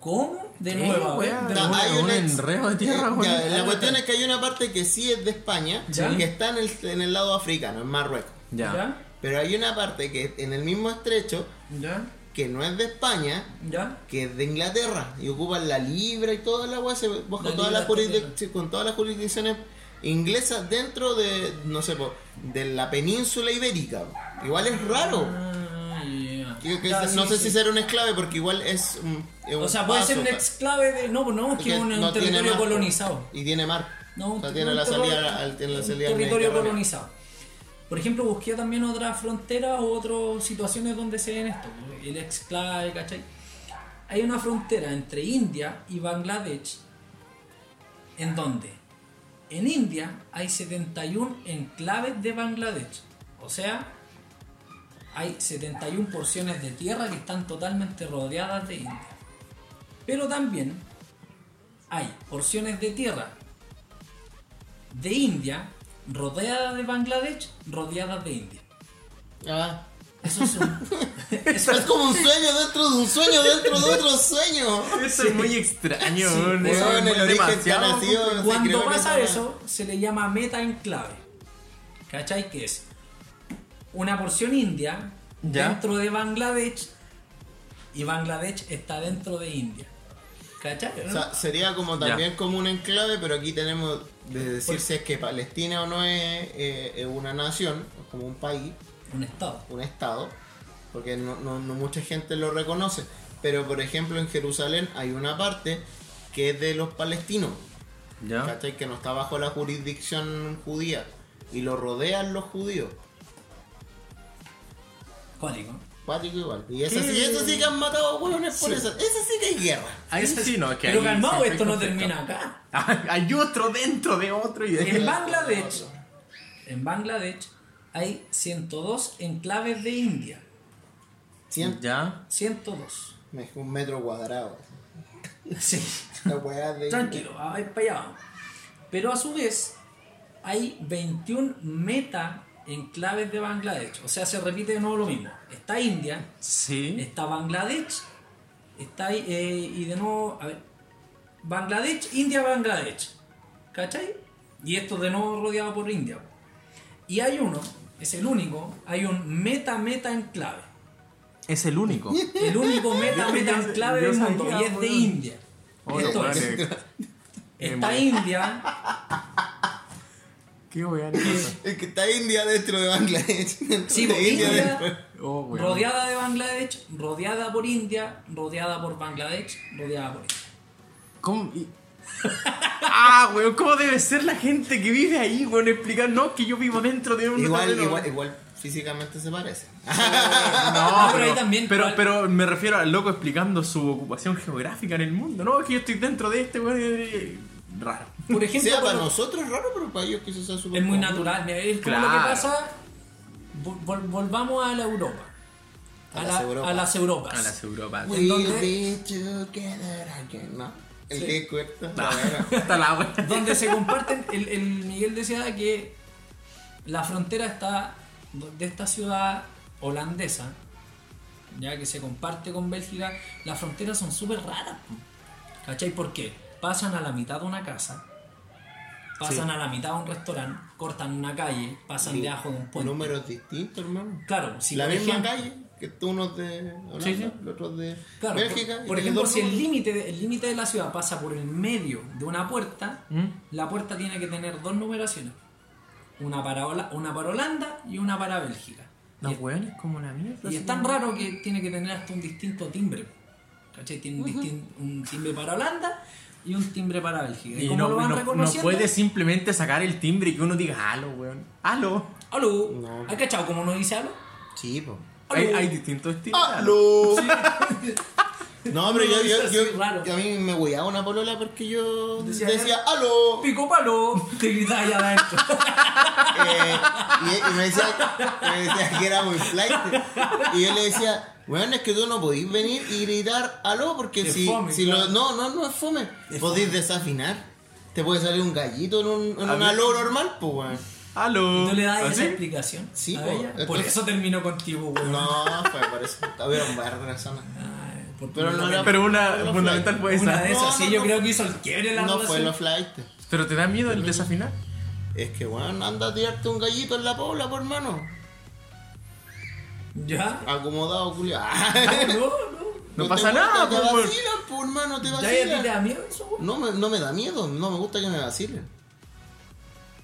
S6: ¿Cómo? De
S7: ¿Qué,
S6: nuevo, ¿eh? a ver,
S7: weá?
S6: de
S7: No,
S6: nuevo.
S5: hay
S7: un
S5: una ex-
S7: enredo de tierra,
S5: Ya,
S7: weón.
S5: La cuestión es que hay una parte que sí es de España,
S6: Ya.
S5: que está en el, en el lado africano, en Marruecos.
S7: Ya.
S6: ¿Ya?
S5: Pero hay una parte que en el mismo estrecho
S6: ¿Ya?
S5: que no es de España,
S6: ¿Ya?
S5: que es de Inglaterra y ocupan la libra y toda la weá, se bajo todas
S6: La libra
S5: las jurisdic-
S6: escocesa.
S5: sí, con todas las jurisdicciones inglesas dentro de, no sé, po, de la península ibérica. po. Igual es raro.
S6: Ah, ya.
S5: Que- que
S6: Ya,
S5: se- no
S6: sí,
S5: sé
S6: sí.
S5: si será un exclave porque igual es un, es
S6: O
S5: un
S6: sea, puede ser un
S5: paso,
S6: exclave de. No, pues no, es
S5: pa-
S6: que es
S5: porque
S6: un, un
S5: no tiene pues.
S6: territorio
S5: mar, po,
S6: colonizado.
S5: Y tiene mar.
S6: No,
S5: o sea,
S6: un-
S5: tiene
S6: un
S5: la
S6: terror-
S5: salida al, tiene la
S6: un
S5: salida al
S6: territorio
S5: Mediterráneo.
S6: colonizado. Por ejemplo, busqué también otras fronteras u otras situaciones donde se ven esto. El exclave, ¿cachai? Hay una frontera entre India y Bangladesh en donde en India hay 71 enclaves de Bangladesh. O sea, hay 71 porciones de tierra que están totalmente rodeadas de India. Pero también hay porciones de tierra de India rodeadas de Bangladesh, rodeadas de India.
S5: Ah.
S6: Eso es un-
S5: Eso es como un sueño dentro de un sueño dentro de otro sueño.
S7: Eso es muy extraño,
S6: Sí,
S7: weón.
S5: Weón,
S7: Eso es
S5: el
S7: muy
S5: origen que ha
S7: demasiado
S5: nacido,
S7: complejo.
S5: no sé, creo
S6: Cuando
S5: en
S6: pasa
S5: esa weá.
S6: eso, se le llama meta enclave. ¿Cachai? Que es una porción india
S7: Ya.
S6: dentro de Bangladesh y Bangladesh está dentro de India. ¿Cachai?
S5: O sea, sería como también
S7: Ya.
S5: como un enclave, pero aquí tenemos de decir
S6: Por-
S5: si es que Palestina o no es, eh, es una nación, es como un país,
S6: un estado.
S5: un estado, porque no, no- no mucha gente lo reconoce. Pero por ejemplo en Jerusalén hay una parte que es de los palestinos,
S7: Ya.
S5: ¿cachai? Que no está bajo la jurisdicción judía y lo rodean los judíos.
S6: Cuático.
S5: Cuático igual. Y esa sí, eso sí que han matado hueones por eso. Esa sí que hay guerra.
S7: Ahí sí, no, que
S6: Pero
S7: ahí
S6: calmado,
S7: siempre hay
S6: esto no
S7: conflicto.
S6: termina acá.
S7: Hay otro dentro de otro y de
S6: En Bangladesh, en Bangladesh hay 102 enclaves de India.
S5: Cien-
S7: Ya.
S6: 102.
S5: me- un metro cuadrado.
S6: Sí.
S5: La weá de-
S6: Tranquilo, vais para allá. vamos. Pero a su vez, hay 21 meta enclaves de Bangladesh. O sea, se repite de nuevo lo mismo. Está India,
S7: Sí.
S6: está Bangladesh, está ahí, eh, y de nuevo, a ver, Bangladesh, India, Bangladesh. ¿Cachai? Y esto de nuevo rodeado por India. Y hay uno, es el único, hay un meta meta enclave.
S7: Es el único.
S6: El único meta, meta en clave
S7: Yo
S6: del mundo.
S7: sabía,
S6: Y es de
S7: boludo.
S6: India.
S7: Oh, no, Eh,
S6: Entonces,
S7: vale.
S6: esta India
S7: Qué weá, ni cosa.
S5: Es que está India dentro de Bangladesh.
S6: Sí,
S5: de
S6: pues, India,
S7: Oh, weá.
S6: rodeada de Bangladesh, rodeada por India, rodeada por Bangladesh, rodeada por India.
S7: ¿Cómo? Y- Ah, weón, ¿cómo debe ser la gente que vive ahí, weón? Explicar, no, que yo vivo dentro de un
S5: Igual,
S7: tablero,
S5: igual,
S7: weón.
S5: igual físicamente se parece.
S7: No,
S6: Ah, pero
S7: Ah, pero,
S6: ahí también,
S7: pero,
S6: ¿cuál?
S7: pero me refiero al loco explicando su ocupación geográfica en el mundo. No, es que yo estoy dentro de este, weón. eh, Raro.
S6: Por ejemplo,
S5: sea, para
S6: cuando-
S5: nosotros es raro, pero para ellos quizás sea súper
S6: es muy
S5: común.
S6: natural. mira, Es como lo
S7: Claro.
S6: que pasa. vol- vol- volvamos a la Europa. A,
S5: A
S6: la-
S5: las Europas.
S6: a las Europas.
S7: A las Europas.
S5: We'll
S6: ¿En dónde?
S5: be together again. No. El
S6: Sí.
S5: disco esto. la verdad.
S7: Hasta la weá.
S6: donde se comparten. El, el Miguel decía que la frontera está de esta ciudad holandesa, ya que se comparte con Bélgica. Las fronteras son súper raras. po. ¿Cachai? ¿Por qué? Pasan a la mitad de una casa, pasan a la mitad de un restaurante, cortan una calle, pasan
S5: Sí.
S6: debajo de un puente.
S5: Números distintos, hermano.
S6: Claro, si
S5: la
S6: por
S5: misma
S6: ejemplo-
S5: calle, que tú unos de Holanda,
S7: Sí, sí.
S5: los otros de
S6: Claro, por-
S5: Bélgica.
S6: por,
S5: y tenés
S6: ejemplo,
S5: dos
S6: si el
S5: números.
S6: límite de- el límite de la ciudad pasa por el medio de una puerta,
S7: ¿Mm?
S6: la puerta tiene que tener dos numeraciones. Una para, Hola- una para Holanda y una para Bélgica.
S7: No,
S6: y,
S7: weón, es como la mierda.
S6: y es
S7: así.
S6: tan raro que tiene que tener hasta un distinto timbre. ¿Cachai? Tiene un, distin- un timbre para Holanda y un timbre para Bélgica. ¿Y
S7: Y
S6: cómo
S7: no,
S6: lo van
S7: no- no
S6: reconociendo?
S7: puedes simplemente sacar el timbre y que uno diga, halo, weón. Halo.
S6: ¡Aló!
S5: No.
S6: ¿Has cachado cómo uno dice aló?
S5: Sí, po.
S7: Hay,
S6: ¡Aló!
S7: hay distintos estilos.
S5: ¡Aló! No, pero yo,
S6: No,
S5: yo,
S6: es
S5: yo,
S6: así, raro.
S5: yo a mí me hueaba una polola porque yo
S6: Decía,
S5: decía, ¡Aló!
S6: ¡Pico palo! Te gritas allá adentro.
S5: Eh, y, y me, decía, me decía que era muy flight. Y yo le decía, weón, es que tú no podís venir y gritar aló porque
S6: Es
S5: si,
S6: fome,
S5: si
S6: claro.
S5: lo- no, no, no es fome. podís desafinar. Te puede salir un gallito en un, en
S7: A
S5: un
S7: mí-
S5: aló normal, pues weón.
S7: Halo. ¿Ah,
S6: ¿No le das
S7: ¿Así?
S6: esa explicación?
S5: Sí,
S6: a
S5: po,
S6: ella? Por
S5: entonces-
S6: eso terminó contigo, weón.
S5: No, fue por eso. Había un bar de la zona.
S6: Ay, por
S5: Pero no era-
S7: Pero una
S5: Pero
S7: fundamental
S5: fly.
S7: fue
S6: Una
S7: esa.
S6: de
S5: No,
S6: esas,
S5: no,
S6: sí, yo
S5: no.
S6: creo que hizo el quiebre en la
S5: No fue
S6: relación.
S5: los flight.
S7: Pero te da miedo el desafinar.
S5: Es que weón, anda a tirarte un gallito en la pobla, por hermano.
S6: Ya, Ah,
S5: Acomodado, culiado.
S6: no, Ah, no.
S7: No pasa nada,
S5: Te
S7: pues, weón.
S5: vacilan, pues hermano, te
S6: ¿Ya ya a ti te
S5: vacilan.
S6: da miedo eso, weón?
S5: No me, no me da miedo, no me gusta que me vacilen.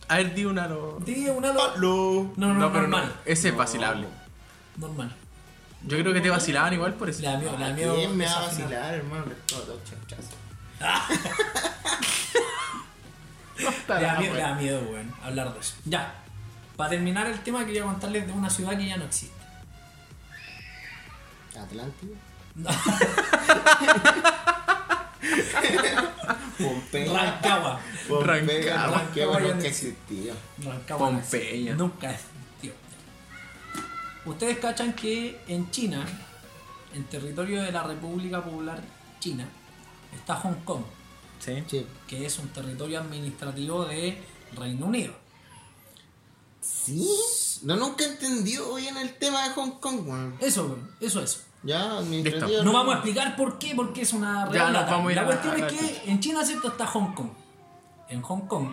S7: A ver, di un halo.
S6: Di un halo.
S5: Aló.
S6: No, no,
S7: No, pero no.
S6: normal.
S7: Ese es vacilable.
S6: Normal.
S7: Yo creo que te vacilaban igual por eso.
S6: Le da miedo, le da miedo.
S5: ¿Quién me va a
S6: desafinar.
S5: vacilar, hermano? Le estoy dando chanchazo.
S6: Le da miedo, le da miedo, weón, hablar de eso. Ya. Para terminar el tema, quería contarles de una ciudad que ya no existe.
S5: Atlántida.
S6: No,
S5: Pompeya.
S6: Rancagua.
S5: Pompeya.
S7: Rancagua.
S5: no, Qué
S6: Rancagua
S5: bueno
S6: ya
S5: que
S6: no
S5: existió.
S6: Rancagua.
S7: Pompeya.
S6: Nunca es, tío. Ustedes cachan que en China, en territorio de la República Popular China, está Hong Kong,
S7: Sí.
S5: Sí.
S6: que es un territorio administrativo de Reino Unido.
S5: ¿Sí? No, nunca entendió bien el tema de Hong Kong, weón.
S6: Eso, weón, eso es.
S5: Ya, administrativo.
S7: Listo.
S6: No vamos a explicar por qué, porque es una
S7: Ya,
S6: real
S7: nos
S6: lata.
S7: vamos a ir
S6: La
S7: a-
S6: cuestión
S7: a-
S6: es que en China, ¿cierto? Está Hong Kong. En Hong Kong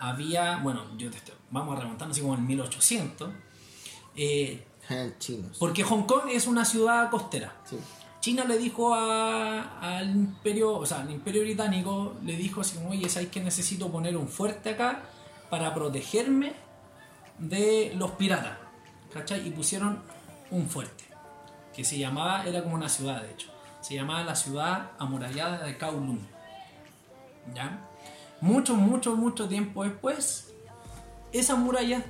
S6: había, bueno, yo te estoy- vamos a remontarnos así como en 1800, eh,
S5: Ah, Chinos.
S6: porque Hong Kong es una ciudad costera.
S5: Sí.
S6: China le dijo a- al imperio, o sea, al imperio británico le dijo así como, oye, ¿sabes que necesito poner un fuerte acá para protegerme de los piratas? ¿Cachai? Y pusieron un fuerte, que se llamaba, era como una ciudad de hecho, se llamaba la ciudad amurallada de Kowloon. ¿Ya? Mucho, mucho, mucho tiempo después, esas murallas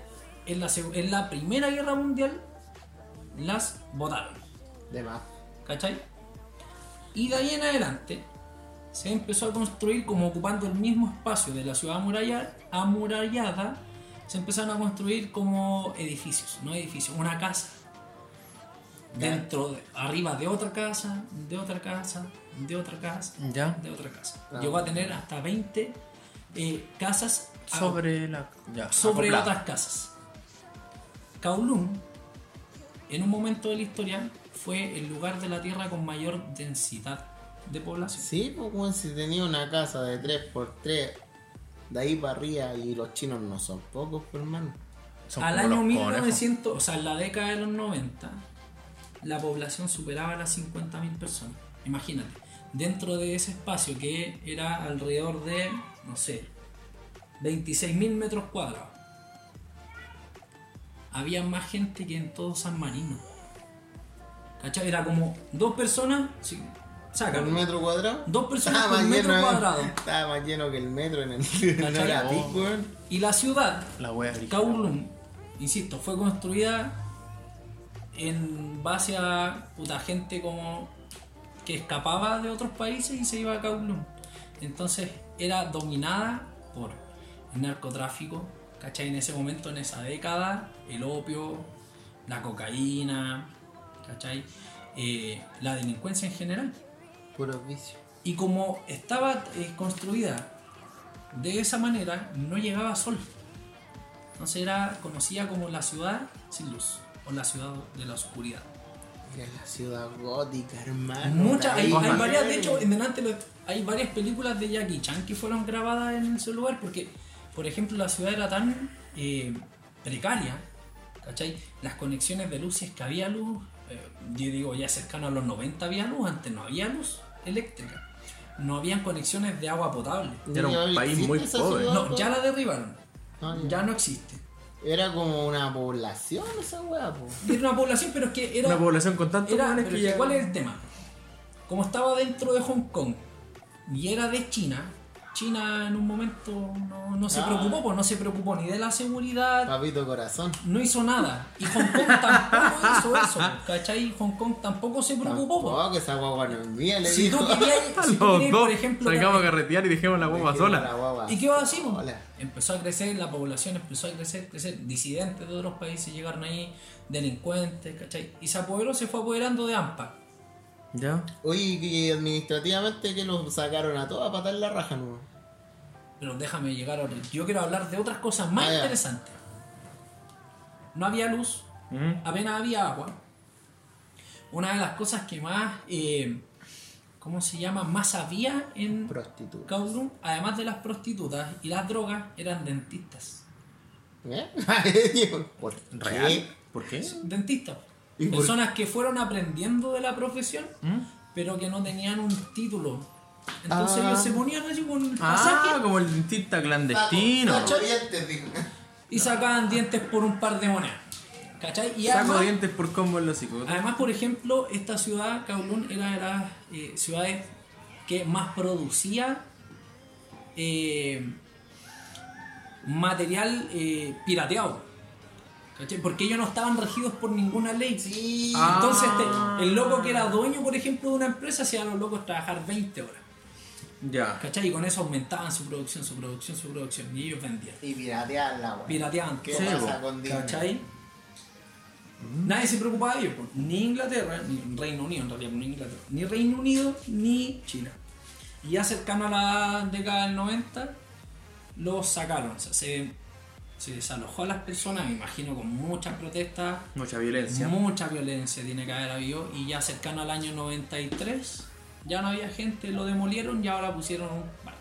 S6: en la, seg- en la Primera Guerra Mundial las botaron.
S5: De más.
S6: ¿cachai? Y de ahí en adelante se empezó a construir como ocupando el mismo espacio de la ciudad amuralla- amurallada, se empezaron a construir como edificios, no edificios, una casa. Dentro, de- arriba de otra casa, de otra casa, de otra casa,
S7: Ya.
S6: de otra casa. Llegó a tener hasta 20 eh, casas a-
S7: Sobre la. Ya.
S6: sobre
S7: acoplado.
S6: otras casas. Kowloon, en un momento de la historia, fue el lugar de la Tierra con mayor densidad de población.
S5: Sí, pues, weón, si tenía una casa de 3x3, de ahí para arriba, y los chinos no son pocos, pues, hermano.
S7: Son
S6: Al
S7: como
S6: año
S7: los conejos.
S6: 1900, o sea, en la década de los 90, la población superaba las 50.000 personas. Imagínate, dentro de ese espacio que era alrededor de, no sé, 26.000 metros cuadrados, había más gente que en todo San Marino. ¿Cachai? Era como dos personas, sí, sácalo.
S5: ¿Un metro cuadrado?
S6: Dos personas
S5: Estaba
S6: por
S5: más
S6: metro
S5: lleno,
S6: cuadrado.
S5: Estaba más lleno que el metro en el.
S6: ¿Cachai?
S5: en la pic, weón.
S6: Y la ciudad,
S7: La wea
S6: Kowloon, insisto, fue construida en base a puta gente como que escapaba de otros países y se iba a Kowloon. Entonces era dominada por el narcotráfico, ¿cachai? En ese momento, en esa década, el opio, la cocaína, ¿cachai? Eh, la delincuencia en general.
S5: Puro vicio.
S6: Y como estaba eh, construida de esa manera, no llegaba sol. Entonces era conocida como la ciudad sin luz o la ciudad de la oscuridad.
S5: Era la ciudad gótica, hermano.
S6: Muchas, hay, hay
S5: Batman.
S6: varias, de hecho, en delante lo- hay varias películas de Jackie Chan que fueron grabadas en ese lugar porque, por ejemplo, la ciudad era tan eh, precaria, ¿cachai? Las conexiones de luz, si es que había luz, eh, yo digo, ya cercano a los 90 había luz, antes no había luz eléctrica, no habían conexiones de agua potable.
S7: Era un país muy
S5: ¿Existe esa
S7: pobre.
S5: ciudad,
S6: No,
S5: weón?
S6: ya la derribaron,
S5: No,
S6: ya no existe.
S5: Era como una población esa weá, po.
S6: Era una población, pero es que era...
S7: Una población con tantos
S6: Era,
S7: hueones
S6: pero
S7: que
S6: es que
S7: ya-
S6: ¿Cuál es el tema? Como estaba dentro de Hong Kong y era de China, China en un momento no, no se
S5: Ah.
S6: preocupó, pues no se preocupó ni de la seguridad,
S5: Papito corazón.
S6: no hizo nada. Y Hong Kong tampoco hizo eso, pues, ¿cachai? Hong Kong tampoco se preocupó. pues.
S5: Tampoco esa guagua no es mía, le
S6: Si tú
S5: dijo.
S6: querías, si tú
S7: Los
S6: querías,
S7: dos
S6: por ejemplo,
S7: salgamos a carretear y dejemos la guagua
S5: Dejemos
S7: sola.
S5: la guagua
S6: ¿Y qué va a decir?
S5: sola.
S6: Empezó a crecer, la población empezó a crecer, crecer. Disidentes de otros países llegaron ahí, delincuentes, ¿cachai? Y se apoderó, se fue apoderando de AMPA.
S7: ¿Ya?
S5: Oye, que administrativamente que los sacaron a todos a patar la raja, no.
S6: Pero déjame llegar ahora. Yo quiero hablar de otras cosas más
S5: Ah, ya.
S6: interesantes. No había luz, apenas había agua. Una de las cosas que más, eh, ¿cómo se llama? Más había en
S5: Prostituta.
S6: Kowloon, además de las prostitutas y las drogas, eran dentistas.
S5: ¿Eh? ¿Por
S7: ¿Real?
S5: qué?
S7: ¿Por qué?
S6: Dentistas.
S5: ¿Y por-
S6: Personas que fueron aprendiendo de la profesión,
S7: ¿Mm?
S6: pero que no tenían un título. Entonces
S5: Ah.
S6: ellos se ponían allí con el pasaje
S7: Ah, como el dentista clandestino.
S5: Taco, tacho dientes, dijo.
S6: y sacaban dientes por un par de monedas. ¿Cachai? Y Ah,
S7: Saco
S6: además,
S7: dientes por combo en los hocico.
S6: Además, por ejemplo, esta ciudad, Kowloon, era de las eh, ciudades que más producía eh, material eh, pirateado. ¿Cachai? Porque ellos no estaban regidos por ninguna ley.
S5: Sí.
S7: Ah.
S6: Entonces, este, el loco que era dueño, por ejemplo, de una empresa, hacía a los locos trabajar 20 horas.
S7: Ya.
S6: ¿Cachai? Y con eso aumentaban su producción, su producción, su producción. Y ellos vendían.
S5: Y piratearla, weón.
S6: Pirateaban.
S5: ¿Qué
S6: todo.
S5: pasa con Disney?
S6: ¿Cachai? Nadie se preocupaba de ellos, po. ni Inglaterra, ni Reino Unido en realidad, ni Inglaterra, ni Reino Unido, ni China. Y ya cercano a la década del 90, los sacaron, o sea, se, se desalojó a las personas, me imagino con muchas protestas,
S7: Mucha violencia.
S6: mucha violencia tiene que haber habido, y ya cercano al año 93, ya no había gente, lo demolieron y ahora pusieron un parque.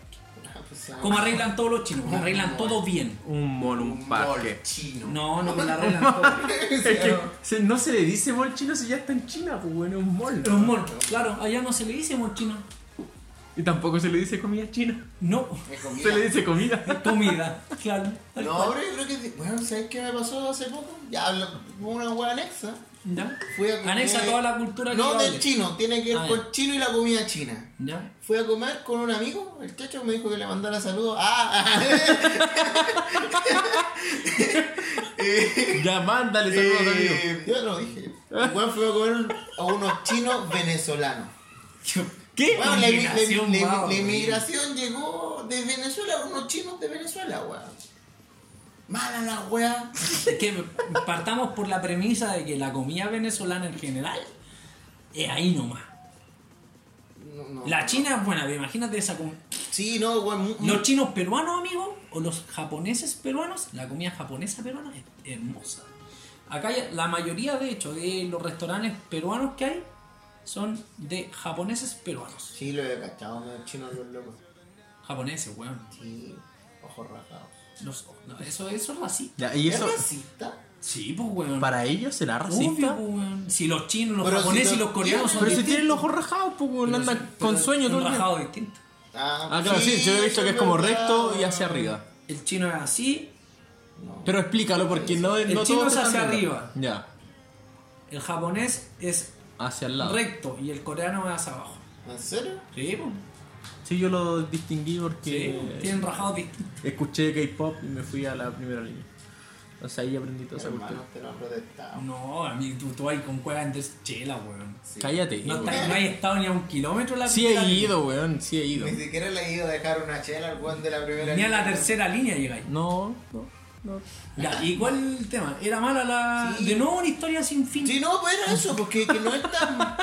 S5: Pues, ah,
S6: Como arreglan todos los chinos, como arreglan todo bien.
S7: Un mono, un parque.
S5: Chino.
S6: No, no, lo arreglan todo.
S7: Es que se- no se le dice mol chino si ya está en China, pues bueno, es un mol.
S6: Los mol, claro, allá no se le dice mol chino.
S7: Y tampoco se le dice comida china.
S6: No,
S5: Me comí
S7: Se
S5: la-
S7: le dice comida.
S6: comida, claro. tal
S5: No,
S6: cual.
S5: pero yo creo que. Bueno, ¿sabes qué me pasó hace poco? Ya hablo con una weá anexa.
S6: ¿Ya?
S5: Fui a comer-
S6: Anexa toda la cultura que yo
S5: No, del
S6: hable.
S5: chino, tiene que ver
S6: Ah,
S5: con
S6: ya.
S5: chino y la comida china.
S6: ¿Ya?
S5: Fui a comer con un amigo, el chacho me dijo que le mandara saludos. ¡Ah!
S7: Ya, mándale saludos, amigo.
S5: eh, yo lo dije. Bueno, fui a comer a unos chinos venezolanos.
S6: ¿Qué?
S5: Bueno, la, emi- la emi-
S6: combinación,
S5: la emi-
S6: wow,
S5: la emigración llegó de Venezuela, unos chinos de Venezuela, weón. Mala la weá.
S6: Es que partamos por la premisa de que la comida venezolana en general es ahí nomás.
S5: No, no.
S6: La china es buena, pero imagínate esa com-
S5: Sí, no, weón. mu- mu-
S6: Los chinos peruanos, amigo, o los japoneses peruanos, la comida japonesa peruana es hermosa. Acá ya- la mayoría, de hecho, de los restaurantes peruanos que hay son de japoneses peruanos.
S5: Sí, lo he cachado, los chinos los locos.
S6: Japoneses, weón.
S5: Sí, ojos rajados.
S6: Los- no, eso, eso es racista.
S1: Ya, y
S5: ¿Es
S1: eso,
S5: racista?
S6: Sí, pues, weón.
S7: ¿Para ellos será
S6: Obvio,
S7: racista?
S6: pues, weón. Si los chinos, los
S7: Pero si
S6: japoneses
S7: lo-
S6: y los coreanos son
S7: Pero si
S6: distintos.
S7: tienen los ojos rajados, pues, weón,
S6: Pero
S7: andan
S6: son-
S7: con
S6: pero
S7: sueño
S6: son
S7: todo el día.
S6: rajados distintos.
S7: Ah, claro, sí, yo he visto que es como recto y hacia arriba.
S6: El chino es así,
S7: Pero explícalo porque no,
S6: El
S7: no
S6: chino
S7: todos
S6: es
S7: están
S6: hacia
S7: viendo.
S6: arriba.
S7: Ya,
S6: el japonés es
S7: hacia el lado.
S6: recto y el coreano es hacia abajo.
S5: ¿En serio?
S6: Sí, pues.
S7: Sí, yo lo distinguí porque eh,
S6: Tienen rajados distintos.
S7: escuché K-pop y me fui a la primera línea. Entonces ahí aprendí toda esa cultura.
S5: Hermano, te lo han protestado.
S6: No, a mí tú, tú ahí con cuevas antes chela, weón.
S7: Cállate.
S6: No,
S7: weón.
S6: está- no hay estado ni a un kilómetro de la
S7: Sí
S6: primera
S7: he
S6: línea.
S7: ido, weón, sí he ido.
S5: Ni siquiera le he ido a dejar una chela al weón de la primera
S6: Ni a la
S5: línea.
S6: tercera línea llegáis.
S7: No, no.
S6: Ya, ¿y cuál el tema? Era mala la.
S5: Sí.
S6: De nuevo una historia sin fin.
S5: Sí, no, pues era eso, porque que no es tan.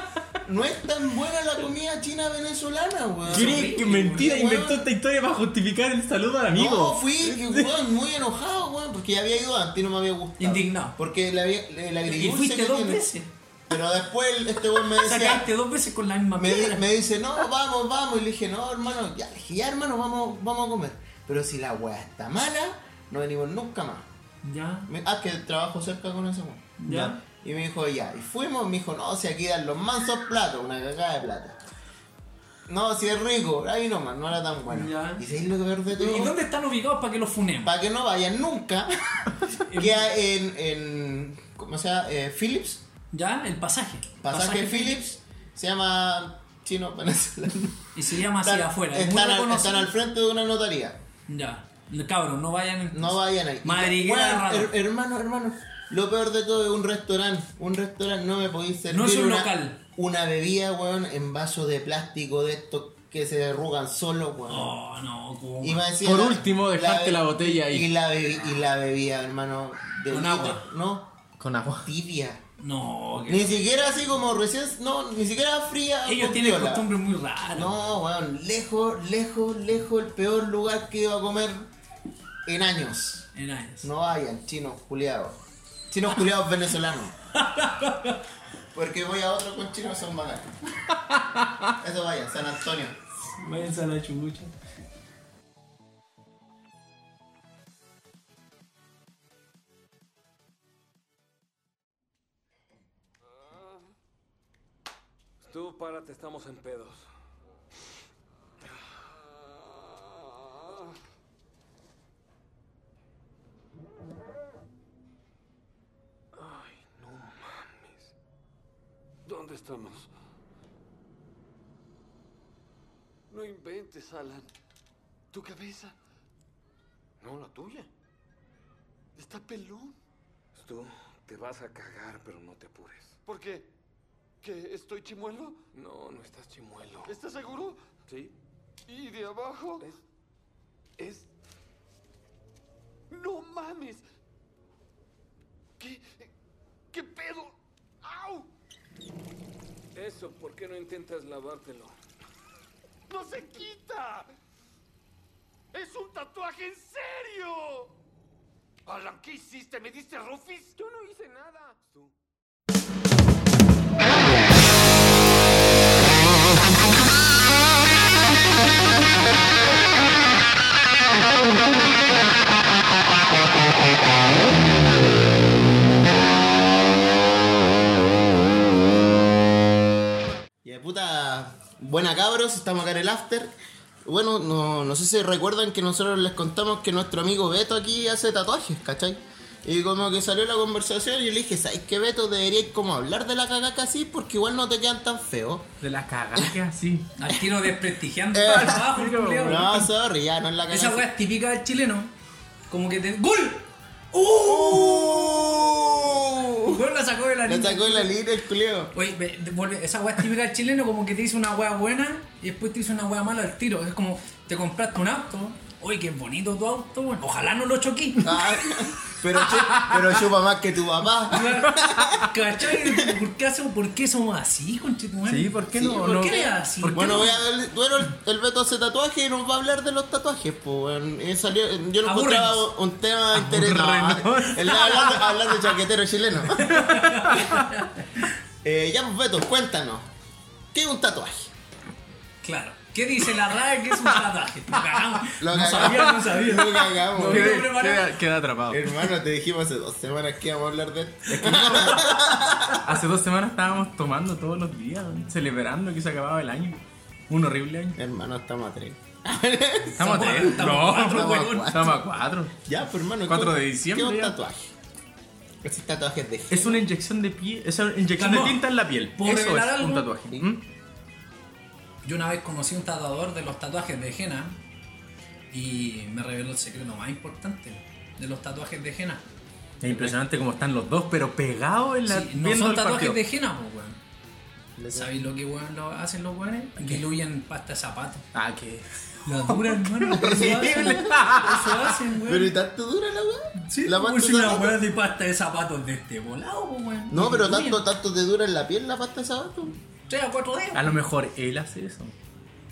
S5: No es tan buena la comida china venezolana, weón.
S7: ¿Crees que mentira
S5: weón.
S7: inventó esta historia para justificar el saludo al amigo?
S5: No, fui que, weón, muy enojado, weón, porque ya había ido antes y no me había gustado.
S6: Indignado.
S5: Porque la, vi- la, la
S6: y fuiste dos veces.
S5: Pero después el- este weón me decía.
S6: Sacaste dos veces con la misma
S5: me, di-
S6: piedra.
S5: me dice, no, vamos, vamos. Y le dije, no, hermano, ya, le dije, ya, hermano, vamos, vamos a comer. Pero si la weá está mala, no venimos nunca más.
S6: Ya,
S5: Me- ah, que trabajo cerca con ese weón.
S6: ya.
S5: Y me dijo, ya. Y fuimos, me dijo, no, si aquí dan los mansos platos, una cagada de plata. No, si es rico, ahí nomás, no era tan bueno.
S6: Ya.
S5: Y sabéis lo que peor de
S6: ¿Y
S5: todo.
S6: dónde están ubicados para que los funemos?
S5: Para que no vayan nunca, queda en, en ¿cómo se llama? Eh, Philips.
S6: Ya, el pasaje.
S5: Pasaje, Philips. Se llama chino venezolano.
S6: Y se llama hacia afuera. es muy
S5: están, al,
S6: reconocido.
S5: están al frente de una notaría.
S6: Ya. Cabros, no vayan. entonces.
S5: No vayan ahí.
S6: Madriguera
S5: Bueno,
S6: rara.
S5: her- hermano, hermano. Lo peor de todo es un restaurante. Un restaurante no me podéis servir.
S6: No es un
S5: una,
S6: local.
S5: Una bebida, weón, en vaso de plástico de estos que se derrugan solos, weón.
S6: Oh, no, como.
S5: Y más encima
S7: Por
S5: la-
S7: último, dejarte la,
S5: be-
S7: botella ahí.
S5: Y la, bebi- y la bebida, hermano. de
S6: Con
S5: litro.
S6: agua.
S5: No,
S7: Con agua.
S5: tibia.
S6: No, que-
S5: Ni siquiera así como recién. No, ni siquiera fría.
S6: Ellos
S5: con
S6: tienen
S5: piola.
S6: costumbres muy raras.
S5: No, weón, lejos, lejos, lejos el peor lugar que iba a comer en años.
S6: En años.
S5: No vayan, chinos juliados. Chinos juliados venezolanos. Porque voy a otro con chinos son bacanes. Eso vaya, San Antonio.
S10: Váyanse a la chucha.
S13: Tú párate, estamos en pedos. Ay, no mames. ¿Dónde estamos? No inventes, Alan. ¿Tu cabeza? No, la tuya. Está pelón. Tú te vas a cagar, pero no te apures. ¿Por qué? ¿Que estoy chimuelo? No, no estás chimuelo. ¿Estás seguro? Sí. ¿Y de abajo? Es. Es. ¡No mames! ¿Qué. ¿Qué pedo? ¡Au!
S14: Eso, ¿por qué no intentas lavártelo?
S13: ¡No se quita! ¡Es un tatuaje en serio! Alan, ¿qué hiciste? ¿Me diste rufis? Yo no hice nada. Tú.
S5: Y de puta, buena cabros, estamos acá en el after. Bueno, no, no sé si recuerdan que nosotros les contamos que nuestro amigo Beto aquí hace tatuajes, ¿cachai? Y como que salió la conversación y yo le dije, ¿sabes qué Beto? Deberíais como hablar de la cagaca así porque igual no te quedan tan feos.
S7: De la cagada, sí.
S6: Al tiro desprestigiando
S5: Eh,
S6: para el trabajo,
S7: digo,
S6: culiao.
S5: No, sorry, ya no es la cagaca.
S6: Esa weá es típica del chileno. Como que te. ¡Gol!
S5: ¡Uh!
S6: Gol la sacó de la
S5: Le
S6: línea.
S5: sacó la línea el culeo.
S6: Oye, ve- de- vuelve- esa weá es típica del chileno, como que te dice una weá buena y después te dice una weá mala al tiro. Es como, te compraste un auto. Oye, qué bonito tu auto, weón. Ojalá no lo choquí.
S5: Ah, pero, chu- pero chupa más que tu papá.
S6: ¿Cachai? ¿Por qué, hacemos, ¿Por qué somos así, conchetumare?
S7: Sí, ¿por qué
S5: Sí,
S7: no?
S6: ¿Por
S7: no-
S6: qué eres así?
S5: Bueno, voy a ver- bueno, el, el Beto hace tatuaje y nos va a hablar de los tatuajes. Pues, salió, yo lo
S6: Aburrenos.
S5: encontraba un tema interesante. No,
S7: Aburrenos.
S5: él va hablando, hablando de chaquetero chileno. Eh, ya, pues, Beto, cuéntanos. ¿Qué es un tatuaje?
S6: Claro. ¿Qué dice la RAE que es un tatuaje? Lo cagamos.
S5: Lo
S6: no
S5: cagamos.
S6: sabía, no sabía.
S5: Lo cagamos.
S6: No
S5: Queda-
S6: vino preparado.
S7: Queda atrapado.
S5: Hermano, te dijimos hace dos semanas que íbamos a hablar de él.
S7: Hace dos semanas estábamos tomando todos los días, weón, celebrando que se acababa el año. Un horrible año.
S5: Hermano, estamos a tres.
S7: Estamos a tres.
S5: Estamos a
S7: no,
S5: cuatro,
S7: estamos,
S5: weón.
S7: a estamos a cuatro.
S5: Ya, pues hermano.
S7: 4
S5: ¿qué-
S7: de diciembre.
S5: ¿Qué es un
S7: ya.
S5: tatuaje? Ese tatuaje es de
S7: Es una inyección de pie, es una inyección
S6: Calma.
S7: de tinta en la piel.
S6: ¿Puedo
S7: Eso es
S6: revelar
S7: un
S6: algo?
S7: tatuaje. ¿Mm?
S6: Yo una vez conocí un tatuador de los tatuajes de henna y me reveló el secreto más importante de los tatuajes de henna.
S7: Es impresionante cómo están los dos, pero pegados en la
S6: Sí, no
S7: viendo
S6: son
S7: el
S6: tatuajes
S7: partido.
S6: de henna, po, weón. ¿Sabéis lo que weón lo hacen los weones? Diluyen pasta de zapatos.
S7: Ah, qué.
S6: La dura, hermano. Eso hacen,
S5: Horrible.
S6: eso hacen, weón.
S5: Pero ¿y tanto dura la weá?
S6: Sí,
S5: la
S6: como
S5: pasta
S6: si
S5: de
S6: una
S5: zapato.
S6: weá de pasta de zapatos de este volado, po, weón.
S5: No, pero
S6: Diluyen.
S5: tanto, tanto te dura en la piel la pasta de zapato.
S6: Tres a cuatro días.
S7: A lo mejor él hace eso.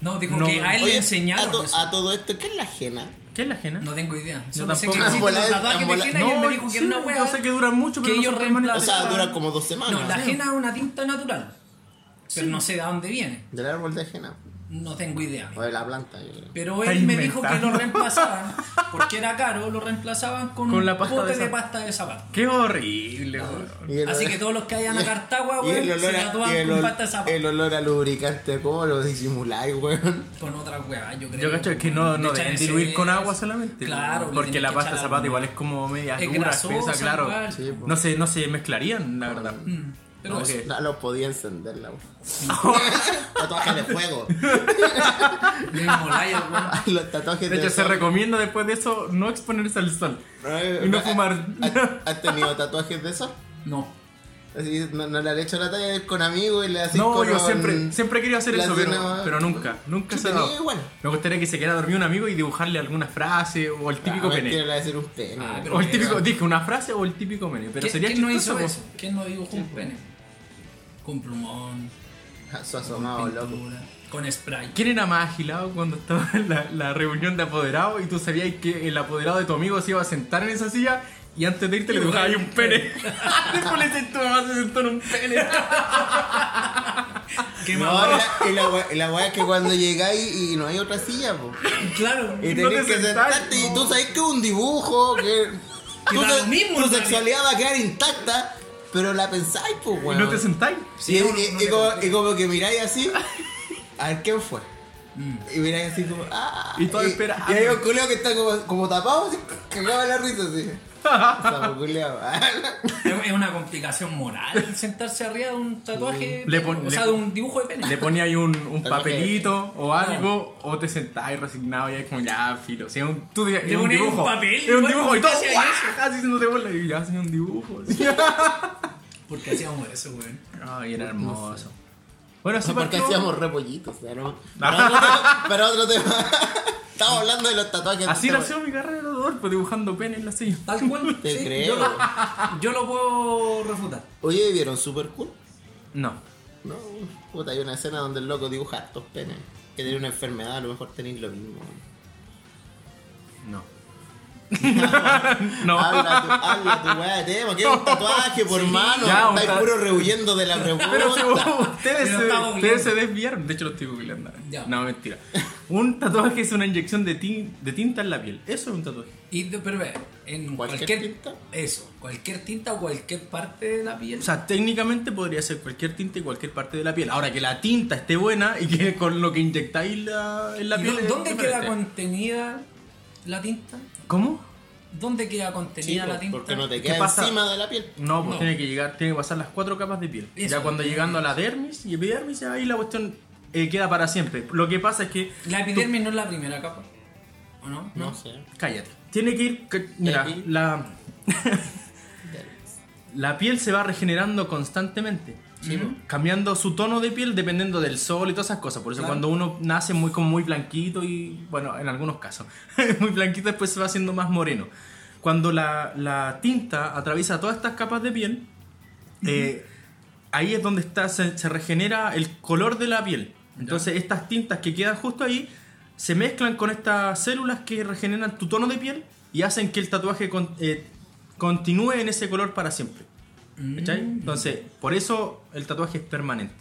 S6: No, dijo
S7: No,
S6: que a él
S5: Oye,
S6: le enseñaron
S5: a, to-
S6: eso.
S5: a todo esto, ¿qué es la jena?
S7: ¿Qué es la ajena?
S6: No tengo idea.
S7: Yo
S6: Solo sé que existen
S7: tampoco.
S5: Ambola-
S6: los tatuajes de
S5: ambola-
S6: henna y él me
S7: No,
S6: dijo que
S7: sí,
S6: era una
S7: yo
S6: weá.
S7: sé que dura mucho,
S6: que
S7: pero no
S6: ellos
S7: son permanentes.
S5: O sea,
S6: reemplazan-
S5: dura como dos
S6: No,
S5: semanas.
S6: la ajena es una tinta natural. Pero no sé de dónde viene.
S5: Del árbol de ajena.
S6: No tengo idea.
S5: O de la planta, yo creo.
S6: Pero
S7: Está
S6: él me dijo que
S7: inventando.
S6: lo reemplazaban, porque era caro, lo reemplazaban con,
S7: Con
S6: un
S7: la pasta
S6: bote
S7: de
S6: de,
S7: zap-
S6: pasta de zapato.
S7: Qué horrible, weón.
S5: Y el-
S6: Así que todos los que vayan a Cartagua,
S5: y el
S6: weón, se
S5: olor a, y
S6: tatúan
S5: el
S6: con
S5: ol-
S6: pasta de zapato.
S5: el olor a lubricante, ¿cómo lo disimuláis, weón?
S6: Con otra weá, yo creo.
S7: Yo cacho que no,
S6: Le
S7: no
S6: echan
S7: deben
S6: ese-
S7: diluir con agua solamente.
S6: Claro, le
S7: Porque
S6: tienen
S7: la
S6: que
S7: pasta de
S6: echar
S7: zapato
S6: algo.
S7: igual es como media
S6: Es
S7: dura,
S6: grasosa,
S7: espesa, claro.
S6: igual.
S5: Sí, po.
S7: No se, no se mezclarían, la verdad.
S6: Mm, Pero
S7: No,
S6: eso.
S7: que-
S5: No lo podía encender, la weón. Tatuajes de fuego.
S6: Le molaya, weón.
S5: Los tatuajes
S7: De
S5: de
S7: hecho, se
S5: sol.
S7: recomienda después de eso no exponerse al sol.
S5: eh,
S7: Y no fumar.
S5: ¿Has- ¿Has tenido tatuajes de sol?
S6: No.
S5: Así, no, no le han hecho la talla de ir con amigos y le hacen
S7: No,
S5: con...
S7: yo siempre, siempre he querido hacer
S5: la
S7: eso, pero,
S5: cena-
S7: pero nunca, nunca se ha
S5: Chuta,
S7: dado.
S5: yo igual.
S7: Me gustaría que se quedara dormido un amigo y dibujarle alguna frase o el típico
S5: Ah, mentira,
S7: pene.
S5: le va a decir un pene.
S6: Ah, pero
S7: O el
S6: que-
S7: típico, dije, una frase o el típico pene. Pero
S6: ¿Quién-
S7: sería
S6: ¿Quién no
S7: chistoso,
S6: hizo
S7: po.
S6: eso? ¿Quién no dibujó un pene? Con plumón,
S5: Su asomado,
S6: con
S5: loco.
S6: pintura, con spray.
S7: ¿Quién era más agilado cuando estaba en la, la reunión de apoderados y tú sabías que el apoderado de tu amigo se iba a sentar en esa silla y antes de irte le dibujabas ahí un pene? Después le decías, tu mamá se sentó en un pene.
S6: ¿Qué
S5: No,
S6: mamá?
S5: la- y la wea- y la weá es que cuando llegáis y no hay otra silla, po.
S6: Claro.
S5: Y
S7: No
S5: tenés
S7: te
S5: que
S7: sentás,
S5: sentarte y
S7: no.
S5: tú sabés que es un dibujo, que.
S6: Que
S5: tu
S6: da lo
S5: se-
S6: mismo,
S5: tu
S6: en
S5: sexualidad va a quedar intacta, pero la pensáis, pues,
S7: ¿Y
S5: weón.
S7: no te sentáis?
S5: Sí, y, y- y como, y como que miráis así, a ver quién fue. Y miráis así como, ah.
S7: Mm. Y todo esperando.
S5: Y hay un culeo que está como, como tapado, así, cagaba la risa, así. Sapo culeado.
S6: Es es una complicación moral sentarse arriba de un tatuaje,
S7: Le pon-
S6: o
S7: le-
S6: sea, de un dibujo de pene.
S7: Le ponía ahí un, un
S5: Tatuaje.
S7: papelito o
S5: Ah.
S7: algo, o te sentabas resignado y ahí como ya, filo. Si es un, tú digas,
S6: Le
S7: es un
S6: ponía ahí un
S7: dibujo.
S6: papel,
S7: Es un
S6: igual,
S7: dibujo y
S6: ¿por
S7: todo.
S6: qué hacía eso?
S7: Casi haciéndote bola y ya, hacía un dibujo. así.
S6: ¿Por qué hacíamos eso, weón?
S7: Ay, era hermoso. Bueno, así
S5: Porque
S7: partió,
S5: hacíamos repollitos, pero. Para otro tema. para otro tema. Estamos hablando de los tatuajes.
S7: así
S5: Estamos-
S7: nació mi carrera de Adolfo, pues, dibujando pene en la silla.
S6: Tal cual.
S5: Te
S6: sí,
S5: creo.
S6: Yo lo, yo lo puedo refutar.
S5: Oye, ¿vieron Super Cool?
S7: No.
S5: No, puta, hay una escena donde el loco dibuja hartos penes. Que tiene una enfermedad, a lo mejor tenéis lo mismo.
S7: No. no.
S5: Habla tu, habla tu weá de tema, que es un tatuaje, por mano.
S7: ya, un
S5: Estáis
S7: ta-
S5: puro rehuyendo de la
S7: Pero si
S5: pregunta.
S7: vos- ustedes,
S6: Pero
S7: se,
S6: está googleando.
S7: ustedes se desviaron. De hecho, lo estoy googleando.
S6: Ya.
S7: No, mentira. Un tatuaje es una inyección de, tin- de tinta en la piel. Eso es un tatuaje.
S6: Y, de- pero ve, en
S5: ¿Cualquier
S6: cualquier,
S5: tinta?
S6: Eso, cualquier tinta o cualquier parte de la piel.
S7: O sea, técnicamente podría ser cualquier tinta y cualquier parte de la piel. Ahora que la tinta esté buena y que con lo que inyectáis la, en la
S6: ¿Y
S7: piel. es
S6: ¿Dónde
S7: diferente.
S6: queda contenida la tinta?
S7: ¿Cómo?
S6: ¿Dónde queda contenida la tinta?
S5: porque no te
S7: ¿Qué
S5: queda
S7: pasa?
S5: encima de la piel.
S7: No, pues
S6: No.
S7: tiene que llegar, tiene que pasar las cuatro capas de piel.
S6: Eso.
S7: Ya cuando llegando a la dermis y epidermis, ahí la cuestión eh, queda para siempre. Lo que pasa es que.
S6: La epidermis no es la primera capa. ¿O no?
S5: No sé.
S7: Cállate. Tiene que ir. que- Mira,
S5: Epi.
S7: la. la piel se va regenerando constantemente. Ujú. Cambiando su tono de piel dependiendo del sol y todas esas cosas. Por eso cuando uno nace muy como muy blanquito y. Bueno, en algunos casos. muy blanquito después se va haciendo más moreno. Cuando la, la tinta atraviesa todas estas capas de piel, eh, ahí es donde está, se, se regenera el color de la piel. Entonces estas tintas que quedan justo ahí se mezclan con estas células que regeneran tu tono de piel y hacen que el tatuaje con- eh, continúe en
S5: Mm.
S7: ese color para siempre. ¿Cachai? Entonces, por eso el tatuaje es permanente.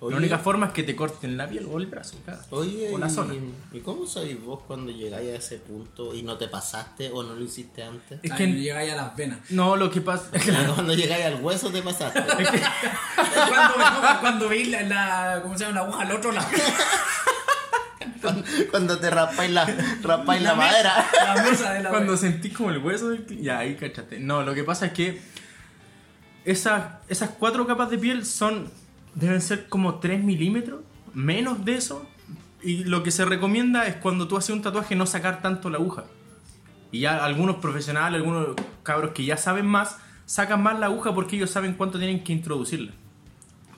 S5: Oye.
S7: La única forma es que te corten la piel o el brazo, claro.
S5: Oye,
S7: o la
S5: y-
S7: zona.
S5: ¿y cómo sabéis vos cuando llegáis a ese punto y no te pasaste o no lo hiciste antes?
S7: Es que- Cuando
S6: llegáis a las venas.
S7: No, lo que pasa
S5: Cuando llegáis al hueso te pasaste.
S6: cuando, no, cuando veis la, la- ¿cómo se llama? la aguja al otro lado.
S5: cuando, cuando te rapáis la, rapáis la,
S7: La mesa,
S5: madera.
S6: la mesa de
S7: Cuando sentís como el hueso del cli- Ya, ahí cachate. No, lo que pasa es que esas, esas cuatro capas de piel son. deben ser como 3 milímetros, menos de eso. Y lo que se recomienda es cuando tú haces un tatuaje no sacar tanto la aguja. Y ya algunos profesionales, algunos cabros que ya saben más, sacan más la aguja porque ellos saben cuánto tienen que introducirla.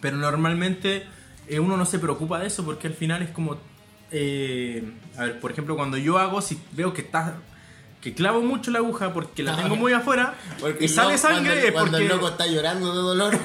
S7: Pero normalmente eh, uno no se preocupa de eso porque al final es como... eh, a ver, por ejemplo, cuando yo hago, si veo que está... Que clavo mucho la aguja porque
S6: Ah,
S7: la tengo muy afuera y sale sangre es
S5: cuando
S7: porque...
S5: el loco está llorando de dolor.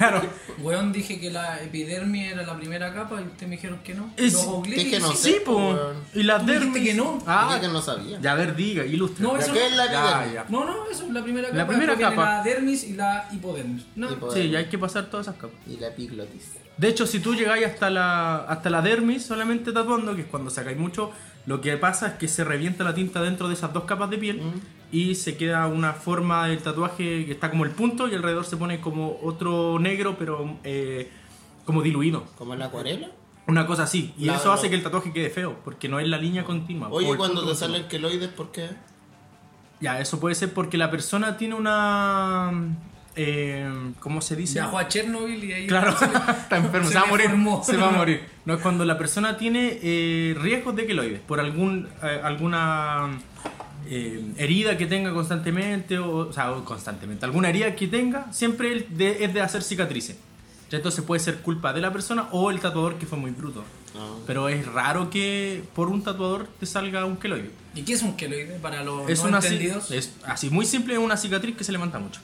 S6: Weón, dije que la epidermia era la primera capa y ustedes me dijeron que no.
S7: Es-
S6: Lo googleé
S7: es que
S6: y
S7: no
S6: sí.
S7: sé, po,
S6: weón.
S7: Y la
S6: Tú dijiste que no.
S7: Ah,
S6: Dije que
S5: no sabía.
S7: Ya, a ver, diga, ilustra.
S6: No, eso- ¿Qué es la
S7: Ya,
S6: epidermis?
S7: ya.
S6: No, no, eso es la primera
S7: La
S6: capa.
S7: primera
S6: Después viene
S7: capa.
S6: La dermis y la hipodermis. No.
S7: Sí, y hay que pasar todas esas capas.
S5: Y la epiglotis.
S7: De hecho, si tú llegáis hasta la, hasta la dermis solamente tatuando, que es cuando sacáis mucho, lo que pasa es que se revienta la tinta dentro de esas dos capas de piel
S5: Mm.
S7: y se queda una forma del tatuaje que está como el punto y alrededor se pone como otro negro, pero eh, como diluido.
S5: ¿Como la acuarela?
S7: Una cosa así. Y
S5: La-
S7: eso hace
S5: la-
S7: que el tatuaje quede feo, porque no es la línea continua. o
S5: Oye,
S7: el
S5: cuando
S7: punto
S5: te
S7: continuo.
S5: salen queloides, ¿por qué?
S7: Ya, eso puede ser porque la persona tiene una... eh, ¿Cómo se dice?
S6: Viajó a Chernobyl y ahí.
S7: Claro, está enfermo, se, va a morir.
S6: deformó.
S7: Se va a morir. No es cuando la persona tiene eh, riesgos de queloides por algún eh, alguna eh, herida que tenga constantemente, o, o sea, o constantemente, alguna herida que tenga, siempre el de- es de hacer cicatrices. Ya, Entonces puede ser culpa de la persona o el tatuador que fue muy bruto.
S6: Ah.
S7: Pero es raro que por un tatuador te salga un queloide.
S6: ¿Y qué es un queloide para los
S7: Es
S6: no
S7: una ci-
S6: entendidos?
S7: es así muy simple, es una cicatriz que se levanta mucho.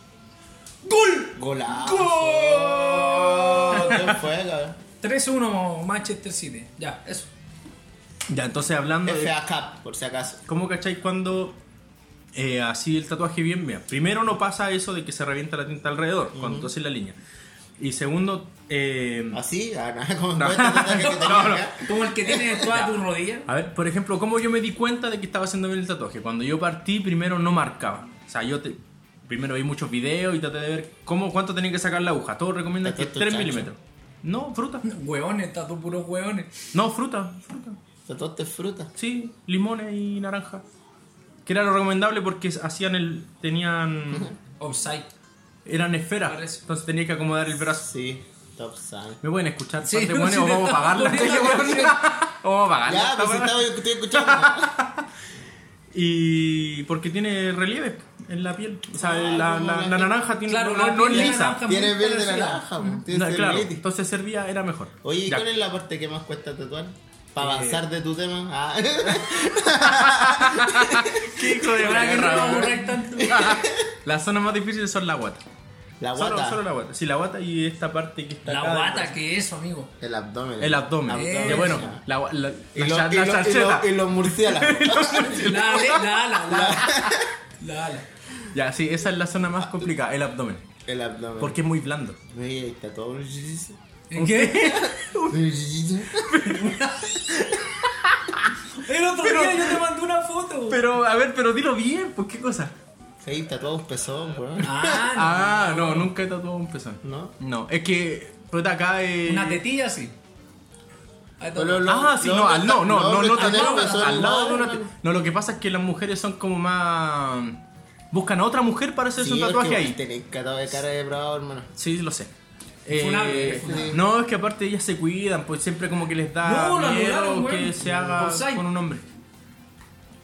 S6: ¡Gol!
S5: Golazo. eh.
S6: ¡Gol!
S5: ¿Qué fue, cabrón?
S6: 3-1 Manchester City. Ya, eso.
S7: Ya, entonces hablando de...
S5: FA Cup, por si acaso.
S7: ¿Cómo cacháis cuando eh, así el tatuaje bien? Mira, primero no pasa eso de que se revienta la tinta alrededor cuando tú haces la línea. Y segundo... eh,
S5: ¿Así? ah,
S6: Como el que tiene en toda tu rodilla.
S7: A ver, por ejemplo, ¿cómo yo me di cuenta de que estaba haciendo bien el tatuaje? Cuando yo partí, primero no marcaba. O sea, yo te- primero vi muchos videos y traté de ver cómo, cuánto tenía que sacar la aguja. Todos recomiendan que 3
S6: chancho.
S7: milímetros. No, fruta.
S6: Hueones, tatu puros hueones.
S7: No, fruta, fruta.
S5: ¿Tatuaste fruta?
S7: Sí, limones y naranja. Que era lo recomendable porque hacían el. tenían.
S6: Offside.
S7: Eran esferas. Entonces tenía que acomodar el brazo.
S5: Sí, top sign.
S7: ¿Me pueden escuchar?
S5: Sí,
S7: parte
S5: no,
S7: buena
S5: sí,
S7: o
S5: te
S7: vamos a
S5: estaba
S7: pagarla?
S5: poniendo
S7: vamos a pagarla.
S5: Ya,
S7: esta
S5: pues
S7: weá?
S5: estaba yo estoy escuchando.
S7: Y porque tiene relieve en la piel. O sea,
S5: Ah,
S7: la,
S5: como la
S7: la- la
S5: piel.
S7: naranja tiene,
S5: Claro,
S7: no,
S5: la
S7: no es
S5: piel de
S7: lisa.
S5: naranja, Tiene muy piel de parecida. naranja, pues,
S7: No,
S5: tiene
S7: claro,
S5: celulitis.
S7: entonces servía, era mejor.
S5: Oye, ¿y
S7: Ya.
S5: cuál es la parte que más cuesta tatuar?
S7: Eh.
S5: Para avanzar de tu tema. Ah.
S7: ¿Qué hijo de
S5: Para que no
S7: perra,
S5: lo
S7: weón.
S5: borráis tanto.
S7: Las zonas más difíciles son la guata.
S5: La
S7: Solo,
S5: guata.
S7: solo la guata. Sí, la guata y esta parte que está
S6: La
S7: acá
S6: guata,
S7: detrás.
S6: que es eso, amigo.
S5: El abdomen.
S7: El abdomen.
S6: Abdomen.
S7: Ya, bueno, la, la, la,
S5: Y lo-
S7: cha-
S5: y
S7: la
S5: lo- y
S7: salsera.
S5: lo- y los murciélagos.
S6: La ala, la ala, la ala. La ala.
S7: Ya, sí, esa es la zona más complicada, el abdomen.
S5: El abdomen.
S7: Porque es muy blando.
S5: Oye, ahí está todo.
S6: ¿Qué? El otro
S7: Pero-
S6: día yo te mandé una foto.
S7: Pero, a ver, pero dilo bien, pues qué cosa.
S5: Sí, tatuados pezón, weón.
S7: Ah, no, nunca he tatuado un pezón.
S5: ¿No?
S7: No, es que. Pero acá es.
S6: Una tetilla sí.
S7: ah, sí, no, al- no, no, no, no,
S5: no,
S7: tatuado,
S5: no, pezón,
S7: al lado
S5: no,
S7: de una
S5: no,
S7: te- No, lo que pasa es que las mujeres son como más. Buscan a otra mujer para hacerse un tatuaje ahí.
S5: Tenéis cara de cara de bravo, hermano.
S7: Sí, lo sé.
S5: Funable,
S7: Eh,
S5: funable.
S7: no, es que aparte ellas se cuidan, pues siempre como que les da
S5: No, la
S7: miedo
S5: anularon,
S7: que
S5: güey.
S7: se haga
S5: Offside.
S7: con un hombre.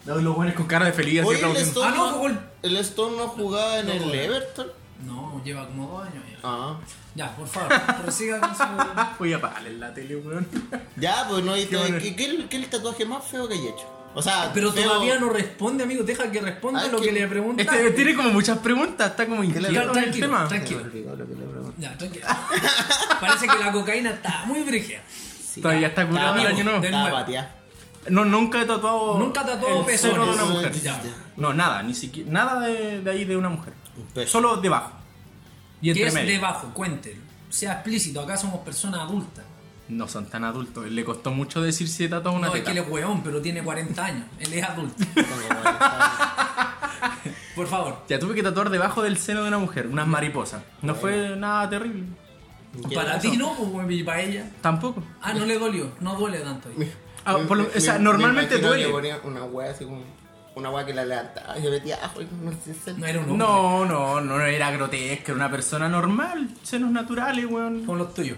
S7: No, los buenos con cara de feliz.
S5: Oye,
S7: así
S5: el
S7: aplaudiendo.
S5: Stone, el Stone no jugaba en el Everton.
S6: No, lleva como dos años ya.
S5: Ah.
S6: Ya, por favor, prosiga con su.
S7: Voy a apagarle la tele, weón.
S5: Ya, pues no, y
S6: Qué
S5: te-
S6: bueno.
S5: ¿qué, qué, es el- qué es el tatuaje más feo que hay hecho? O sea,
S6: Pero
S5: feo-
S6: todavía no responde, amigo. Deja que responda
S5: Ah,
S6: lo que,
S5: que-
S6: le pregunta.
S7: Este tiene como muchas preguntas, está como
S6: le
S7: inquieto en el
S6: pregunto?
S7: tema.
S6: Tranquilo,
S5: tranquilo.
S6: Ya, tranquilo. Parece que la cocaína está muy brígida.
S7: Todavía está curado,
S6: Amigo,
S7: yo no.
S6: del nuevo.
S7: No, nunca he tatuado.
S6: Nunca tatuado
S7: el seno
S6: pezones.
S7: de una mujer.
S6: Ya.
S7: No, nada, ni siquiera. Nada de, de ahí de una mujer.
S5: Pues.
S7: Solo debajo. Y
S6: ¿Qué
S7: entre
S6: es
S7: medio.
S6: debajo? Cuéntelo. Sea explícito, acá somos personas adultas.
S7: No son tan adultos. Le costó mucho decir si tata o
S6: No,
S7: una
S6: es
S7: teta.
S6: que él es weón, pero tiene 40 años. Él es adulto. Por favor.
S7: Ya tuve que tatuar debajo del seno de una mujer, unas mariposas. No fue nada terrible.
S6: Para ti no, pues, weón, y para ella.
S7: Tampoco.
S6: Ah, no le dolió. No duele tanto.
S7: Ah, por lo- o sea, normalmente
S5: imagino
S7: duele.
S5: que ponía una hueá así como. Una hueá que la levantaba y le metía ajo y no sé si-
S7: No, no, no era grotesco, era una persona normal, senos naturales, weón.
S6: Con los tuyos.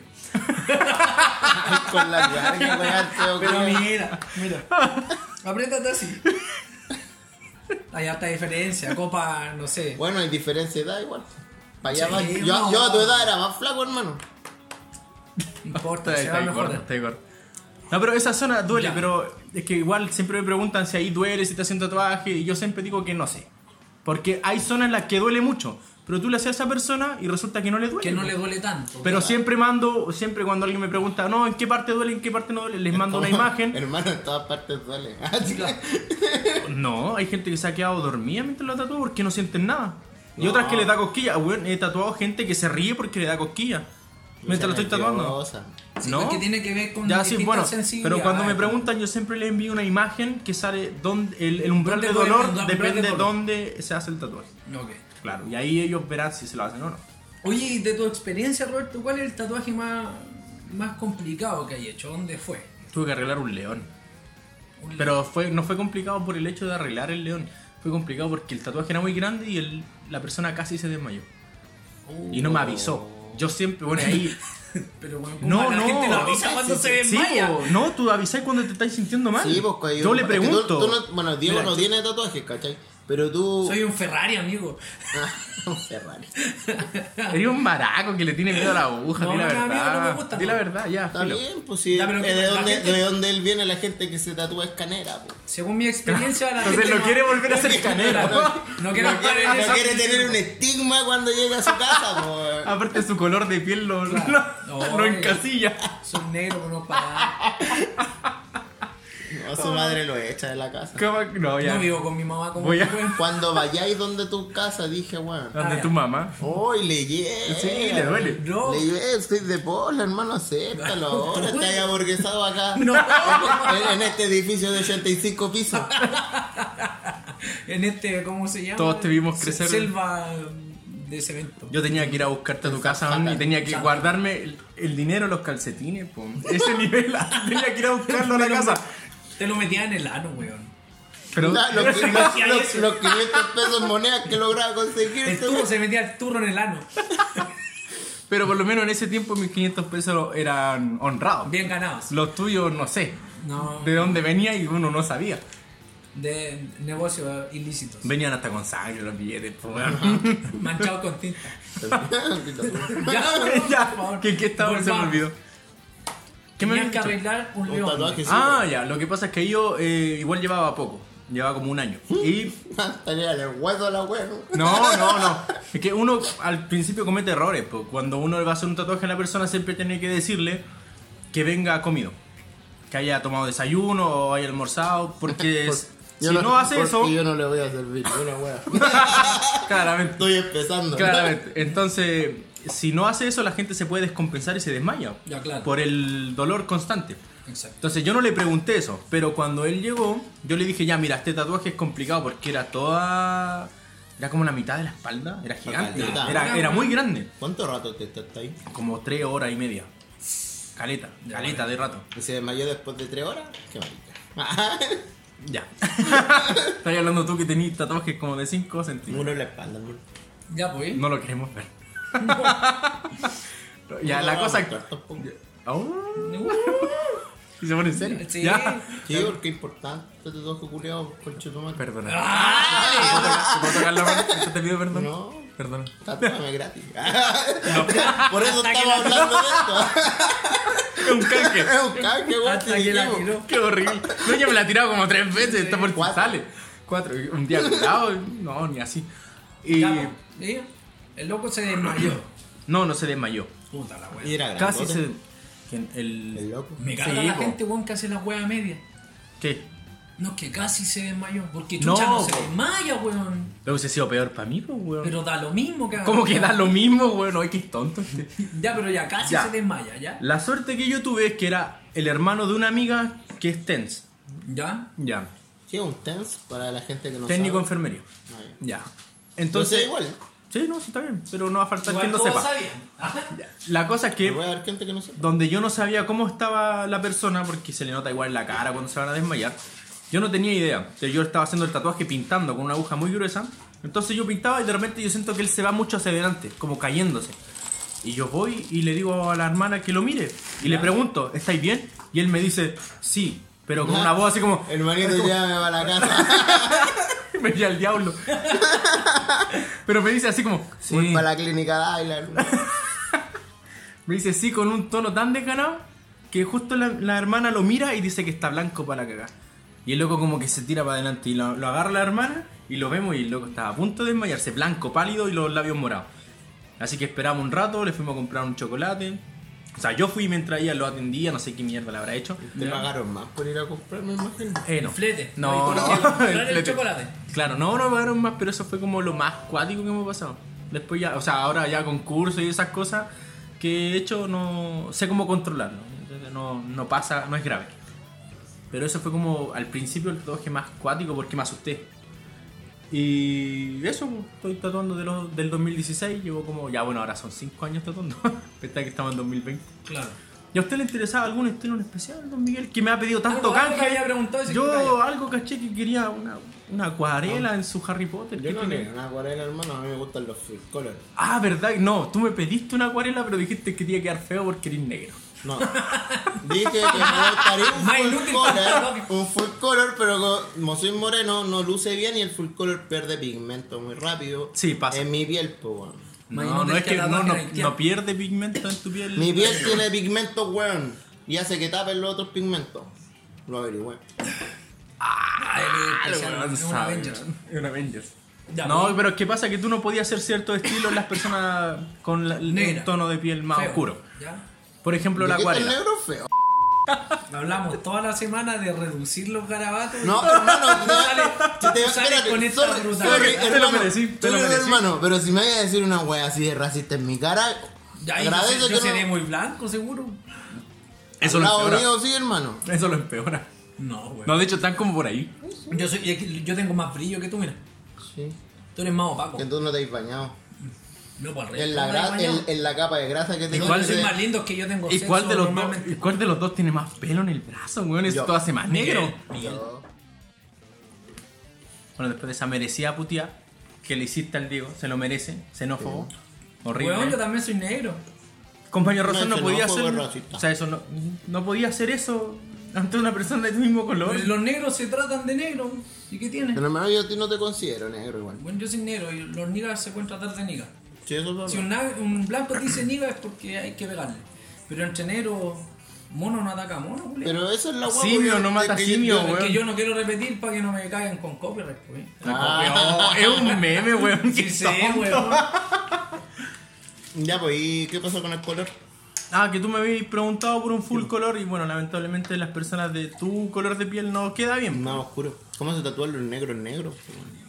S5: Con la larga, weón, tío,
S6: Pero
S5: weón.
S6: mira, mira. Apriétate así. Hay harta diferencia. Copa, no sé.
S5: Bueno, hay diferencia de edad igual. Pa' allá
S6: Sí,
S5: va.
S6: no.
S5: Yo, yo a tu edad era más flaco, hermano.
S6: importa,
S7: Está,
S6: se va
S7: está
S6: a
S7: ahí
S6: mejorar.
S7: corto, está ahí corto. No, pero esa zona duele, pero es que igual siempre me preguntan si ahí duele, si te hacen tatuaje, y yo siempre digo que no sé. Porque hay zonas en las que duele mucho, pero tú le haces a esa persona y resulta que no le duele.
S6: Que no le duele tanto.
S7: Pero siempre mando, siempre cuando alguien me pregunta, no, ¿en qué parte duele, en qué parte no duele? Les mando una imagen.
S5: Hermano, en todas partes duele.
S7: No, hay gente que se ha quedado dormida mientras lo tatúa porque no sienten nada. Y otras
S5: No.
S7: que le da cosquillas. Weón, he tatuado gente que se ríe porque le da cosquillas. Mientras lo estoy tatuando.
S6: Sí,
S7: no.
S6: porque tiene que ver con
S7: Ya, sí,
S6: distintas
S7: bueno. Pero
S6: sensibilidades.
S7: cuando me preguntan, yo siempre les envío una imagen que sale donde el, el umbral
S6: ¿Dónde
S7: de
S6: duele?
S7: dolor
S6: ¿Dónde umbral de
S7: depende de
S6: dolor?
S7: dónde se hace el tatuaje.
S6: Ok.
S7: Claro, y ahí ellos verán si se lo hacen o no.
S6: Oye, y de tu experiencia, Roberto, ¿cuál es el tatuaje más, más complicado que hay hecho? ¿Dónde fue?
S7: Tuve que arreglar un león. Pero fue, no fue complicado por el hecho de arreglar el león. Fue complicado porque el tatuaje era muy grande y el- la persona casi se desmayó. Y
S6: Oh.
S7: no me avisó. Yo siempre, bueno, ahí.
S6: Pero bueno, ¿cómo
S7: No,
S6: la
S7: no.
S6: gente lo avisa cuando se
S7: Sí,
S6: desmaya?
S7: po, no, tú avisás cuando te estás sintiendo mal.
S5: Sí, pues, cuando
S7: yo le
S5: es que tú-
S7: pregunto.
S5: tú no- bueno, Diego
S7: Mira,
S5: no
S7: yo-
S5: tiene tatuajes, ¿cachai? Pero tú.
S6: Soy un Ferrari, amigo.
S5: un Ferrari.
S7: Eres un maraco que le tiene miedo a la aguja,
S5: No,
S7: di la
S5: no,
S7: verdad.
S5: amigo, no me gusta,
S7: Di
S5: no.
S7: la verdad, ya.
S5: Está
S7: filo.
S5: bien, pues sí.
S7: Ya, pero
S5: es
S7: que
S5: de,
S7: la
S5: donde,
S7: gente-
S5: de donde él viene la gente que se tatúa es canera, pues.
S6: Según mi experiencia, la
S5: Entonces
S6: gente
S5: no quiere volver a ser
S6: no-
S5: canero.
S6: No, no quiere,
S5: No quiere-
S6: estar en
S5: no
S6: esa
S5: quiere
S6: posición.
S5: tener un estigma cuando llega a su casa, pues.
S7: Aparte su color de piel lo, lo, lo
S6: No,
S7: encasilla.
S6: Soy negro, pero no para.
S5: No, su madre lo echa de la casa.
S7: ¿Cómo? No, ya.
S6: No vivo con mi mamá como
S7: Voy a-
S6: tú, weón.
S5: Cuando vayáis donde tu casa, dije, weón.
S7: Donde tu mamá.
S5: Hoy le llega.
S7: Sí, le duele.
S6: No.
S5: Le llega, estoy de bola, hermano, acéptalo. Ahora
S6: Bueno.
S5: está aburguesado acá.
S6: No.
S5: En, en este edificio de 85 pisos.
S6: En este, ¿cómo se llama?
S7: Todos te vimos crecer.
S6: Selva de cemento.
S7: Yo tenía que ir a buscarte a tu casa man, y tenía que guardarme el, el dinero, los calcetines, po. Ese nivel, tenía que ir a buscarlo a la casa.
S6: Te lo metía en el ano, weón.
S7: Pero
S5: Nah, los, los-
S6: Hacía
S5: los-
S6: eso.
S5: los 500 pesos en monedas que lograba conseguir.
S6: El turro se metía el turro en el ano.
S7: Pero por lo menos en ese tiempo mis 500 pesos eran honrados.
S6: Bien ganados.
S7: Los tuyos, no sé.
S6: No.
S7: De dónde venía y uno no sabía.
S6: De negocios ilícitos.
S7: Venían hasta con sangre los billetes, po, weón.
S6: Manchados con tinta.
S5: Ah,
S7: Ya,
S6: weón, por favor.
S7: ¿Qué, qué estaba? Se me
S6: Volvamos.
S7: olvidó. ¿Qué me
S6: Tenían
S7: habías
S6: que
S7: dicho?
S6: arreglar un león.
S7: Ah, ya. Lo que pasa es que yo eh, igual llevaba poco. Llevaba como un año. Y
S5: Tenía Ah, el hueso a la wea.
S7: No, no, no. Es que uno al principio comete errores. po. Cuando uno le va a hacer un tatuaje a la persona, siempre tiene que decirle que venga comido. Que haya tomado desayuno o haya almorzado. Porque es-
S5: Yo
S7: si no, hace
S5: porque
S7: eso,
S5: Yo no le voy a servir, una wea.
S7: claramente.
S5: Estoy empezando.
S7: Claramente. Entonces, si no hace eso, la gente se puede descompensar y se desmaya.
S6: Ya, claro.
S7: Por el dolor constante.
S6: Exacto.
S7: Entonces yo no le pregunté eso, pero cuando él llegó, yo le dije, ya mira, este tatuaje es complicado porque era toda... Era como la mitad de la espalda, era gigante,
S5: Caleta.
S7: era, era muy grande.
S5: ¿Cuánto rato te estás ahí?
S7: Como tres horas y media. Caleta, caleta de rato.
S5: ¿Y se desmayó después de tres horas? Qué marica.
S7: Ya. Estás hablando tú que tenías tatuajes como de 5 centímetros.
S5: Uno en la espalda,
S6: Ya, pues.
S7: No lo queremos ver. ya, la cosa... Oh. ¿Y se pone en serio?
S5: Sí,
S7: Ya.
S5: sí porque es importante. Te toco culiado, concha tu madre.
S7: Perdona.
S5: ¡Ah!
S7: ¿Puedo tocar la mano? ¿Te- ¿Te pido perdón?
S5: No.
S7: Perdona.
S5: Tatúame gratis. Por eso estamos hablando de esto.
S7: Es un canje.
S5: Es un canje, güey.
S7: Hasta Ah, que la tiró. Qué horrible. No, ya me la ha tirado como tres veces. Está por sale. Cuatro. Un día curado. No, ni así. Y...
S6: ¿Sí? El loco se desmayó.
S7: No, no se desmayó.
S6: Puta la wea.
S7: Casi se... ¿Quién? El...
S5: loco.
S6: Me caga la gente, weón, que hace la wea media.
S7: ¿Qué?
S6: No, es que casi se desmayó. Porque
S7: No,
S6: chucha no, se
S7: po.
S6: desmaya, weón.
S7: Lo hubiese sido peor para mí, pues, weón.
S6: Pero da lo mismo, cabrón.
S7: ¿Cómo que da lo mismo, weón? Ay, qué tonto este.
S6: Ya, pero ya casi
S7: Ya.
S6: se desmaya, ¿ya?
S7: La suerte que yo tuve es que era el hermano de una amiga que es TENS.
S6: ¿Ya?
S7: Ya.
S5: ¿Qué es un TENS para la gente que no
S7: Técnico
S5: sabe?
S7: de enfermería.
S5: Ah,
S7: Ya.
S5: Pero
S7: Entonces.
S5: sea igual.
S7: Sí, no, sí, está bien. Pero no va a faltar
S6: Igual
S7: quien no
S6: todos
S7: sepa.
S6: sabían. Ah,
S7: La cosa es que.
S5: Voy a ver gente que no sepa.
S7: Donde yo no sabía cómo estaba la persona, porque se le nota igual la cara cuando se van a desmayar. Yo no tenía idea. Entonces, yo estaba haciendo el tatuaje pintando con una aguja muy gruesa. Entonces yo pintaba y de repente yo siento que él se va mucho hacia adelante, como cayéndose. Y yo voy y le digo a la hermana que lo mire. Y le pregunto, ¿estáis bien? Y él me dice, sí, pero con una voz así como...
S5: El marido ya me va a la casa.
S7: me di al diablo. Pero me dice así como...
S5: Voy
S7: Sí.
S5: para la clínica Dylan.
S7: Me dice sí con un tono tan desganado que justo la, la hermana lo mira y dice que está blanco para cagar. Y el loco como que se tira para adelante y lo, lo agarra la hermana y lo vemos y el loco estaba a punto de desmayarse, blanco, pálido y los labios morados. Así que esperamos un rato, le fuimos a comprar un chocolate. O sea, yo fui mientras ella lo atendía, no sé qué mierda le habrá hecho.
S5: Te pagaron más por ir a comprar, me imagino.
S7: Eh, no.
S6: Flete.
S7: No,
S6: Oye,
S7: no.
S6: ¿por qué? Comprar el
S7: flete.
S6: chocolate.
S7: Claro, no, no pagaron más, pero eso fue como lo más cuático que hemos pasado. Después ya, o sea, ahora ya con cursos y esas cosas que he hecho, no sé cómo controlarlo. Entonces, No, no pasa, no es grave. Pero eso fue como al principio el tatuaje más cuático porque me asusté. Y eso, estoy tatuando de los- del 2016, llevo como, ya bueno, ahora son 5 años tatuando. Pensaba que estamos en 2020.
S6: Claro.
S7: ¿Y a usted le interesaba algún estreno en especial, don Miguel? Que me ha pedido tanto
S6: Algo- algo
S7: canje.
S6: que había preguntado y se quedó callado.
S7: Yo algo caché que quería una, una acuarela en su Harry Potter.
S5: Yo
S7: ¿Qué
S5: no
S7: tiene?
S5: leo una acuarela, hermano. A mí me gustan los full color.
S7: Ah, ¿verdad? No, tú me pediste una acuarela, pero dijiste que tenía que quedar feo porque eres negro.
S5: No. Dije que me gustaría
S6: Más
S5: un full
S6: inútil.
S5: color. Un full color, pero como soy moreno, no luce bien y el full color pierde pigmento muy rápido.
S7: Sí, pasa.
S5: En mi piel, pues, weón.
S7: No, no es que no, no, no pierde pigmento en tu piel.
S5: Mi piel tiene pigmento, weón. Y hace que tapen los otros pigmentos. Lo averigüé.
S7: Ah,
S6: especial,
S7: weón,
S6: es un
S7: sabe,
S6: Avengers.
S7: weón. Es un Avengers.
S6: Ya,
S7: no,
S6: pues.
S7: pero ¿qué pasa? Que tú no podías hacer cierto estilo en las personas con la- un
S6: Negra.
S7: tono de piel más
S6: Feo.
S7: oscuro.
S6: ¿Ya?
S7: Por ejemplo, la
S5: ¿De qué está el
S7: acuarela.
S5: negro feo?
S6: Hablamos toda la semana de reducir los garabatos.
S5: No,
S6: Tú
S5: hermano, si te- si te
S6: sales- tú sales
S5: espérate,
S6: con esta
S5: sorry,
S6: brutalidad.
S5: sorry,
S7: Te lo
S5: hermano,
S7: merecí,
S5: tú
S7: te lo
S5: eres
S7: merecí.
S5: hermano, pero si me vayas a decir una wea así de racista en mi cara,
S6: Ya, y yo,
S5: agradezco
S6: se- yo
S5: que
S6: seré
S5: no.
S6: muy blanco, seguro.
S7: Eso lo
S5: Estados
S7: empeora.
S5: Unidos sí, hermano.
S7: Eso lo empeora.
S6: No, güey.
S7: No, de hecho, están como por ahí.
S6: Yo, soy, y aquí- yo tengo más brillo que tú, mira.
S5: Sí.
S6: Tú eres más opaco.
S5: Que tú no te has bañado.
S6: No, pues, para el
S5: En la,
S6: resto,
S5: gra-
S6: no hay
S5: en,
S6: bañado.
S5: en la capa de grasa que
S6: ¿Y
S5: tengo.
S6: cuál
S5: que
S6: soy
S5: te-
S6: más lindo que yo tengo
S7: ¿Y
S6: sexo
S7: cuál de, los dos,
S6: normalmente?
S7: ¿Y cuál de los dos tiene más pelo en el brazo, weón?
S5: Yo.
S7: Esto hace más negro.
S6: Miguel.
S7: Bueno, después de esa merecida putía que le hiciste al Diego, se lo merece, xenófobo. Horrible.
S6: Weón, yo también soy negro.
S7: Compañero
S5: No,
S7: Rosón no,
S5: xenófobo,
S7: podía hacer.
S5: racista.
S7: O sea, eso no, no podía hacer eso ante una persona de tu mismo color.
S6: Los negros se tratan de negro. ¿Y qué tiene?
S5: Pero hermano, yo a ti no te considero negro igual.
S6: Bueno, yo soy negro y los niggas se pueden tratar de niggas.
S5: Sí, eso es verdad.
S6: Si un, na- un blanco dice nigga es porque hay que pegarle. Pero entre negros, mono no ataca a mono, culiao.
S5: Pero eso es la wea.
S7: Simio,
S5: porque-
S7: no mata
S5: que- que-
S7: simio,
S5: que-
S6: Es
S7: weón.
S6: que yo no quiero repetir para que no me caigan con copyright, pues.
S5: Ah,
S7: Oh, es un meme, weón.
S6: Sí,
S7: qué
S6: sí,
S7: tonto.
S6: weón.
S5: ya, pues, ¿y qué pasó con el color?
S7: Ah, que tú me habías preguntado por un full color y bueno, lamentablemente las personas de tu color de piel no queda bien.
S5: Más oscuro. ¿Cómo se tatúan los negros negros?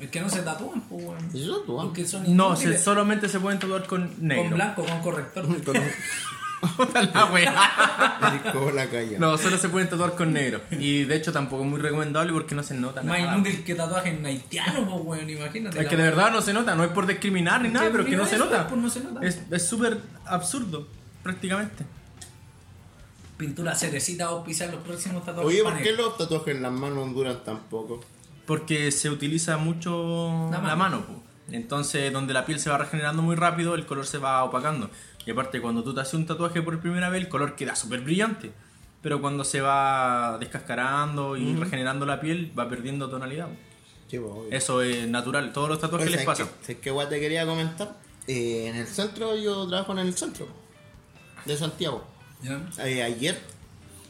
S6: Es que no se tatúan, pues, weón.
S5: ¿Y eso tatúan?
S6: Porque son
S7: No, se-
S6: inútiles.
S7: solamente se pueden tatuar con
S6: Con
S7: negro.
S6: blanco, con corrector.
S7: Puta la wea.
S5: Como la calle.
S7: No, solo se pueden tatuar con negro. Y de hecho tampoco es muy recomendable porque no se nota
S6: Más
S7: nada.
S6: inútil que tatuaje en haitiano, pues, weón, imagínate.
S7: Es
S6: la
S7: que de
S6: weón.
S7: verdad no se nota, no es por discriminar ni nada,
S6: Que
S7: pero es que no
S6: mira
S7: se
S6: eso,
S7: nota.
S6: pues, no se nota.
S7: Es es súper absurdo, prácticamente.
S6: Pintura cerecita o pisar los próximos tatuajes.
S5: Oye, ¿por
S6: panes.
S5: qué los tatuajes en las manos duran tan poco?
S7: Porque se utiliza mucho
S6: La
S7: la
S6: mano.
S7: mano. po. Entonces, donde la piel se va regenerando muy rápido, el color se va opacando. Y aparte, cuando tú te haces un tatuaje por primera vez, el color queda súper brillante. Pero cuando se va descascarando y regenerando la piel, va perdiendo tonalidad. po.
S5: Sí, pues, obvio.
S7: Eso es natural. Todos los
S5: Pues
S7: tatuajes les pasa.
S5: Es que igual te quería comentar. Eh, en el centro, yo trabajo en el centro de Santiago.
S6: ¿Ya?
S5: Eh, ayer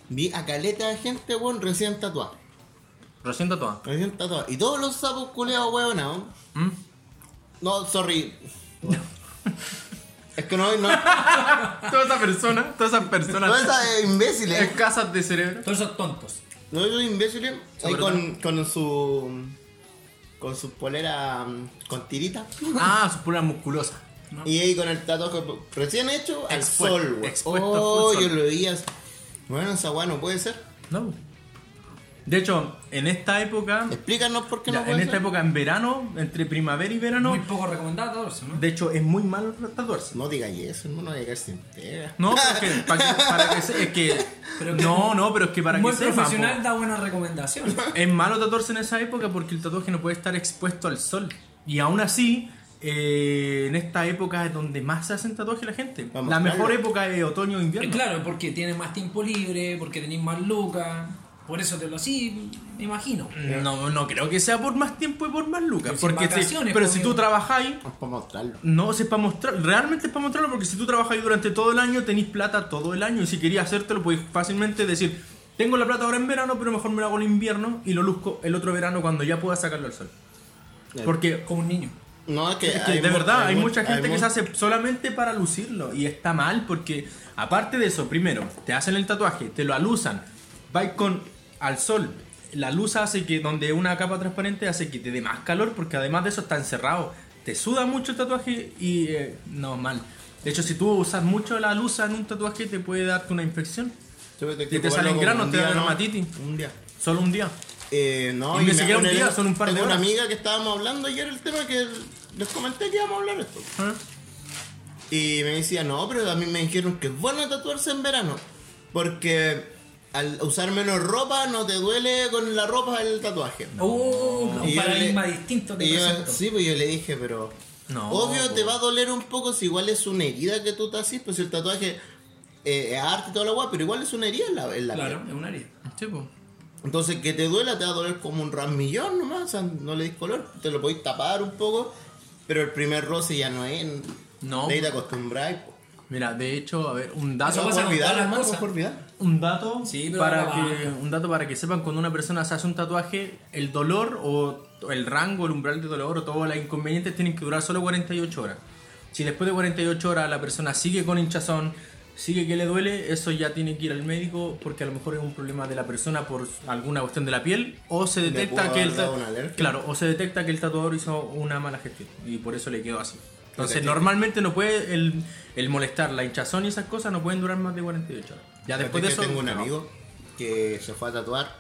S5: vi a caleta de gente, weón, recién tatuada.
S7: Recién tatuada.
S5: Recién tatuada. Y todos los sapos culeados, weón, no.
S7: ¿Mm?
S5: No, sorry. es que no, no.
S7: Toda esa persona, todas esas personas
S5: Todas esas imbéciles.
S7: escasas de cerebro.
S6: Todos esos tontos.
S5: Los otros imbéciles, ahí
S7: Sobre
S5: con, con su. con su polera mm, con tirita.
S7: Ah, su polera musculosa.
S5: Y ahí con el tatuaje recién hecho al
S7: Expuesto-
S5: sol, güey.
S7: expuesto a
S5: Oh,
S7: full
S5: yo
S7: sol.
S5: lo veía. Bueno, esa weá no puede ser.
S7: No. De hecho, en esta época.
S5: Explícanos por qué
S7: Ya,
S5: no
S7: en
S5: puede
S7: esta
S5: ser.
S7: época, en verano, entre primavera y verano. Muy
S6: poco recomendado tatuarse, ¿no?
S7: De hecho, es muy malo tatuarse.
S5: No digas eso, no digas eso. sin pega.
S7: No, porque, para que, para que se- es que.
S6: que-
S7: no, no, pero es que para
S6: Un
S7: que
S6: buen
S7: sepan.
S6: profesional
S7: po.
S6: da buenas recomendaciones.
S7: Es malo tatuarse en esa época porque el tatuaje no puede estar expuesto al sol. Y aún así, eh, en esta época es donde más se hacen tatuaje la gente. la mejor época es otoño e invierno.
S6: Eh, Claro, porque tienes más tiempo libre, porque tenés más lucas. Por eso te lo así, me imagino.
S7: No, no creo que sea por más tiempo y por más lucas.
S6: Pero sin
S7: porque si-
S6: vacaciones, pues,
S7: pero
S6: po,
S7: si tú
S6: amigo.
S7: trabajáis.
S5: para mostrarlo.
S7: No, si es para mostrar. Realmente es para mostrarlo porque si tú trabajáis durante todo el año, tenéis plata todo el año. Y si querías hacértelo, podéis fácilmente decir: Tengo la plata ahora en verano, pero mejor me lo hago en invierno y lo luzco el otro verano cuando ya pueda sacarlo al sol. Porque.
S6: Como un niño.
S5: No, es que.
S7: Es que
S5: hay
S7: de
S5: mu-
S7: verdad, hay,
S5: mu-
S7: mucha
S5: hay
S7: gente
S5: mu-
S7: que se hace solamente para lucirlo y está mal porque, aparte de eso, primero, te hacen el tatuaje, te lo alusan, vais con al sol. La luz hace que, donde una capa transparente, hace que te dé más calor porque además de eso está encerrado. Te suda mucho el tatuaje y eh, no, mal. De hecho, si tú usas mucho la lusa en un tatuaje, te puede darte una infección.
S5: que
S7: Y te
S5: probarlo
S7: salen
S5: como
S7: granos,
S5: un
S7: te da
S5: día, ¿no?
S7: dermatitis.
S5: Un día.
S7: Solo un día.
S5: Eh, no,
S7: Y ni
S5: me-
S7: siquiera un
S5: una-
S7: día, son un par de
S5: tengo una
S7: horas.
S5: amiga que estábamos hablando ayer el tema que les comenté que íbamos a hablar esto.
S7: ¿Ah?
S5: Y me decía, no, pero a mí me dijeron que es bueno tatuarse en verano. Porque al usar menos ropa no te duele con la ropa el tatuaje.
S6: Oh,
S5: Y
S6: un
S5: yo
S6: paradigma
S5: le-
S6: distinto te
S5: Y yo-
S6: presento.
S5: sí, pues yo le dije, pero.
S7: No, pues.
S5: obvio
S7: po.
S5: te va a doler un poco si igual es una herida que tú te haces, pues el tatuaje eh, es arte y toda la guay, pero igual es una herida en la, en la
S6: Claro,
S5: piel.
S6: es una herida.
S5: Entonces que te duela te va a doler como un rasmillón nomás, o sea, no le dis color, te lo podéis tapar un poco, pero el primer roce ya no es.
S7: No. Ah,
S5: Te pues. acostumbrar.
S7: Mira, de hecho, a ver, un dato.
S5: Eso pasa por olvidar, hermano,
S7: cosas.
S5: por olvidar.
S7: Un dato,
S5: pero
S7: para
S5: la
S7: que, un dato para que sepan, cuando una persona se hace un tatuaje, el dolor o el rango, el umbral de dolor o todas las inconvenientes tienen que durar solo 48 horas. Si después de 48 horas la persona sigue con hinchazón, sigue que le duele, eso ya tiene que ir al médico porque a lo mejor es un problema de la persona por alguna cuestión de la piel o se
S5: Le
S7: detecta
S5: pudo
S7: que
S5: haber
S7: el
S5: dado
S7: ta-
S5: una alergia.
S7: claro, o se detecta que el tatuador hizo una mala gestión y por eso le quedó así. Entonces,
S5: Perfecto.
S7: normalmente no puede el, el molestar, la hinchazón y esas cosas no pueden durar más de 48 horas. Ya después de
S5: Fíjate
S7: eso.
S5: que tengo un
S7: no.
S5: amigo que se fue a tatuar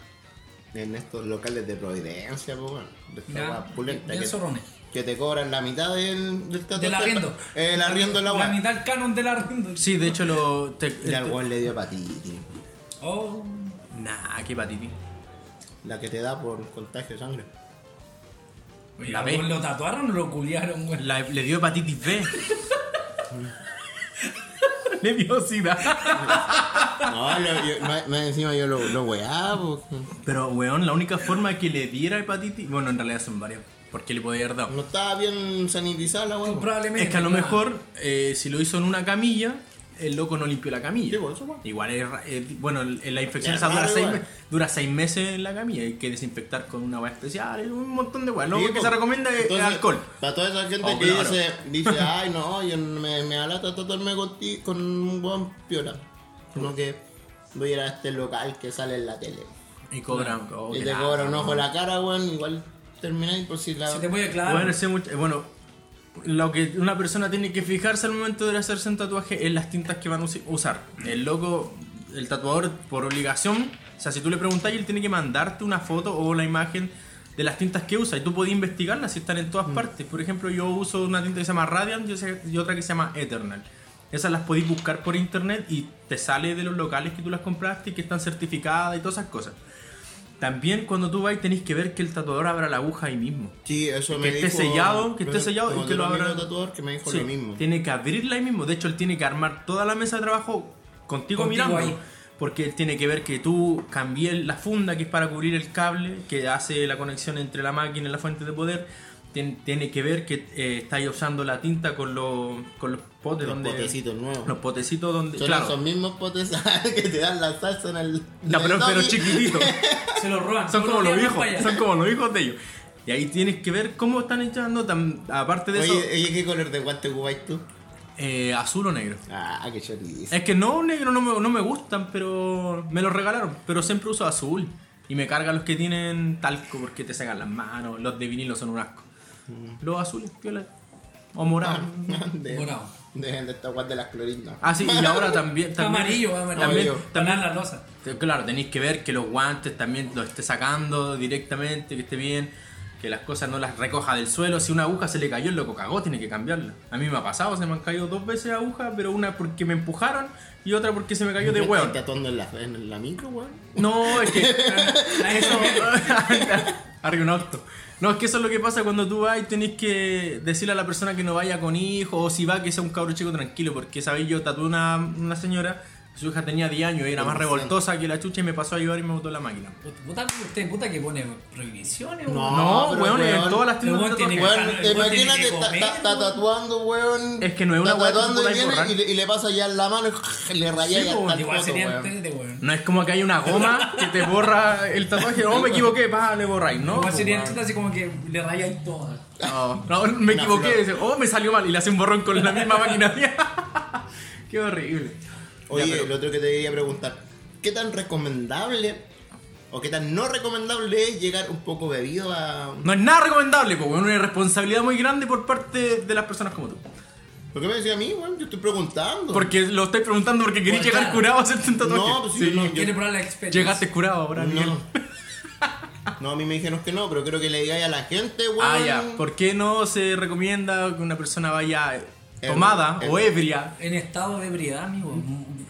S5: en estos locales de Providencia, pues bueno, de esta
S6: Ya,
S5: guapa pulenta
S6: bien
S5: que,
S6: zorrones.
S5: que te cobran la mitad del, del tatuaje.
S6: Del arriendo.
S5: El arriendo de la
S6: La
S5: guapa.
S6: mitad del canon del arriendo.
S7: Sí, de hecho lo. Te,
S5: Y al weón le dio hepatitis.
S6: Oh,
S7: Nah, qué hepatitis.
S5: La que te da por contagio de sangre.
S7: La
S6: ¿algún
S7: B.
S6: ¿Lo tatuaron o lo culiaron, güey?
S7: La- le dio hepatitis B. le dio sida.
S5: No, lo- yo- más, más encima yo lo, lo weá, pues.
S7: Pero, weón, la única forma que le diera hepatitis. Bueno, en realidad son varias. Porque le podía haber dado.
S5: No estaba bien sanitizada la weá.
S6: Probablemente.
S7: Es que a lo mejor, eh, si lo hizo en una camilla, el loco no limpió la camilla. Igual es, ra- es- Bueno, el- el- la infección
S5: Es
S7: esa dura,
S5: raro
S7: seis,
S5: pues. igual.
S7: me- dura seis meses en la camilla. Hay que desinfectar con una agua especial, y un montón de weas. Lo
S5: Sí,
S7: que
S5: pues.
S7: se recomienda es
S5: Entonces,
S7: alcohol.
S5: Para toda esa gente
S7: Oh,
S5: que
S7: claro.
S5: dice, dice, ay no, yo me, me da lata tatuarme con, ti- con un buen piola. Como que voy a ir a este local que sale en la tele.
S7: Y cobran. oh,
S5: y
S7: qué
S5: te
S7: lata,
S5: cobra un ojo
S7: weón.
S5: la cara, weón, igual termináis por si la.
S6: Se te puede aclarar.
S7: Bueno, sí, mucho- eh, bueno, lo que una persona tiene que fijarse al momento de hacerse un tatuaje es las tintas que van a usi- usar. El loco, el tatuador, por obligación, o sea, si tú le preguntas, él tiene que mandarte una foto o la imagen de las tintas que usa y tú podías investigarlas si están en todas partes. Por ejemplo, yo uso una tinta que se llama Radiant y esa- y otra que se llama Eternal. Esas las podéis buscar por internet y te sale de los locales que tú las compraste y que están certificadas y todas esas cosas. También cuando tú vais tenéis que ver que el tatuador abra la aguja ahí mismo.
S5: Sí, eso
S7: Que
S5: me
S7: esté
S5: dijo-
S7: sellado, que esté
S5: me-
S7: sellado
S5: como
S7: y que lo
S5: tengo un
S7: abra.
S5: amigo tatuador que me dijo
S7: Sí,
S5: lo mismo.
S7: Tiene que abrirla ahí mismo. De hecho, él tiene que armar toda la mesa de trabajo contigo,
S6: Contigo
S7: mirando.
S6: ahí.
S7: Porque él tiene que ver que tú cambié la funda que es para cubrir el cable, que hace la conexión entre la máquina y la fuente de poder. Tien- tiene que ver que eh, estáis usando la tinta con, los con los potes
S5: Los
S7: donde.
S5: potecitos nuevos.
S7: Los potecitos donde.
S5: Son
S7: claro.
S5: esos mismos potes que te dan la salsa en el.
S7: No,
S5: en
S7: pero,
S5: el
S7: pero
S5: doggy.
S7: chiquititos.
S6: Se lo roban.
S7: Son
S6: Todos
S7: como los
S6: días
S7: hijos.
S6: van para allá.
S7: Son como los hijos de ellos. Y ahí tienes que ver cómo están echando. tam- aparte de
S5: Oye, eh,
S7: eso.
S5: oye, ¿qué color de guante ocupáis tú?
S7: Eh, azul o negro.
S5: Ah, qué chorizo.
S7: Es que no, negro no me, no me gustan, pero me los regalaron. Pero siempre uso azul. Y me cargan los que tienen talco porque te sacan las manos. Los de vinilo son un asco. Los azules, viola. O morado.
S5: Ah. De- Dejen de esta guas de las clorindas.
S7: Ah, sí, y ahora también. también
S5: Amarillo, amarillo.
S7: También,
S5: Amarillo.
S7: también la losa. Claro, tenéis que ver que los guantes también los esté sacando directamente, que esté bien, que las cosas no las recoja del suelo. Si una aguja se le cayó, el loco cagó, tiene que cambiarla. A mí me ha pasado, se me han caído dos veces agujas, pero una porque me empujaron y otra porque se me cayó de
S5: Me
S7: huevo.
S5: estoy tatuando en la, en la micro, weón?
S7: No, es que. ah, eso. Arriba un auto. No, es que eso es lo que pasa cuando tú vas y tenés que decirle a la persona que no vaya con hijo o si va que sea un cabro chico tranquilo, porque sabéis, yo tatué una, una señora, su hija tenía 10 años y era más revoltosa que la chucha y me pasó a ayudar y me botó la máquina.
S6: Puta, usted, puta que pone prohibiciones,
S7: No,
S6: weón.
S7: weón, en todas las tiendas
S6: Weón,
S7: de
S6: tiene-
S7: tatuaje.
S6: weón, weón, tiene
S5: Imagínate,
S6: que
S5: está
S6: comer.
S5: está- está tatuando, weón.
S7: Es que no es una
S5: Está
S7: weá que
S5: tatuando
S7: tú
S5: y
S7: podáis
S5: viene
S7: borrar.
S5: y le, y le pasa ya en la mano y le raya
S7: Sí,
S5: ya
S7: weón.
S5: hasta el
S7: Igual
S5: poto,
S7: sería
S5: weón.
S6: Entérate, weón.
S7: No es como que hay una goma que te borra el tatuaje. No, me equivoqué, pa, le borráis, ¿no?
S6: Igual
S7: po,
S6: sería
S7: weón.
S6: entérate así como que le rayáis todas.
S7: No, no,
S6: Una
S7: me equivoqué. Oh, me salió mal. Y le hace un borrón con la misma máquina mía. Qué horrible.
S5: Oye,
S7: Ya, pero-
S5: el otro que te quería preguntar, ¿qué tan recomendable o qué tan no recomendable es llegar un poco bebido a...
S7: No es nada recomendable, porque es una irresponsabilidad muy grande por parte de las personas como tú.
S5: ¿Por qué me decía a mí, weón? Yo estoy preguntando.
S7: Porque lo estoy preguntando porque querés
S5: Por
S7: llegar
S5: nada.
S7: curado a hacerte un tatuaje.
S5: No, pues sí, no, yo- Quiere
S6: probar la experiencia.
S7: Llegaste curado ahora, Miguel.
S5: No, a mí me dijeron que no, pero creo que le digáis a la gente, weón.
S7: Ah, ya. ¿Por qué no se recomienda que una persona vaya eh, tomada
S5: ebrio.
S7: o ebria?
S6: En estado de ebriedad, amigo.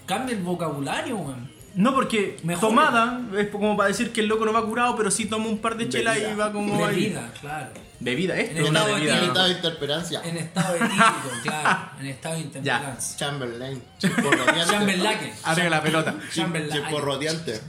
S6: Cambia el vocabulario, weón.
S7: No, porque
S6: Mejor.
S7: tomada es como para decir que el loco no va curado, pero sí toma un par de chelas y va como ahí.
S6: Bebida, claro.
S7: Bebida, esto
S6: En
S7: es una
S6: estado
S7: bebida.
S6: etílico.
S5: Estado de interperancia.
S6: En estado etílico, claro. En estado de intemperancia.
S5: Chamberlain.
S6: Chamberlain.
S7: Arriba la pelota.
S6: Chamberlain.
S5: Chiporrodeante.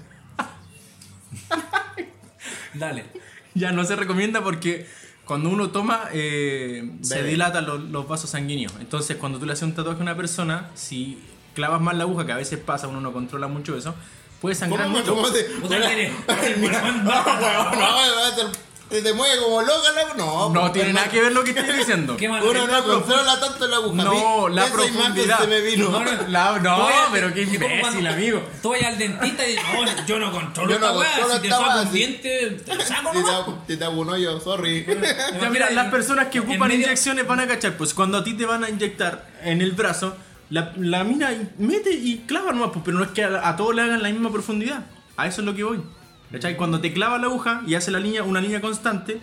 S6: Dale.
S7: Ya no se recomienda porque cuando uno toma eh, se
S6: Bebe.
S7: dilatan los, los vasos sanguíneos. Entonces cuando tú le haces un tatuaje a una persona, si clavas mal la aguja, que a veces pasa, uno no controla mucho eso, puede sangrar
S5: ¿Cómo,
S7: mucho.
S5: cómo te-
S7: Puta, tiene-
S5: No, weón, no, weón, te, te mueve como loca la... No,
S7: No
S5: pues,
S7: tiene nada
S5: hermano.
S7: que ver lo que estoy diciendo.
S5: Uno no controla tanto la aguja.
S7: pues, No,
S5: Vi-
S7: la
S5: esa
S7: profundidad.
S5: imagen se me vino.
S7: No, no, la- no,
S6: Voy al-
S7: pero qué
S6: es como
S7: imbécil,
S6: cuando-
S7: amigo.
S6: Estoy al dentista y no, yo no controlo
S5: Yo no
S6: esta weá.
S5: controlo
S6: Si te
S5: esta
S6: saco
S5: weá,
S6: un
S5: sí.
S6: diente, te lo saco
S5: Te
S6: nomás.
S5: da- Te da un hoyo, sorry.
S7: Ya mira, las personas que ocupan inyecciones van a cachar. Pues cuando a ti te van a inyectar en el brazo, la, la mina y- mete y clava nomás, pues, pero no es que a, a todos le hagan la misma profundidad. A eso es lo que voy. ¿Cachai? Cuando te clava la aguja y hace la línea, una línea constante,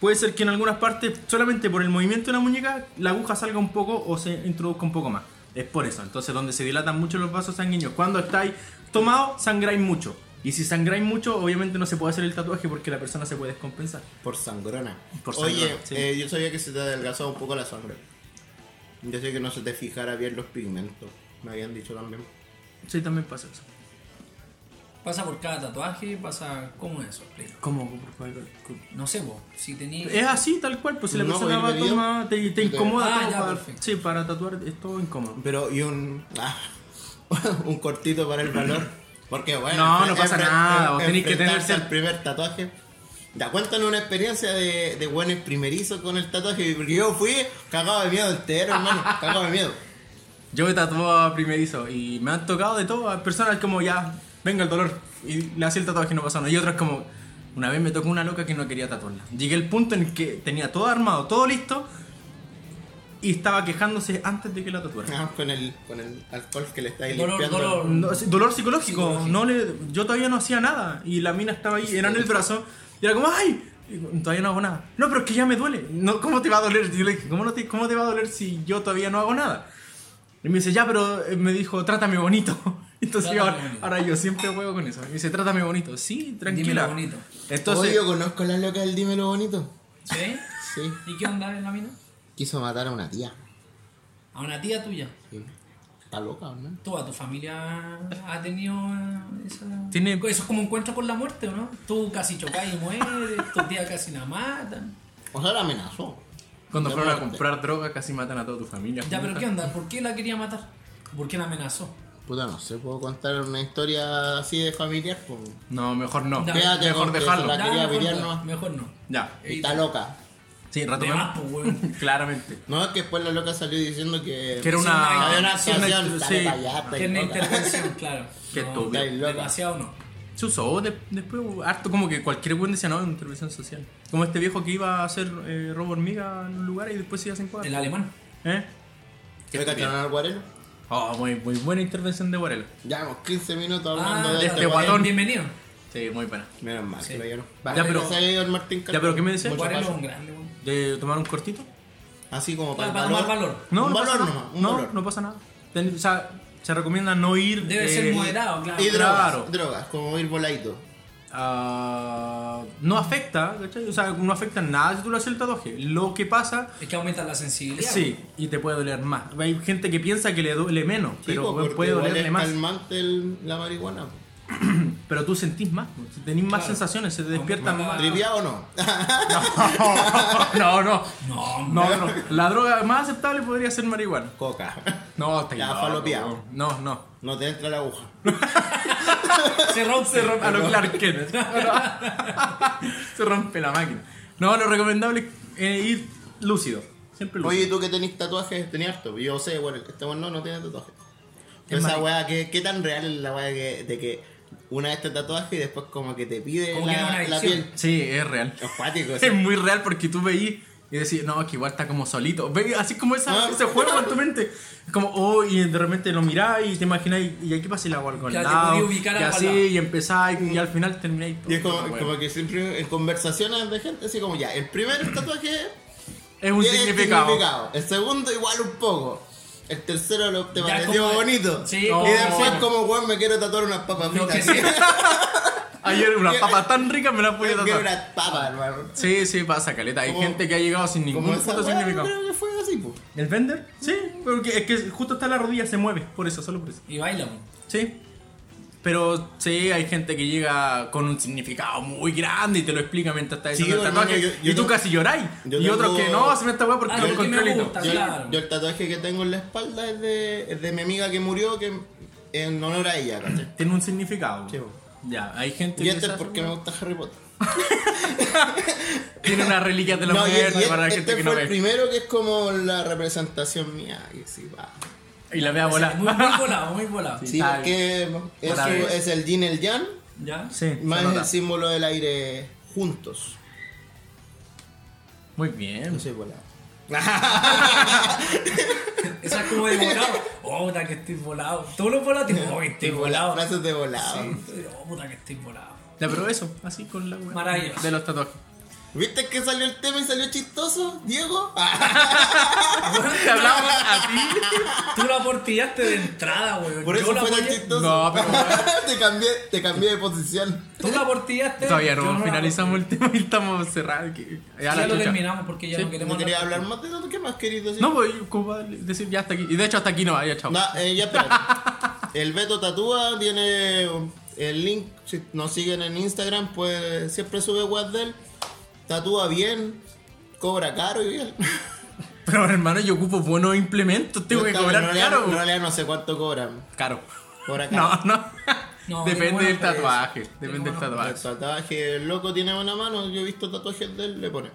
S7: puede ser que en algunas partes, solamente por el movimiento de la muñeca, la aguja salga un poco o se introduzca un poco más. Es por eso. Entonces, donde se dilatan mucho los vasos sanguíneos. Cuando estáis tomados, sangráis mucho. Y si sangráis mucho, obviamente no se puede hacer el tatuaje porque la persona se puede descompensar.
S5: Por sangrona.
S7: Por
S5: Oye,
S7: sangrona, sí.
S5: eh, yo sabía que se te adelgazaba un poco la sangre. Yo sé que no se te fijara bien los pigmentos. Me habían dicho también.
S7: Sí, también pasa eso.
S6: Pasa por cada tatuaje, pasa. ¿Cómo es eso? Explica.
S7: ¿Cómo?
S6: No sé, vos. Si tenías.
S7: Es así, tal cual, pues si la
S5: No,
S7: persona
S5: pues,
S7: va a
S5: bebida.
S7: tomar, te, te
S5: Sí.
S7: incomoda
S5: Ah,
S7: todo
S5: ya,
S7: para-
S5: perfecto.
S7: Sí, para tatuar es todo incómodo.
S5: Pero, y un. ah, un cortito para el valor. Porque, bueno.
S7: No,
S5: enfre-
S7: no pasa
S5: enfre-
S7: nada,
S5: en-
S7: vos tenés que
S5: enfrentarse
S7: tener-
S5: al primer tatuaje. Ya, cuéntanos una experiencia de, de buenos primerizos con el tatuaje. Porque yo fui cagado de miedo entero, hermano. Cagado de miedo.
S7: Yo me tatuaba primerizo y me han tocado de todo. Hay personas como ya, venga el dolor, y le hacía el tatuaje y no pasó nada. Y otras como, una vez me tocó una loca que no quería tatuarla. Llegué al punto en el que tenía todo armado, todo listo, y estaba quejándose antes de que la tatuara.
S5: Ah, con, el, con el alcohol que le estáis
S7: Dolor,
S5: limpiando.
S7: dolor. No, sí, dolor psicológico. No le, yo todavía no hacía nada. Y la mina estaba ahí, era en el brazo. Y era como, ¡ay! Y digo, Todavía no hago nada. No, pero es que ya me duele. No, ¿Cómo te va a doler? Y yo le dije, ¿cómo, no te, ¿cómo te va a doler si yo todavía no hago nada? Y me dice, ya, pero eh, me dijo, trátame bonito. Entonces yo,
S6: Trátame
S7: ahora, ahora yo siempre juego con eso. Me dice, trátame bonito. Sí,
S6: Dímelo
S7: tranquila.
S6: bonito.
S7: Entonces,
S5: Oye, yo conozco a la loca del Dímelo Bonito.
S6: ¿Sí?
S5: Sí.
S6: ¿Y qué onda en la mina?
S5: Quiso matar a una tía.
S6: A una tía tuya.
S5: Está loca, ¿no?
S6: ¿Tú, a tu familia ha tenido eh, esa...
S7: Tiene-
S6: Eso es como encuentro con la muerte, ¿o no? Tú casi chocás y mueres, tu tía casi la matan.
S5: O sea, la amenazó.
S7: cuando
S5: de
S7: fueron a
S5: muerte.
S7: comprar droga, casi matan a toda tu familia.
S6: Ya, pero
S7: junta.
S6: ¿qué onda? ¿Por qué la quería matar? ¿Por qué la amenazó?
S5: Puta, no sé, puedo contar una historia así de familiar. Pues.
S7: No, mejor no.
S6: Ya,
S5: Quédate
S7: mejor
S5: con que
S7: dejarlo.
S5: se la quería
S6: Ya, mejor,
S5: pelear,
S6: no,
S5: ¿no?
S6: mejor no.
S7: Ya.
S5: Y está loca.
S7: Sí,
S6: De
S7: rato
S6: más, pues, weón.
S7: Claramente.
S5: No, es que después la loca salió diciendo que.
S7: Que era una-
S5: Había una
S7: sí, una-
S5: actuación.
S7: sí.
S5: Sí.
S6: Que es una intervención, claro.
S7: Qué
S6: No,
S7: estúpido.
S6: Demasiado no.
S7: Se usó de- después hubo harto, como que cualquier buen decía no, es una intervención social. Como este viejo que iba a hacer eh, robo hormiga en un lugar y después se iba a encuadrar.
S6: El alemán.
S7: ¿Eh?
S5: ¿Qué le cacharon al Guarelo?
S7: Oh, muy, muy buena intervención de Guarelo.
S5: Llevamos 15 minutos hablando de,
S7: de este
S5: guarelo.
S7: guatón.
S6: Bienvenido.
S7: Sí, muy buena.
S5: Menos mal que lo vieron.
S7: Ya, pero,
S5: Gracias a Dios, Martín
S7: ya, pero ¿qué me
S5: Mucho
S7: decías?
S5: paso.
S7: ¿De tomar un cortito?
S5: Así
S7: Ah,
S5: como
S6: para el para valor. tomar valor.
S7: No,
S5: Un
S7: no
S5: valor
S7: pasa nada.
S5: nomás, un
S7: no,
S5: valor.
S7: no pasa nada. Ten- o sea, se recomienda no ir. eh,
S6: Debe ser moderado, claro.
S5: Y drogas,
S7: Claro.
S5: drogas, como ir voladito.
S7: Ah, no afecta, ¿cachai? O sea, no afecta en nada si tú lo haces el tatuaje. Lo que pasa.
S6: Es que aumenta la sensibilidad.
S7: Sí, y te puede doler más. Hay gente que piensa que le duele menos, pero
S5: Chico, porque
S7: puede
S5: igual
S7: dolerle
S5: es
S7: más.
S5: calmante el- la marihuana.
S7: Pero tú sentís más, tenés más sensaciones, se te despiertan más.
S5: ¿Triviado o no?
S7: No, no.
S6: No,
S7: No, no. La droga más aceptable podría ser marihuana.
S5: Coca.
S7: No, está
S5: Ya,
S7: loco.
S5: falopeado.
S7: No, no.
S5: No te entra la aguja.
S6: Se rompe,
S7: Se rompe a lo Clark Kent. Se rompe la máquina. No, lo recomendable es eh, ir lúcido. Siempre lúcido.
S5: Oye, tú que tenés tatuajes, tenés harto. Yo sé, bueno, este weón no, no tiene tatuajes. Pero
S7: Es
S5: esa
S7: marica.
S5: weá, ¿qué, ¿qué tan real es la weá que- de que una vez te tatuaje y después como que te pide
S6: Como que era una
S5: la, la
S6: adicción.
S5: piel?
S7: Sí, es real.
S5: Es cuático, o sea.
S7: Es muy real porque tú veí y decís, no, que igual está como solito. Veí así como
S5: Ah.
S7: esa, ese juego en tu mente. Es Como, oh, y de repente lo mirás y te imaginás, y, y aquí pasa el agua con
S6: Ya
S7: el
S6: te
S7: lado.
S6: podía ubicar al
S7: y así,
S6: lado.
S7: y empezás, y, y al final termináis.
S5: Y es como,
S7: Bueno,
S5: como que siempre en conversaciones de gente, así como ya, el primer tatuaje
S7: es
S5: tiene
S7: un
S5: este
S7: significado.
S5: significado. El segundo igual un poco. El tercero lo, te
S6: Ya
S5: pareció
S6: como-
S5: bonito.
S6: Sí,
S5: y
S6: como-
S5: después como, weón, me quiero tatuar unas papas
S6: Lo que
S5: fritas.
S7: Ayer una papa tan rica me la podía
S5: Quiero
S7: tratar.
S5: unas papas, hermano.
S7: Sí, sí, pasa caleta. Hay
S5: Como-
S7: gente que ha llegado sin
S5: Como
S7: ningún
S5: esa weá,
S7: puto
S5: yo
S7: significado.
S5: creo que fue así, pues. po.
S7: ¿El vender? Sí, porque es que justo hasta la rodilla se mueve, por eso, solo por eso.
S6: Y baila, po.
S7: Sí. Pero sí, hay gente que llega con un significado muy grande y te lo explica mientras está
S5: Sí,
S7: diciendo el
S5: hermano,
S7: tatuaje.
S5: yo- yo
S7: y tú
S5: no-
S7: casi lloráis.
S5: yo
S7: y otros
S5: tengo-
S7: que no, hacen esta weá porque
S6: Ah,
S7: lo
S6: porque me
S7: encontré lindo.
S6: gusta.
S5: Yo,
S6: Claro.
S5: yo el tatuaje que tengo en la espalda es de, es de mi amiga que murió que en honor a ella, ¿cachai?
S7: Tiene un significado.
S5: Sí, po.
S7: Ya, hay gente
S5: Y
S7: que
S5: este es
S7: se hace-
S5: porque me gusta Harry Potter.
S7: tiene una reliquia de la
S5: y-
S7: muerte
S5: y
S7: para la
S5: este
S7: gente que
S5: fue
S7: no
S5: el
S7: ve.
S5: primero que es como la representación mía. Que sí, va.
S7: Y la vea volar.
S6: Muy, muy volado, muy volado.
S5: Sí,
S7: está
S5: porque eso
S7: Otra vez.
S5: es el yin y el yang,
S6: ¿Ya?
S7: Sí, se
S5: más
S7: nota.
S5: el símbolo del aire juntos.
S7: Muy bien.
S5: No soy volado.
S6: Esa es como de volado. Oh, puta que estoy volado. Todos los volados, tipo, oh, que estoy volado.
S5: Frases de volado.
S6: Sí, Oh, puta que estoy volado.
S7: Ya, pero eso, así con la weá.
S6: Maravilloso.
S7: De los tatuajes.
S5: ¿Viste que salió el tema y salió chistoso, Diego? Ah,
S7: Te hablamos Ah, a ti.
S6: Tú la portillaste de entrada, weón.
S5: Por
S6: Yo
S5: eso
S6: la
S5: fue tan
S6: apoyé.
S5: chistoso.
S7: No, pero
S5: te, cambié, te cambié de posición.
S6: Tú la portillaste.
S7: Todavía
S6: yo
S7: no
S6: la
S7: finalizamos el tema y estamos cerrados. que-
S6: Ya,
S7: ya la
S6: lo
S7: chucha.
S6: terminamos porque ya
S7: Sí,
S6: no queremos
S5: No quería hablar más de eso, ¿qué más querías decir?
S7: No, pues, ¿cómo va a decir ya hasta aquí? Y de hecho, hasta aquí no, va, ya chao.
S5: No, eh, ya espérate. El Beto Tatúa tiene el link. Si nos siguen en Instagram, pues siempre sube web de él. Tatúa bien, cobra caro y bien.
S7: Pero hermano, yo ocupo buenos implementos, tengo que
S5: Yo estaba- en
S7: cobrar
S5: realidad-
S7: caro.
S5: En realidad no sé cuánto cobran.
S7: Caro.
S5: Cobra caro.
S7: No, no.
S6: No, tiene
S7: depende
S6: buena
S7: del
S6: empresa.
S7: tatuaje.
S6: Tiene
S7: Depende del
S6: buena
S5: El
S7: tatuaje.
S5: tatuaje el loco tiene buena mano. Yo he visto tatuajes de él, le pone.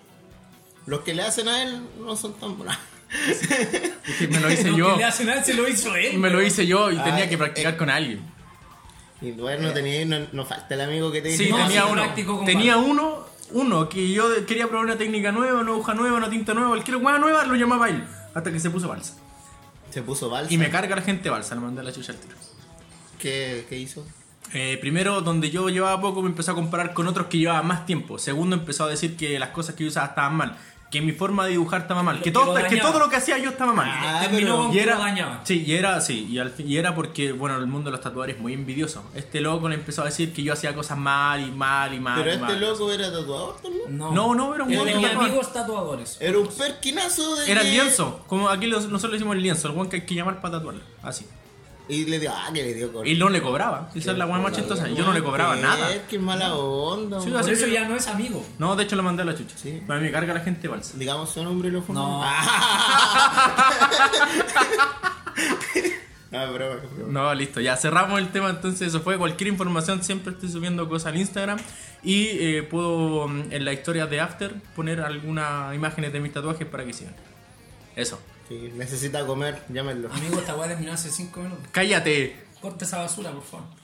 S5: Los que le hacen a él no son tan buenos.
S7: Es que me lo hice
S6: Lo
S7: yo.
S6: que le hacen a él se lo hizo él.
S7: Me lo hice yo y tenía
S5: Ay,
S7: que practicar
S5: eh.
S7: con alguien.
S5: Y bueno, tenía, no, no falta el amigo que te dice.
S7: Eh. Sí,
S6: no,
S5: "No,
S7: tenía
S6: sí,
S7: uno.
S6: práctico con
S7: Tenía
S6: varios.
S7: uno, uno, que yo de- quería probar una técnica nueva, una hoja nueva, una tinta nueva, cualquier hueá nueva, lo llamaba él. Hasta que se puso balsa.
S5: Se puso balsa.
S7: Y me carga la gente balsa, lo mandé a la chucha al tiro.
S5: ¿Qué, qué hizo?
S7: Eh, primero, donde yo llevaba poco, me empezó a comparar con otros que llevaba más tiempo. Segundo, empezó a decir que las cosas que yo usaba estaban mal. Que mi forma de dibujar estaba mal.
S6: Lo
S7: Que
S6: que
S7: todo,
S6: lo
S7: que
S6: dañaba.
S7: todo lo que hacía yo estaba mal.
S5: Ah,
S6: Terminó
S5: pero-
S6: con
S7: y
S6: que
S7: era,
S6: lo dañaba.
S7: Sí, y era, sí, y, al fin- y era porque, bueno, el mundo de los tatuadores es muy envidioso. Este loco le empezó a decir que yo hacía cosas mal y mal y mal.
S5: Pero
S7: y
S5: este
S7: Ah, mal.
S5: loco era tatuador también.
S6: No,
S7: No, no, era un
S6: Él
S7: buen
S6: tenía
S7: tatuador.
S6: amigos tatuadores.
S5: Era un perquinazo de.
S7: Era
S5: que-
S7: el lienzo. Como aquí los- nosotros le hicimos el lienzo, el guan que hay que llamar para tatuarlo. Así.
S5: Y le dio, ah, que le dio con.
S7: Y no le cobraba. Esa es la guan más chistosa. Yo no le cobraba nada.
S5: Qué mala onda.
S7: Sí,
S5: weón.
S6: Por
S7: así
S6: eso
S7: que-
S6: ya no es amigo.
S7: No, de hecho lo mandé a la chucha.
S5: Sí.
S7: Para mí me carga la gente balsa.
S5: Digamos su nombre y lo fue.
S6: No.
S5: No, es broma, es broma.
S7: No, listo, ya cerramos el tema, entonces eso fue. Cualquier información, siempre estoy subiendo cosas al Instagram y eh, puedo mm, en la historia de After poner algunas imágenes de mis tatuajes para que sigan. Eso.
S5: Sí, necesita comer, llámenlo.
S6: Amigo, esta weá terminó hace 5 minutos.
S7: Cállate.
S6: Corta esa basura, por favor.